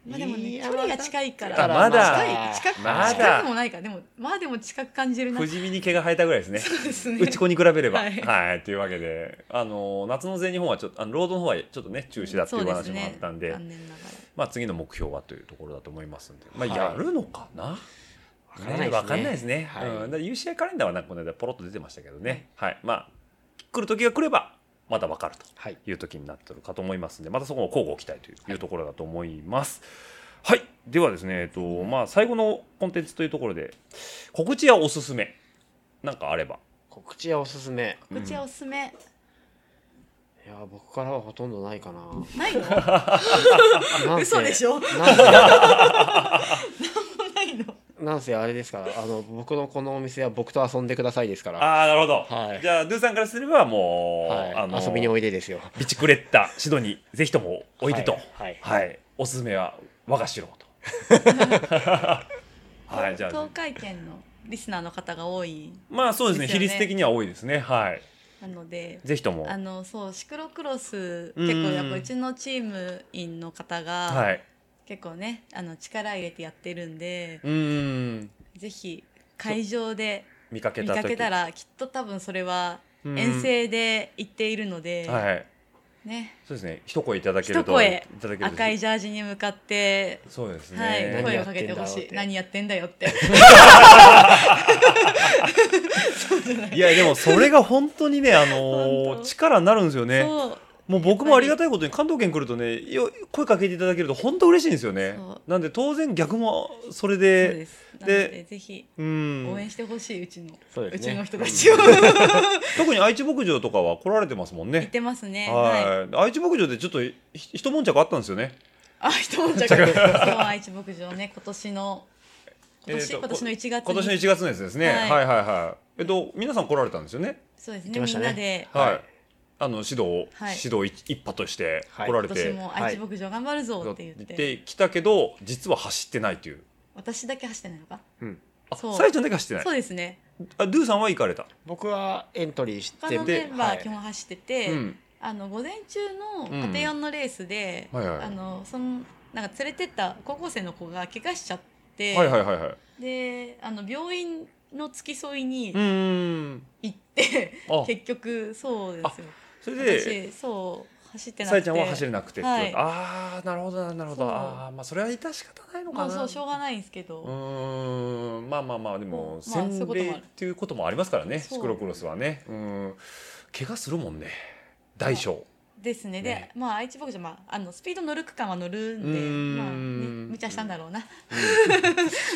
[SPEAKER 3] まあでも
[SPEAKER 4] い
[SPEAKER 3] ね
[SPEAKER 4] い
[SPEAKER 3] 距離が近いか
[SPEAKER 2] あ
[SPEAKER 3] ら
[SPEAKER 2] まだ
[SPEAKER 3] 近い近く
[SPEAKER 2] まだ
[SPEAKER 3] 近くもないからでもまあでも近く感じるな
[SPEAKER 2] 不死身に毛が生えたぐらいですね。
[SPEAKER 3] そうですね
[SPEAKER 2] うち子に比べれば。は、
[SPEAKER 3] はいい
[SPEAKER 2] というわけで、あのー夏の全日本はちょっと、あのロードの方はちょっとね、中止だっていう話もあったんで、
[SPEAKER 3] そうすね残念なが
[SPEAKER 2] まあ次の目標はというところだと思いますんで、ま
[SPEAKER 4] は
[SPEAKER 2] あ
[SPEAKER 4] い
[SPEAKER 2] やるのかな。
[SPEAKER 4] わからないですね
[SPEAKER 2] わかんないですね。
[SPEAKER 4] はい
[SPEAKER 2] うんだから UCI カレンダーはなんかこの間ポロッと出てましたけどね。はい。まあ来る時が来ればまだわかると。
[SPEAKER 4] はい。
[SPEAKER 2] いう時になってるかと思いますのでまたそこも交互期待という,、ところだと思います。はい、ではですね、えっとまあ、最後のコンテンツというところで告知やおすすめなんかあれば
[SPEAKER 4] 告知はおすすめ。
[SPEAKER 3] らこちらおすすめ
[SPEAKER 4] いや僕からはほとんどない (laughs) かな。
[SPEAKER 2] (laughs)
[SPEAKER 3] ないの
[SPEAKER 4] なんせ
[SPEAKER 3] 嘘でしょ
[SPEAKER 4] なんせ
[SPEAKER 3] ないの
[SPEAKER 4] なんせあれですから、あの僕のこのお店は僕と遊んでくださいですから。
[SPEAKER 2] ああなるほど、
[SPEAKER 4] はい
[SPEAKER 2] じゃあドゥさんからすればもう、
[SPEAKER 4] はい、
[SPEAKER 2] あの
[SPEAKER 4] 遊びにおいでですよ。
[SPEAKER 2] ビチクレッタシドニーぜひともおいでと、
[SPEAKER 4] はいは
[SPEAKER 2] は
[SPEAKER 4] い
[SPEAKER 2] いおすすめは我が城
[SPEAKER 4] (laughs)
[SPEAKER 2] と。はいじゃあ
[SPEAKER 3] 東海圏のリスナーの方が多い
[SPEAKER 2] まあそうですね
[SPEAKER 3] です
[SPEAKER 2] 比
[SPEAKER 3] よね
[SPEAKER 2] 率的には多いですねはい
[SPEAKER 3] なので
[SPEAKER 2] ぜひとも
[SPEAKER 3] あのそうシクロクロス結
[SPEAKER 2] うん
[SPEAKER 3] 構やっぱうちのチーム員の方
[SPEAKER 2] は
[SPEAKER 3] が
[SPEAKER 2] い
[SPEAKER 3] 結構ねあの力入れてやってるんで
[SPEAKER 2] うーん
[SPEAKER 3] ぜひ会場で
[SPEAKER 2] 見かけ
[SPEAKER 3] 見
[SPEAKER 2] た時
[SPEAKER 3] かけたらきっと多分それは
[SPEAKER 2] うん
[SPEAKER 3] 遠征で行っているので、
[SPEAKER 2] はい
[SPEAKER 3] ね
[SPEAKER 2] そうですね。一声いただける
[SPEAKER 3] 一
[SPEAKER 2] と。
[SPEAKER 3] 声
[SPEAKER 2] いただけると
[SPEAKER 3] 赤いジャージに向かって、
[SPEAKER 2] そうですね。
[SPEAKER 3] はい、
[SPEAKER 4] 何
[SPEAKER 3] 声
[SPEAKER 4] や
[SPEAKER 3] を
[SPEAKER 4] っ
[SPEAKER 3] か
[SPEAKER 4] て
[SPEAKER 3] け
[SPEAKER 4] んだ
[SPEAKER 3] て
[SPEAKER 4] ろう
[SPEAKER 3] ほ
[SPEAKER 4] って
[SPEAKER 3] しい何やってんだよって
[SPEAKER 2] いや、でもそれが本当にね、あのー
[SPEAKER 3] 本当
[SPEAKER 2] 力になるんですよね。
[SPEAKER 3] そう
[SPEAKER 2] もう僕もありがたいことに関東圏来るとね、よ声かけていただけると本当嬉しいんですよね
[SPEAKER 3] そう。
[SPEAKER 2] なんで当然逆もそれ
[SPEAKER 3] そう
[SPEAKER 2] で、
[SPEAKER 3] です
[SPEAKER 2] で
[SPEAKER 3] なのでぜひ
[SPEAKER 2] うん
[SPEAKER 3] 応援してほしいうちの、
[SPEAKER 4] そう
[SPEAKER 3] う
[SPEAKER 4] です
[SPEAKER 3] ち
[SPEAKER 4] ね。
[SPEAKER 3] の人たち (laughs) を
[SPEAKER 2] 特に愛知牧場とかは来られてますもん
[SPEAKER 3] 言っ
[SPEAKER 2] ね。
[SPEAKER 3] てますねはい
[SPEAKER 2] はい。愛知牧場でちょっとひ一悶着あったんですよね。
[SPEAKER 3] あ一悶着そう愛知牧場ね今年の今年、
[SPEAKER 2] えーと
[SPEAKER 3] 今年の1月に
[SPEAKER 2] 今年の1月のやつですね。は
[SPEAKER 3] はいい
[SPEAKER 2] はいはい。えっと、皆さん来られたんですよね。
[SPEAKER 3] そうです
[SPEAKER 4] 行っ
[SPEAKER 3] ね
[SPEAKER 4] てまし
[SPEAKER 3] み
[SPEAKER 4] た
[SPEAKER 3] んな
[SPEAKER 4] ね
[SPEAKER 3] で
[SPEAKER 2] はい。
[SPEAKER 4] はい
[SPEAKER 2] あの指導を、
[SPEAKER 3] はい
[SPEAKER 2] 指導一一派として
[SPEAKER 4] はい
[SPEAKER 2] 来られ
[SPEAKER 3] 今
[SPEAKER 2] て、
[SPEAKER 3] 年も愛知牧場頑張るぞって言って、
[SPEAKER 2] で来たけど実は走ってないという
[SPEAKER 3] 私だけ走ってないのか
[SPEAKER 2] あ
[SPEAKER 3] そう
[SPEAKER 2] さえちゃんだけ走って
[SPEAKER 3] そ
[SPEAKER 2] な
[SPEAKER 3] う
[SPEAKER 2] い
[SPEAKER 3] ですね
[SPEAKER 2] あドゥさんは行かれた
[SPEAKER 4] 僕はエントリーして
[SPEAKER 3] 他の
[SPEAKER 2] で
[SPEAKER 3] メンバー基
[SPEAKER 4] はい
[SPEAKER 3] 本走ってて、
[SPEAKER 2] うん
[SPEAKER 3] あの午前中の
[SPEAKER 2] うん
[SPEAKER 3] 家庭用のレースで、
[SPEAKER 2] はいはい
[SPEAKER 3] あのそのなんか連れてった高校生の子が怪我しちゃって、
[SPEAKER 2] はいはいはいはい
[SPEAKER 3] であの病院の付き添いうに
[SPEAKER 2] ーん
[SPEAKER 3] 行って、
[SPEAKER 2] あ
[SPEAKER 3] 結局そうですよ。
[SPEAKER 2] それで
[SPEAKER 3] 私そう走ってな
[SPEAKER 2] さ
[SPEAKER 3] く
[SPEAKER 2] え
[SPEAKER 3] て、
[SPEAKER 2] ちゃんは走れなくてって
[SPEAKER 3] は
[SPEAKER 2] 言
[SPEAKER 3] い
[SPEAKER 2] われたああなるほどななるほど
[SPEAKER 3] そう
[SPEAKER 2] ああまあそれは致し方ないの
[SPEAKER 3] ま
[SPEAKER 2] か
[SPEAKER 3] あ
[SPEAKER 2] な
[SPEAKER 3] そうしょうがないんですけ
[SPEAKER 2] う
[SPEAKER 3] ど、
[SPEAKER 2] ーんまあまあまあでも
[SPEAKER 3] まあそうい
[SPEAKER 2] 洗
[SPEAKER 3] うこともある
[SPEAKER 2] 礼っていうこともありますからね
[SPEAKER 3] そう
[SPEAKER 2] シクロクロスはねうん怪我するもんね大小
[SPEAKER 3] ですね。で、
[SPEAKER 2] ね
[SPEAKER 3] まあ愛知牧場まああのスピード乗る区間は乗るんで、
[SPEAKER 2] うん
[SPEAKER 3] まあね無茶したんだろうな。
[SPEAKER 2] し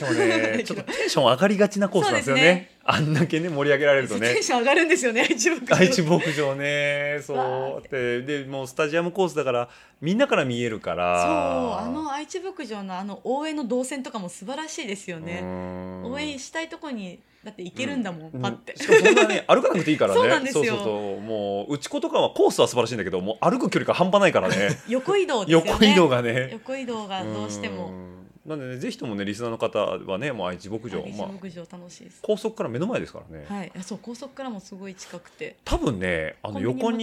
[SPEAKER 2] かも
[SPEAKER 3] (laughs)
[SPEAKER 2] ねちょっとテンション上がりがちなコースなんですよね
[SPEAKER 3] そうです
[SPEAKER 2] あんだけね盛り上げられるとね
[SPEAKER 3] (laughs) テンション上がるんですよね愛知牧場。
[SPEAKER 2] 愛知牧場ねそ
[SPEAKER 3] (laughs) わー
[SPEAKER 2] うででもうスタジアムコースだからみんなから見えるから
[SPEAKER 3] そうあの愛知牧場のあの応援の動線とかも素晴らしいですよね、
[SPEAKER 2] ね
[SPEAKER 3] 応援したいとこにだって行けるんだもん、パって、
[SPEAKER 2] しかもそんなね歩かなくていいからね
[SPEAKER 3] そうなんですよ
[SPEAKER 2] そうそうそうもううち子とかはコースは素晴らしいんだけどもう歩く距離が半端ないからね
[SPEAKER 3] (laughs) 横移動ですよね
[SPEAKER 2] 横移動がね
[SPEAKER 3] 横移動がどうして
[SPEAKER 2] う
[SPEAKER 3] も
[SPEAKER 2] んなんでねぜひともねリスナーの方はねもう愛知牧場
[SPEAKER 3] 愛知
[SPEAKER 2] まあ
[SPEAKER 3] 牧場楽しいです、
[SPEAKER 2] 高速から目の前ですからね、
[SPEAKER 3] はいあそう高速からもすごい近くて
[SPEAKER 2] 多分ねあの
[SPEAKER 3] コンビニも
[SPEAKER 2] 横
[SPEAKER 3] 近い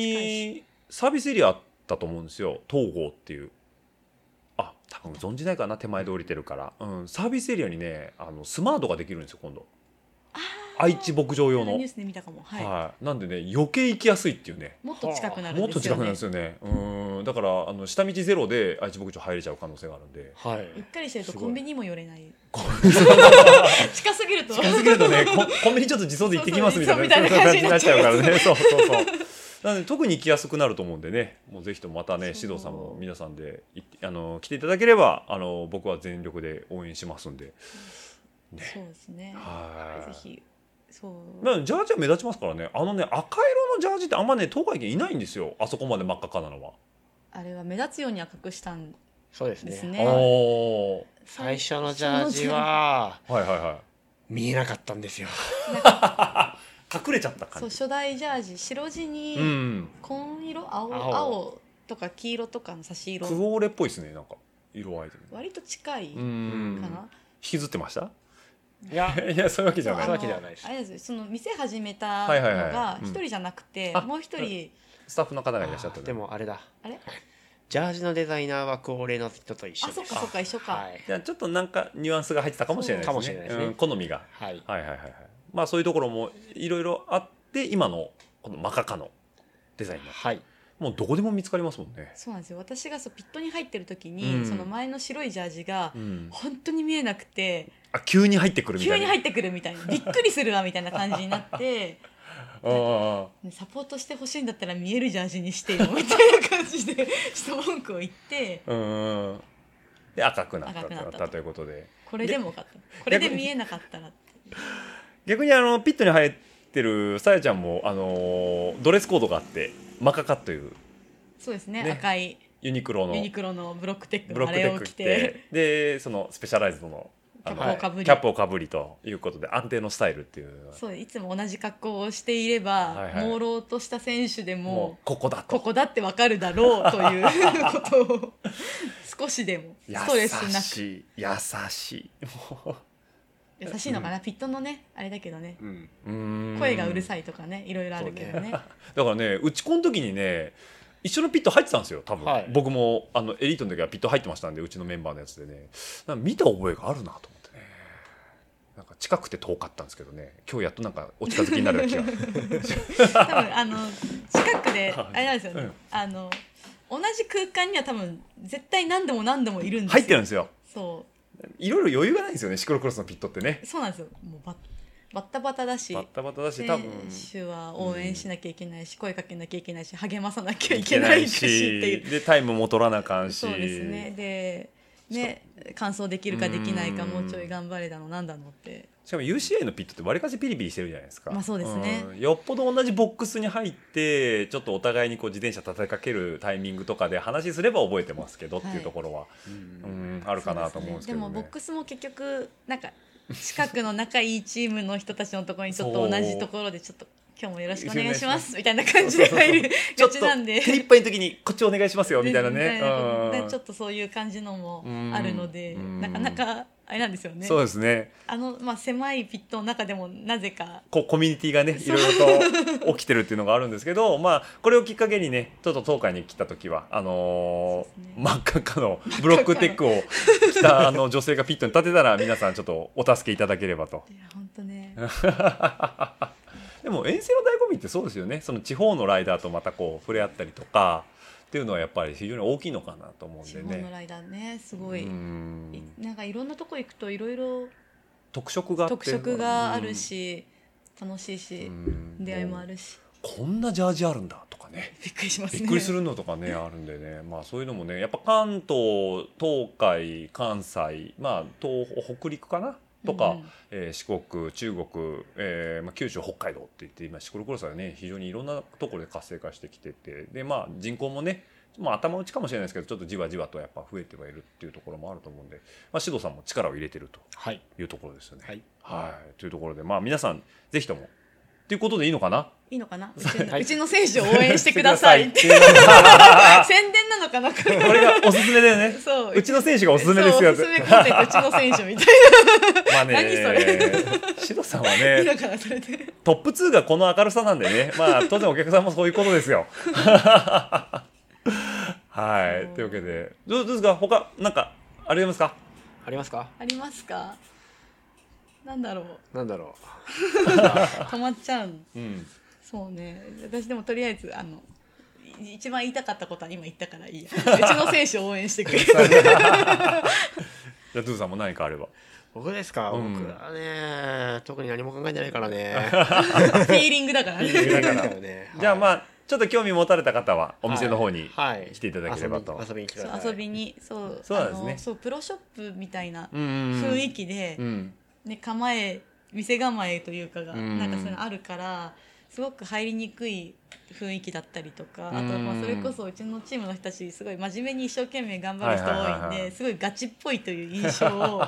[SPEAKER 2] にサービスエリアあったと思うんですよ東郷っていうあ多分存じないかな手前で降りてるから、うん、サービスエリアにねあのスマートができるんですよ今度愛知牧場用の
[SPEAKER 3] ニュー。スで見たかも、はい
[SPEAKER 2] はい、なんでね余計行きやすいっていうね
[SPEAKER 3] もっと近くなる
[SPEAKER 2] もっ
[SPEAKER 3] んで
[SPEAKER 2] と
[SPEAKER 3] す
[SPEAKER 2] 近
[SPEAKER 3] よ
[SPEAKER 2] くなるん
[SPEAKER 3] ね
[SPEAKER 2] ですよねうんだからあの下道ゼロで愛知牧場入れちゃう可能性があるんで
[SPEAKER 4] は
[SPEAKER 3] うっ
[SPEAKER 4] い。
[SPEAKER 3] かりしてると
[SPEAKER 4] すごい
[SPEAKER 3] コンビニも寄れない
[SPEAKER 2] (laughs)
[SPEAKER 3] 近すぎると
[SPEAKER 2] 近すぎるとねココンビニちょっと自走で行ってきますみたいな
[SPEAKER 3] そうそうみたいな感じになっちゃ
[SPEAKER 2] そうそう感
[SPEAKER 3] う
[SPEAKER 2] じになっちゃうからねそうそうそうなので特に行きやすくなると思うんでねもうぜひともまたね
[SPEAKER 3] そう
[SPEAKER 2] 獅童さんも皆さんで行ってあの来ていただければあの僕は全力で応援しますんで
[SPEAKER 3] (laughs) そうですね
[SPEAKER 2] はい
[SPEAKER 3] ぜひそう、
[SPEAKER 2] まあジャージは目立ちますからねあのね赤色のジャージってあんまね東海圏いないんですよあそこまで真っ赤かなのは、
[SPEAKER 3] あれは目立つように赤くしたん
[SPEAKER 4] そうです
[SPEAKER 3] です
[SPEAKER 4] ね。
[SPEAKER 3] ね
[SPEAKER 2] あー
[SPEAKER 4] 最初のジャージは
[SPEAKER 2] はいはいはい
[SPEAKER 4] 見えなかったんですよ。
[SPEAKER 2] 隠れちゃった
[SPEAKER 3] そ
[SPEAKER 2] 感
[SPEAKER 3] う
[SPEAKER 2] じ
[SPEAKER 3] 初代ジャージ白地
[SPEAKER 2] う
[SPEAKER 3] に
[SPEAKER 2] ん
[SPEAKER 3] 紺色青
[SPEAKER 4] 青
[SPEAKER 3] 青とか黄色とかの差し
[SPEAKER 2] ク
[SPEAKER 3] 色
[SPEAKER 2] オーレっぽいですねなんか色合いで
[SPEAKER 3] 割と近いか
[SPEAKER 2] う
[SPEAKER 3] な、
[SPEAKER 2] ん引きずってました (laughs)
[SPEAKER 4] いや、
[SPEAKER 2] いやそういうわけじゃ
[SPEAKER 3] そう
[SPEAKER 2] ない
[SPEAKER 3] あの
[SPEAKER 4] そうわけではないです
[SPEAKER 3] あれなんですよその店始めたの
[SPEAKER 2] はいはいは
[SPEAKER 3] が
[SPEAKER 2] いうん
[SPEAKER 3] 一人じゃなくて、
[SPEAKER 2] あ
[SPEAKER 3] もう一人、
[SPEAKER 2] スタッフの方がいらっしゃったね
[SPEAKER 4] でもあれだ。
[SPEAKER 3] あれ
[SPEAKER 4] ジャージのデザイナーは高齢の人と一緒
[SPEAKER 3] あ
[SPEAKER 4] です。
[SPEAKER 3] そっかそっか一緒か、
[SPEAKER 4] はい。
[SPEAKER 2] じゃあちょっとなんかニュアンスが入ってたかもしれない
[SPEAKER 4] そうかも
[SPEAKER 2] です
[SPEAKER 4] し
[SPEAKER 2] ね
[SPEAKER 4] れないですね
[SPEAKER 2] うん好みが
[SPEAKER 4] はい。
[SPEAKER 2] はいはいはいはいまあそういうところもいろいろあって今のこのマカカのデザインが
[SPEAKER 4] はい。
[SPEAKER 2] もうどこでも見つかりますもんね
[SPEAKER 3] そうなんですよ私がそうピットに入ってる時に、
[SPEAKER 2] うん
[SPEAKER 3] その前の白いジャージが
[SPEAKER 2] うん
[SPEAKER 3] 本当に見えなくて
[SPEAKER 2] あ急に入ってくるみた
[SPEAKER 3] 急
[SPEAKER 2] い
[SPEAKER 3] に
[SPEAKER 2] な
[SPEAKER 3] 入ってくるみたいなびっくりするわみたいな感じになって。
[SPEAKER 2] ああああ
[SPEAKER 3] ねサポートしてほしいんだったら見えるジャージにしてよみたいな感じ
[SPEAKER 2] (laughs)
[SPEAKER 3] でちょっと文句を言って
[SPEAKER 2] うんで赤くなった
[SPEAKER 3] 赤くなった
[SPEAKER 2] とということで
[SPEAKER 3] これでもかとこれで見えなかったらって
[SPEAKER 2] 逆にあのピットに入ってるさやちゃんもあのードレスコードがあってマカカという
[SPEAKER 3] そうですね
[SPEAKER 2] ね
[SPEAKER 3] 赤い
[SPEAKER 2] ユニクロの
[SPEAKER 3] ユニクロのブロックテック
[SPEAKER 2] ブロ
[SPEAKER 3] の
[SPEAKER 2] ッ
[SPEAKER 3] あ
[SPEAKER 2] クテ
[SPEAKER 3] れ
[SPEAKER 2] ッ
[SPEAKER 3] を
[SPEAKER 2] ク着
[SPEAKER 3] 着
[SPEAKER 2] て
[SPEAKER 3] て
[SPEAKER 2] でそのスペシャライズドのあの
[SPEAKER 3] キャップをかぶり
[SPEAKER 2] キャップをかぶりということで安定のスタイルっていう
[SPEAKER 3] そういつも同じ格好をしていれ
[SPEAKER 2] は
[SPEAKER 3] ば
[SPEAKER 2] いはい
[SPEAKER 3] 朦朧とした選手で
[SPEAKER 2] もう
[SPEAKER 3] も
[SPEAKER 2] ここだと
[SPEAKER 3] ここだってわかるだろうと
[SPEAKER 2] (laughs)
[SPEAKER 3] いうことを少しでも
[SPEAKER 2] 優
[SPEAKER 3] ストレスなく
[SPEAKER 2] しい優しいも
[SPEAKER 3] 優しいのかなピットのねあれだけどね
[SPEAKER 4] うん。
[SPEAKER 2] ううーん
[SPEAKER 3] 声がうるさいとかねいろいろあるけどね
[SPEAKER 2] だからね打ち込ん時にね一緒のピット入ってたんですよ多分、
[SPEAKER 4] はい
[SPEAKER 2] 僕もあのエリートの時はピット入ってましたんでうちのメンバーのやつでねなんか見た覚えがあるなと思ってねなんか近くて遠かったんですけどね今日やっとなんかお近づきになる気が
[SPEAKER 3] (laughs) 多分あの近
[SPEAKER 2] (laughs)
[SPEAKER 3] くであれなんですよね、
[SPEAKER 2] うん
[SPEAKER 3] あの同じ空間には多分絶対何度も何度もいるんです
[SPEAKER 2] 入
[SPEAKER 3] よ
[SPEAKER 2] ってるんですよ
[SPEAKER 3] そ
[SPEAKER 2] いろいろ余裕がないんですよねシクロクロスのピットってね
[SPEAKER 3] うそうなんですよもうバッバッタバタだし
[SPEAKER 2] バッタバタだし多
[SPEAKER 3] 選
[SPEAKER 2] 分
[SPEAKER 3] 手は応援しなきゃいけないし、声かけなきゃいけないし励まさなきゃいけないだしっていう
[SPEAKER 2] でタイムも取らなあかんし
[SPEAKER 3] そうですねでね完走できるかできないかもうちょい頑張れだのなんだのって
[SPEAKER 2] しかも UCI のピットってわりかしピリピリしてるじゃないですか、
[SPEAKER 3] まあそうですね
[SPEAKER 2] うんよっぽど同じボックスに入ってちょっとお互いにこう自転車叩きかけるタイミングとかで話すれば覚えてますけどっていうところは、うんあ
[SPEAKER 3] あ
[SPEAKER 2] るかなと思うんですけど、ね
[SPEAKER 3] でもボックスも結局なんか近くの仲いいチームの人たちのところにちょっと同じところでちょっと今日もよろしくお願いしますみたいな感じで入る
[SPEAKER 2] ちょ
[SPEAKER 3] が
[SPEAKER 2] っ
[SPEAKER 3] (laughs)
[SPEAKER 2] と
[SPEAKER 3] ちなんで。
[SPEAKER 2] 手いっぱいの時にこっちお願いしますよみたいなね
[SPEAKER 3] みたいなこと
[SPEAKER 2] うん
[SPEAKER 3] でちょっとそういう感じのもあるので
[SPEAKER 2] うん
[SPEAKER 3] なかなかあれなんですよね
[SPEAKER 2] そうですね
[SPEAKER 3] あの、まあ、狭いピットの中でもなぜか
[SPEAKER 2] こうコミュニティがねいろいろと起きてるっていうのがあるんですけど、まあ、これをきっかけにねちょっと東海に来た時はあのー
[SPEAKER 3] そうですね
[SPEAKER 2] 真っ赤っかのブロックテックを着たあの女性がピットに立てたら皆さんちょっとお助けいただければと。
[SPEAKER 3] いや本当ね
[SPEAKER 2] でも遠征の醍醐味ってそうですよねその地方のライダーとまたこう触れ合ったりとかっていうのはやっぱり非常に大きいのかなと思うん
[SPEAKER 3] 地
[SPEAKER 2] で
[SPEAKER 3] 方の
[SPEAKER 2] ね。
[SPEAKER 3] ライダーねすごい、
[SPEAKER 2] うん
[SPEAKER 3] いなんかいろんなとこ行くといろいろ
[SPEAKER 2] 特色があって
[SPEAKER 3] 特色があるし楽しいし
[SPEAKER 2] うん
[SPEAKER 3] 出会いもあるし
[SPEAKER 2] こんなジャージあるんだとかね。
[SPEAKER 3] びっくりしますね
[SPEAKER 2] びっくりするのとかね
[SPEAKER 3] (laughs)
[SPEAKER 2] あるんでね、まあ、そういうのもねやっぱ関東東海関西、まあ、東北陸かなとか、
[SPEAKER 3] うんうん
[SPEAKER 2] えー四国中国、えーまあ、九州北海道って言って今四国クロスはね非常にいろんなところで活性化してきててで、まあ、人口もねまあ、頭打ちかもしれないですけどちょっとじわじわとやっぱ増えてはいるっていうところもあると思うんで、まあ、指導さんも力を入れてると
[SPEAKER 4] はい。
[SPEAKER 2] いうところですよね。
[SPEAKER 4] はい。
[SPEAKER 2] はいというところで、まあ、皆さんぜひともっていうことでいいのかない
[SPEAKER 3] いの
[SPEAKER 2] (laughs)
[SPEAKER 3] かなうちの,、
[SPEAKER 4] はいう
[SPEAKER 3] ちの選手を応援してくださいって
[SPEAKER 2] してくださいっていうのが
[SPEAKER 3] (laughs) 宣伝なのかなこれ
[SPEAKER 2] (laughs) これがおすすめだよね。
[SPEAKER 3] そう (laughs)
[SPEAKER 2] うちの選手がおすすめですよ。
[SPEAKER 3] そうおすすめコンテンツうちの選手みたい
[SPEAKER 2] まあね、
[SPEAKER 3] 何それ
[SPEAKER 2] (laughs)
[SPEAKER 3] (laughs)
[SPEAKER 2] シドさんは
[SPEAKER 3] な、い
[SPEAKER 2] (laughs)
[SPEAKER 3] い
[SPEAKER 2] ね、
[SPEAKER 3] のかなそれで
[SPEAKER 2] トップ2がこの明るさなんでね、まあ当然お客さんもそういうことですよ。 (laughs) はい、というわけで、どうどうですか、他なんかありますか。
[SPEAKER 4] ありますか
[SPEAKER 3] ありますかなんだろう
[SPEAKER 4] なんだろ
[SPEAKER 3] 止まっちゃうん
[SPEAKER 2] うん、
[SPEAKER 3] そうね私でもとりあえずあのい一番言いたかったことは今言ったからいいやうちの選手を応援してくれ
[SPEAKER 2] じゃあドゥさんも何かあれば
[SPEAKER 4] う。僕ですか、
[SPEAKER 2] うん
[SPEAKER 4] 僕はね、特に何も考えてないか
[SPEAKER 2] (laughs)
[SPEAKER 4] らね。
[SPEAKER 3] フィーリングだからね
[SPEAKER 4] 考えてないから (laughs) ね
[SPEAKER 2] じゃあま
[SPEAKER 4] あ、
[SPEAKER 2] あちょっと興味持たれた方はお店の方に
[SPEAKER 4] はい
[SPEAKER 2] 来ていただければと、
[SPEAKER 4] 遊び遊びに来てくださ
[SPEAKER 3] そう
[SPEAKER 4] い。
[SPEAKER 3] 遊びにそう
[SPEAKER 2] そうなんですね
[SPEAKER 3] あのそうプロショップみたいな
[SPEAKER 2] うんうんうん
[SPEAKER 3] 雰囲気で、
[SPEAKER 2] うん
[SPEAKER 3] ね、構え店構えというかが、
[SPEAKER 2] うん
[SPEAKER 3] なんかそういうのあるからすごく入りにくい雰囲気だったりとかあと
[SPEAKER 2] うん
[SPEAKER 3] まあそれこそうちのチームの人たちすごい真面目に一生懸命頑張る人多
[SPEAKER 2] はいはい
[SPEAKER 3] いん
[SPEAKER 2] はいはい
[SPEAKER 3] ですごいガチっぽいという印象
[SPEAKER 2] (laughs)
[SPEAKER 3] を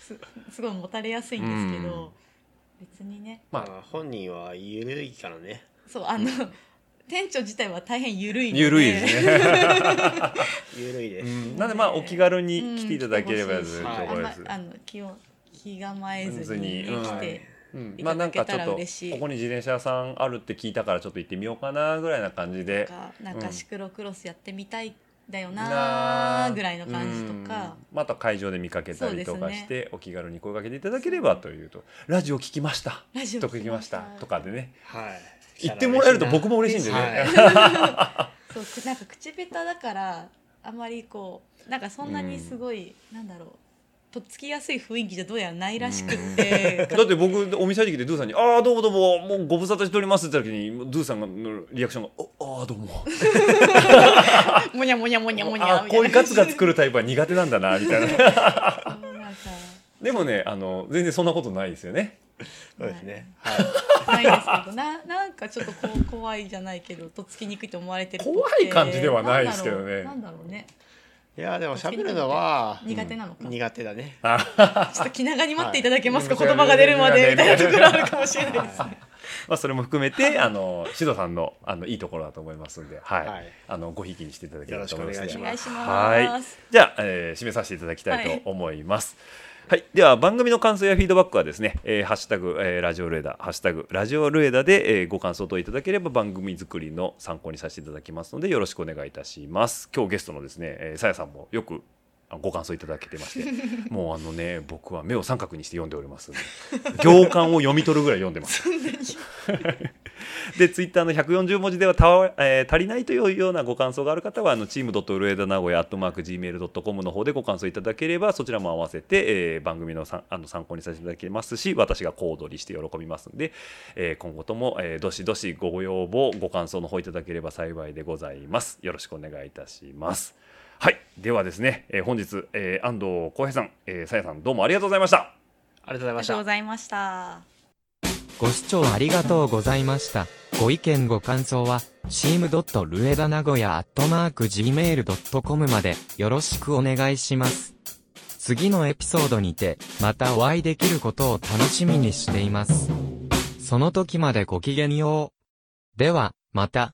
[SPEAKER 3] すすごい持たれやすいんですけど別にね
[SPEAKER 4] ま
[SPEAKER 2] まあ
[SPEAKER 4] あ、本人はゆるいからね。
[SPEAKER 3] そうあの店長自体は大変緩いので
[SPEAKER 2] ゆるいですね、
[SPEAKER 4] ゆるいで
[SPEAKER 2] う
[SPEAKER 4] す。
[SPEAKER 2] ん、なんでまあお気軽に来ていただければ
[SPEAKER 3] う
[SPEAKER 2] と
[SPEAKER 3] ん
[SPEAKER 2] い
[SPEAKER 3] 来
[SPEAKER 2] う
[SPEAKER 3] て
[SPEAKER 2] と
[SPEAKER 3] ほしいし
[SPEAKER 2] ころです、
[SPEAKER 3] あんまあの気を気構えず
[SPEAKER 2] 別に
[SPEAKER 3] にね
[SPEAKER 2] うん
[SPEAKER 3] 来
[SPEAKER 4] はい
[SPEAKER 3] て、
[SPEAKER 2] うん
[SPEAKER 3] い
[SPEAKER 2] まあ
[SPEAKER 3] た
[SPEAKER 2] な
[SPEAKER 3] だ
[SPEAKER 2] ん
[SPEAKER 3] け
[SPEAKER 2] かち
[SPEAKER 3] た
[SPEAKER 2] ょっ
[SPEAKER 3] ら
[SPEAKER 2] とここに
[SPEAKER 3] 嬉しい
[SPEAKER 2] 自転車屋さんあるって聞いたからちょっと行ってみようかなぐらいな感じで
[SPEAKER 3] かなんかシクロクロスやってみたいんだよ
[SPEAKER 2] な
[SPEAKER 3] な
[SPEAKER 2] あ
[SPEAKER 3] ーぐらいの感じとか、
[SPEAKER 2] うんまた会場で見かけたりと
[SPEAKER 3] そう
[SPEAKER 2] か
[SPEAKER 3] ですね
[SPEAKER 2] して、お気軽に声かけていただければというと「ラジオ聞きました」
[SPEAKER 3] ラジオ
[SPEAKER 2] とか聞きましたとかでね
[SPEAKER 4] はい。
[SPEAKER 2] 言ってもらえると僕も嬉しいんでね、 (laughs)
[SPEAKER 4] は
[SPEAKER 3] そうくなんか口下手だからあまりこうなんかそんなにすごい、なんだろうとっつきやすい雰囲気じゃどうやらないらしくって、
[SPEAKER 2] だって僕お店入ってきてドゥさんに「ああどうもどうももうご無沙汰しております」って言った時にドゥさんのリアクションが「おああどうも」
[SPEAKER 3] (laughs) もにゃもにゃもにゃもにゃ
[SPEAKER 2] あ
[SPEAKER 3] みた
[SPEAKER 2] こ
[SPEAKER 3] いう
[SPEAKER 2] い
[SPEAKER 3] な
[SPEAKER 2] うガツガツ来るタイプは苦手なんだなみたいな (laughs)
[SPEAKER 3] そうなんか
[SPEAKER 2] でもねあの全然そんなことないですよね
[SPEAKER 4] そうですね。はい。
[SPEAKER 3] ないですけどななんかちょっとこう怖いじゃないけどとっつきにくいと思われてるっぽくて
[SPEAKER 2] 怖い感じではないですけどね
[SPEAKER 3] なんだろうなんだろうね
[SPEAKER 4] いや、でも喋るのは、
[SPEAKER 3] 苦手なのか、
[SPEAKER 4] 苦手だね。
[SPEAKER 3] ちょっと気長に待っていただけます
[SPEAKER 2] (laughs)
[SPEAKER 3] か、
[SPEAKER 2] はい
[SPEAKER 3] 言葉が出るまでみたいなところあるかもしれないですね。
[SPEAKER 2] まあそれも含めてあのシドさんのあのいいところだと思いますんで、はい
[SPEAKER 4] はい
[SPEAKER 2] あのごひいきにしていただければと思います
[SPEAKER 4] よろしくお願いし
[SPEAKER 3] お
[SPEAKER 4] ま
[SPEAKER 3] 願いし
[SPEAKER 2] は
[SPEAKER 3] ま
[SPEAKER 2] い
[SPEAKER 3] す。。
[SPEAKER 2] じゃあ、えー締めさせていただきたいと思います。はい、では番組の感想やフィードバックはですね、えーハッシュタグ、えーラジオルエダ、ハッシュタグラジオルエダで、えーご感想等いただければ番組作りの参考にさせていただきますのでよろしくお願いいたします。今日ゲストのですね、えーさやさんもよくあご感想いただけてまして、もうあのね、僕は目を三角にして読んでおりますんで。行間を読み取るぐらい読んでます。 (laughs) でツイッターの140文字ではたわ、えー足りないというようなご感想がある方はあのチームドットルエダ名古屋アットマーク Gmail.com の方でご感想いただければそちらも合わせて、えー番組のさんあの参考にさせていただきますし私が小躍りして喜びますので、えー今後とも、えーどしどしご要望ご感想の方いただければ幸いでございますよろしくお願いいたしますはいではですね、えー本日、えー安藤浩平さんえーさや、さんどうもありがとうございました
[SPEAKER 4] ありがとうござい
[SPEAKER 3] あり
[SPEAKER 4] ま
[SPEAKER 3] が
[SPEAKER 4] し
[SPEAKER 3] とう
[SPEAKER 4] た
[SPEAKER 3] ご。ざいました。
[SPEAKER 5] ご視聴ありがとうございました。ご意見ご感想は、c e a m r u e d a n a g o y a g m a i l c o m までよろしくお願いします。次のエピソードにて、またお会いできることを楽しみにしています。その時までごきげんよう。では、また。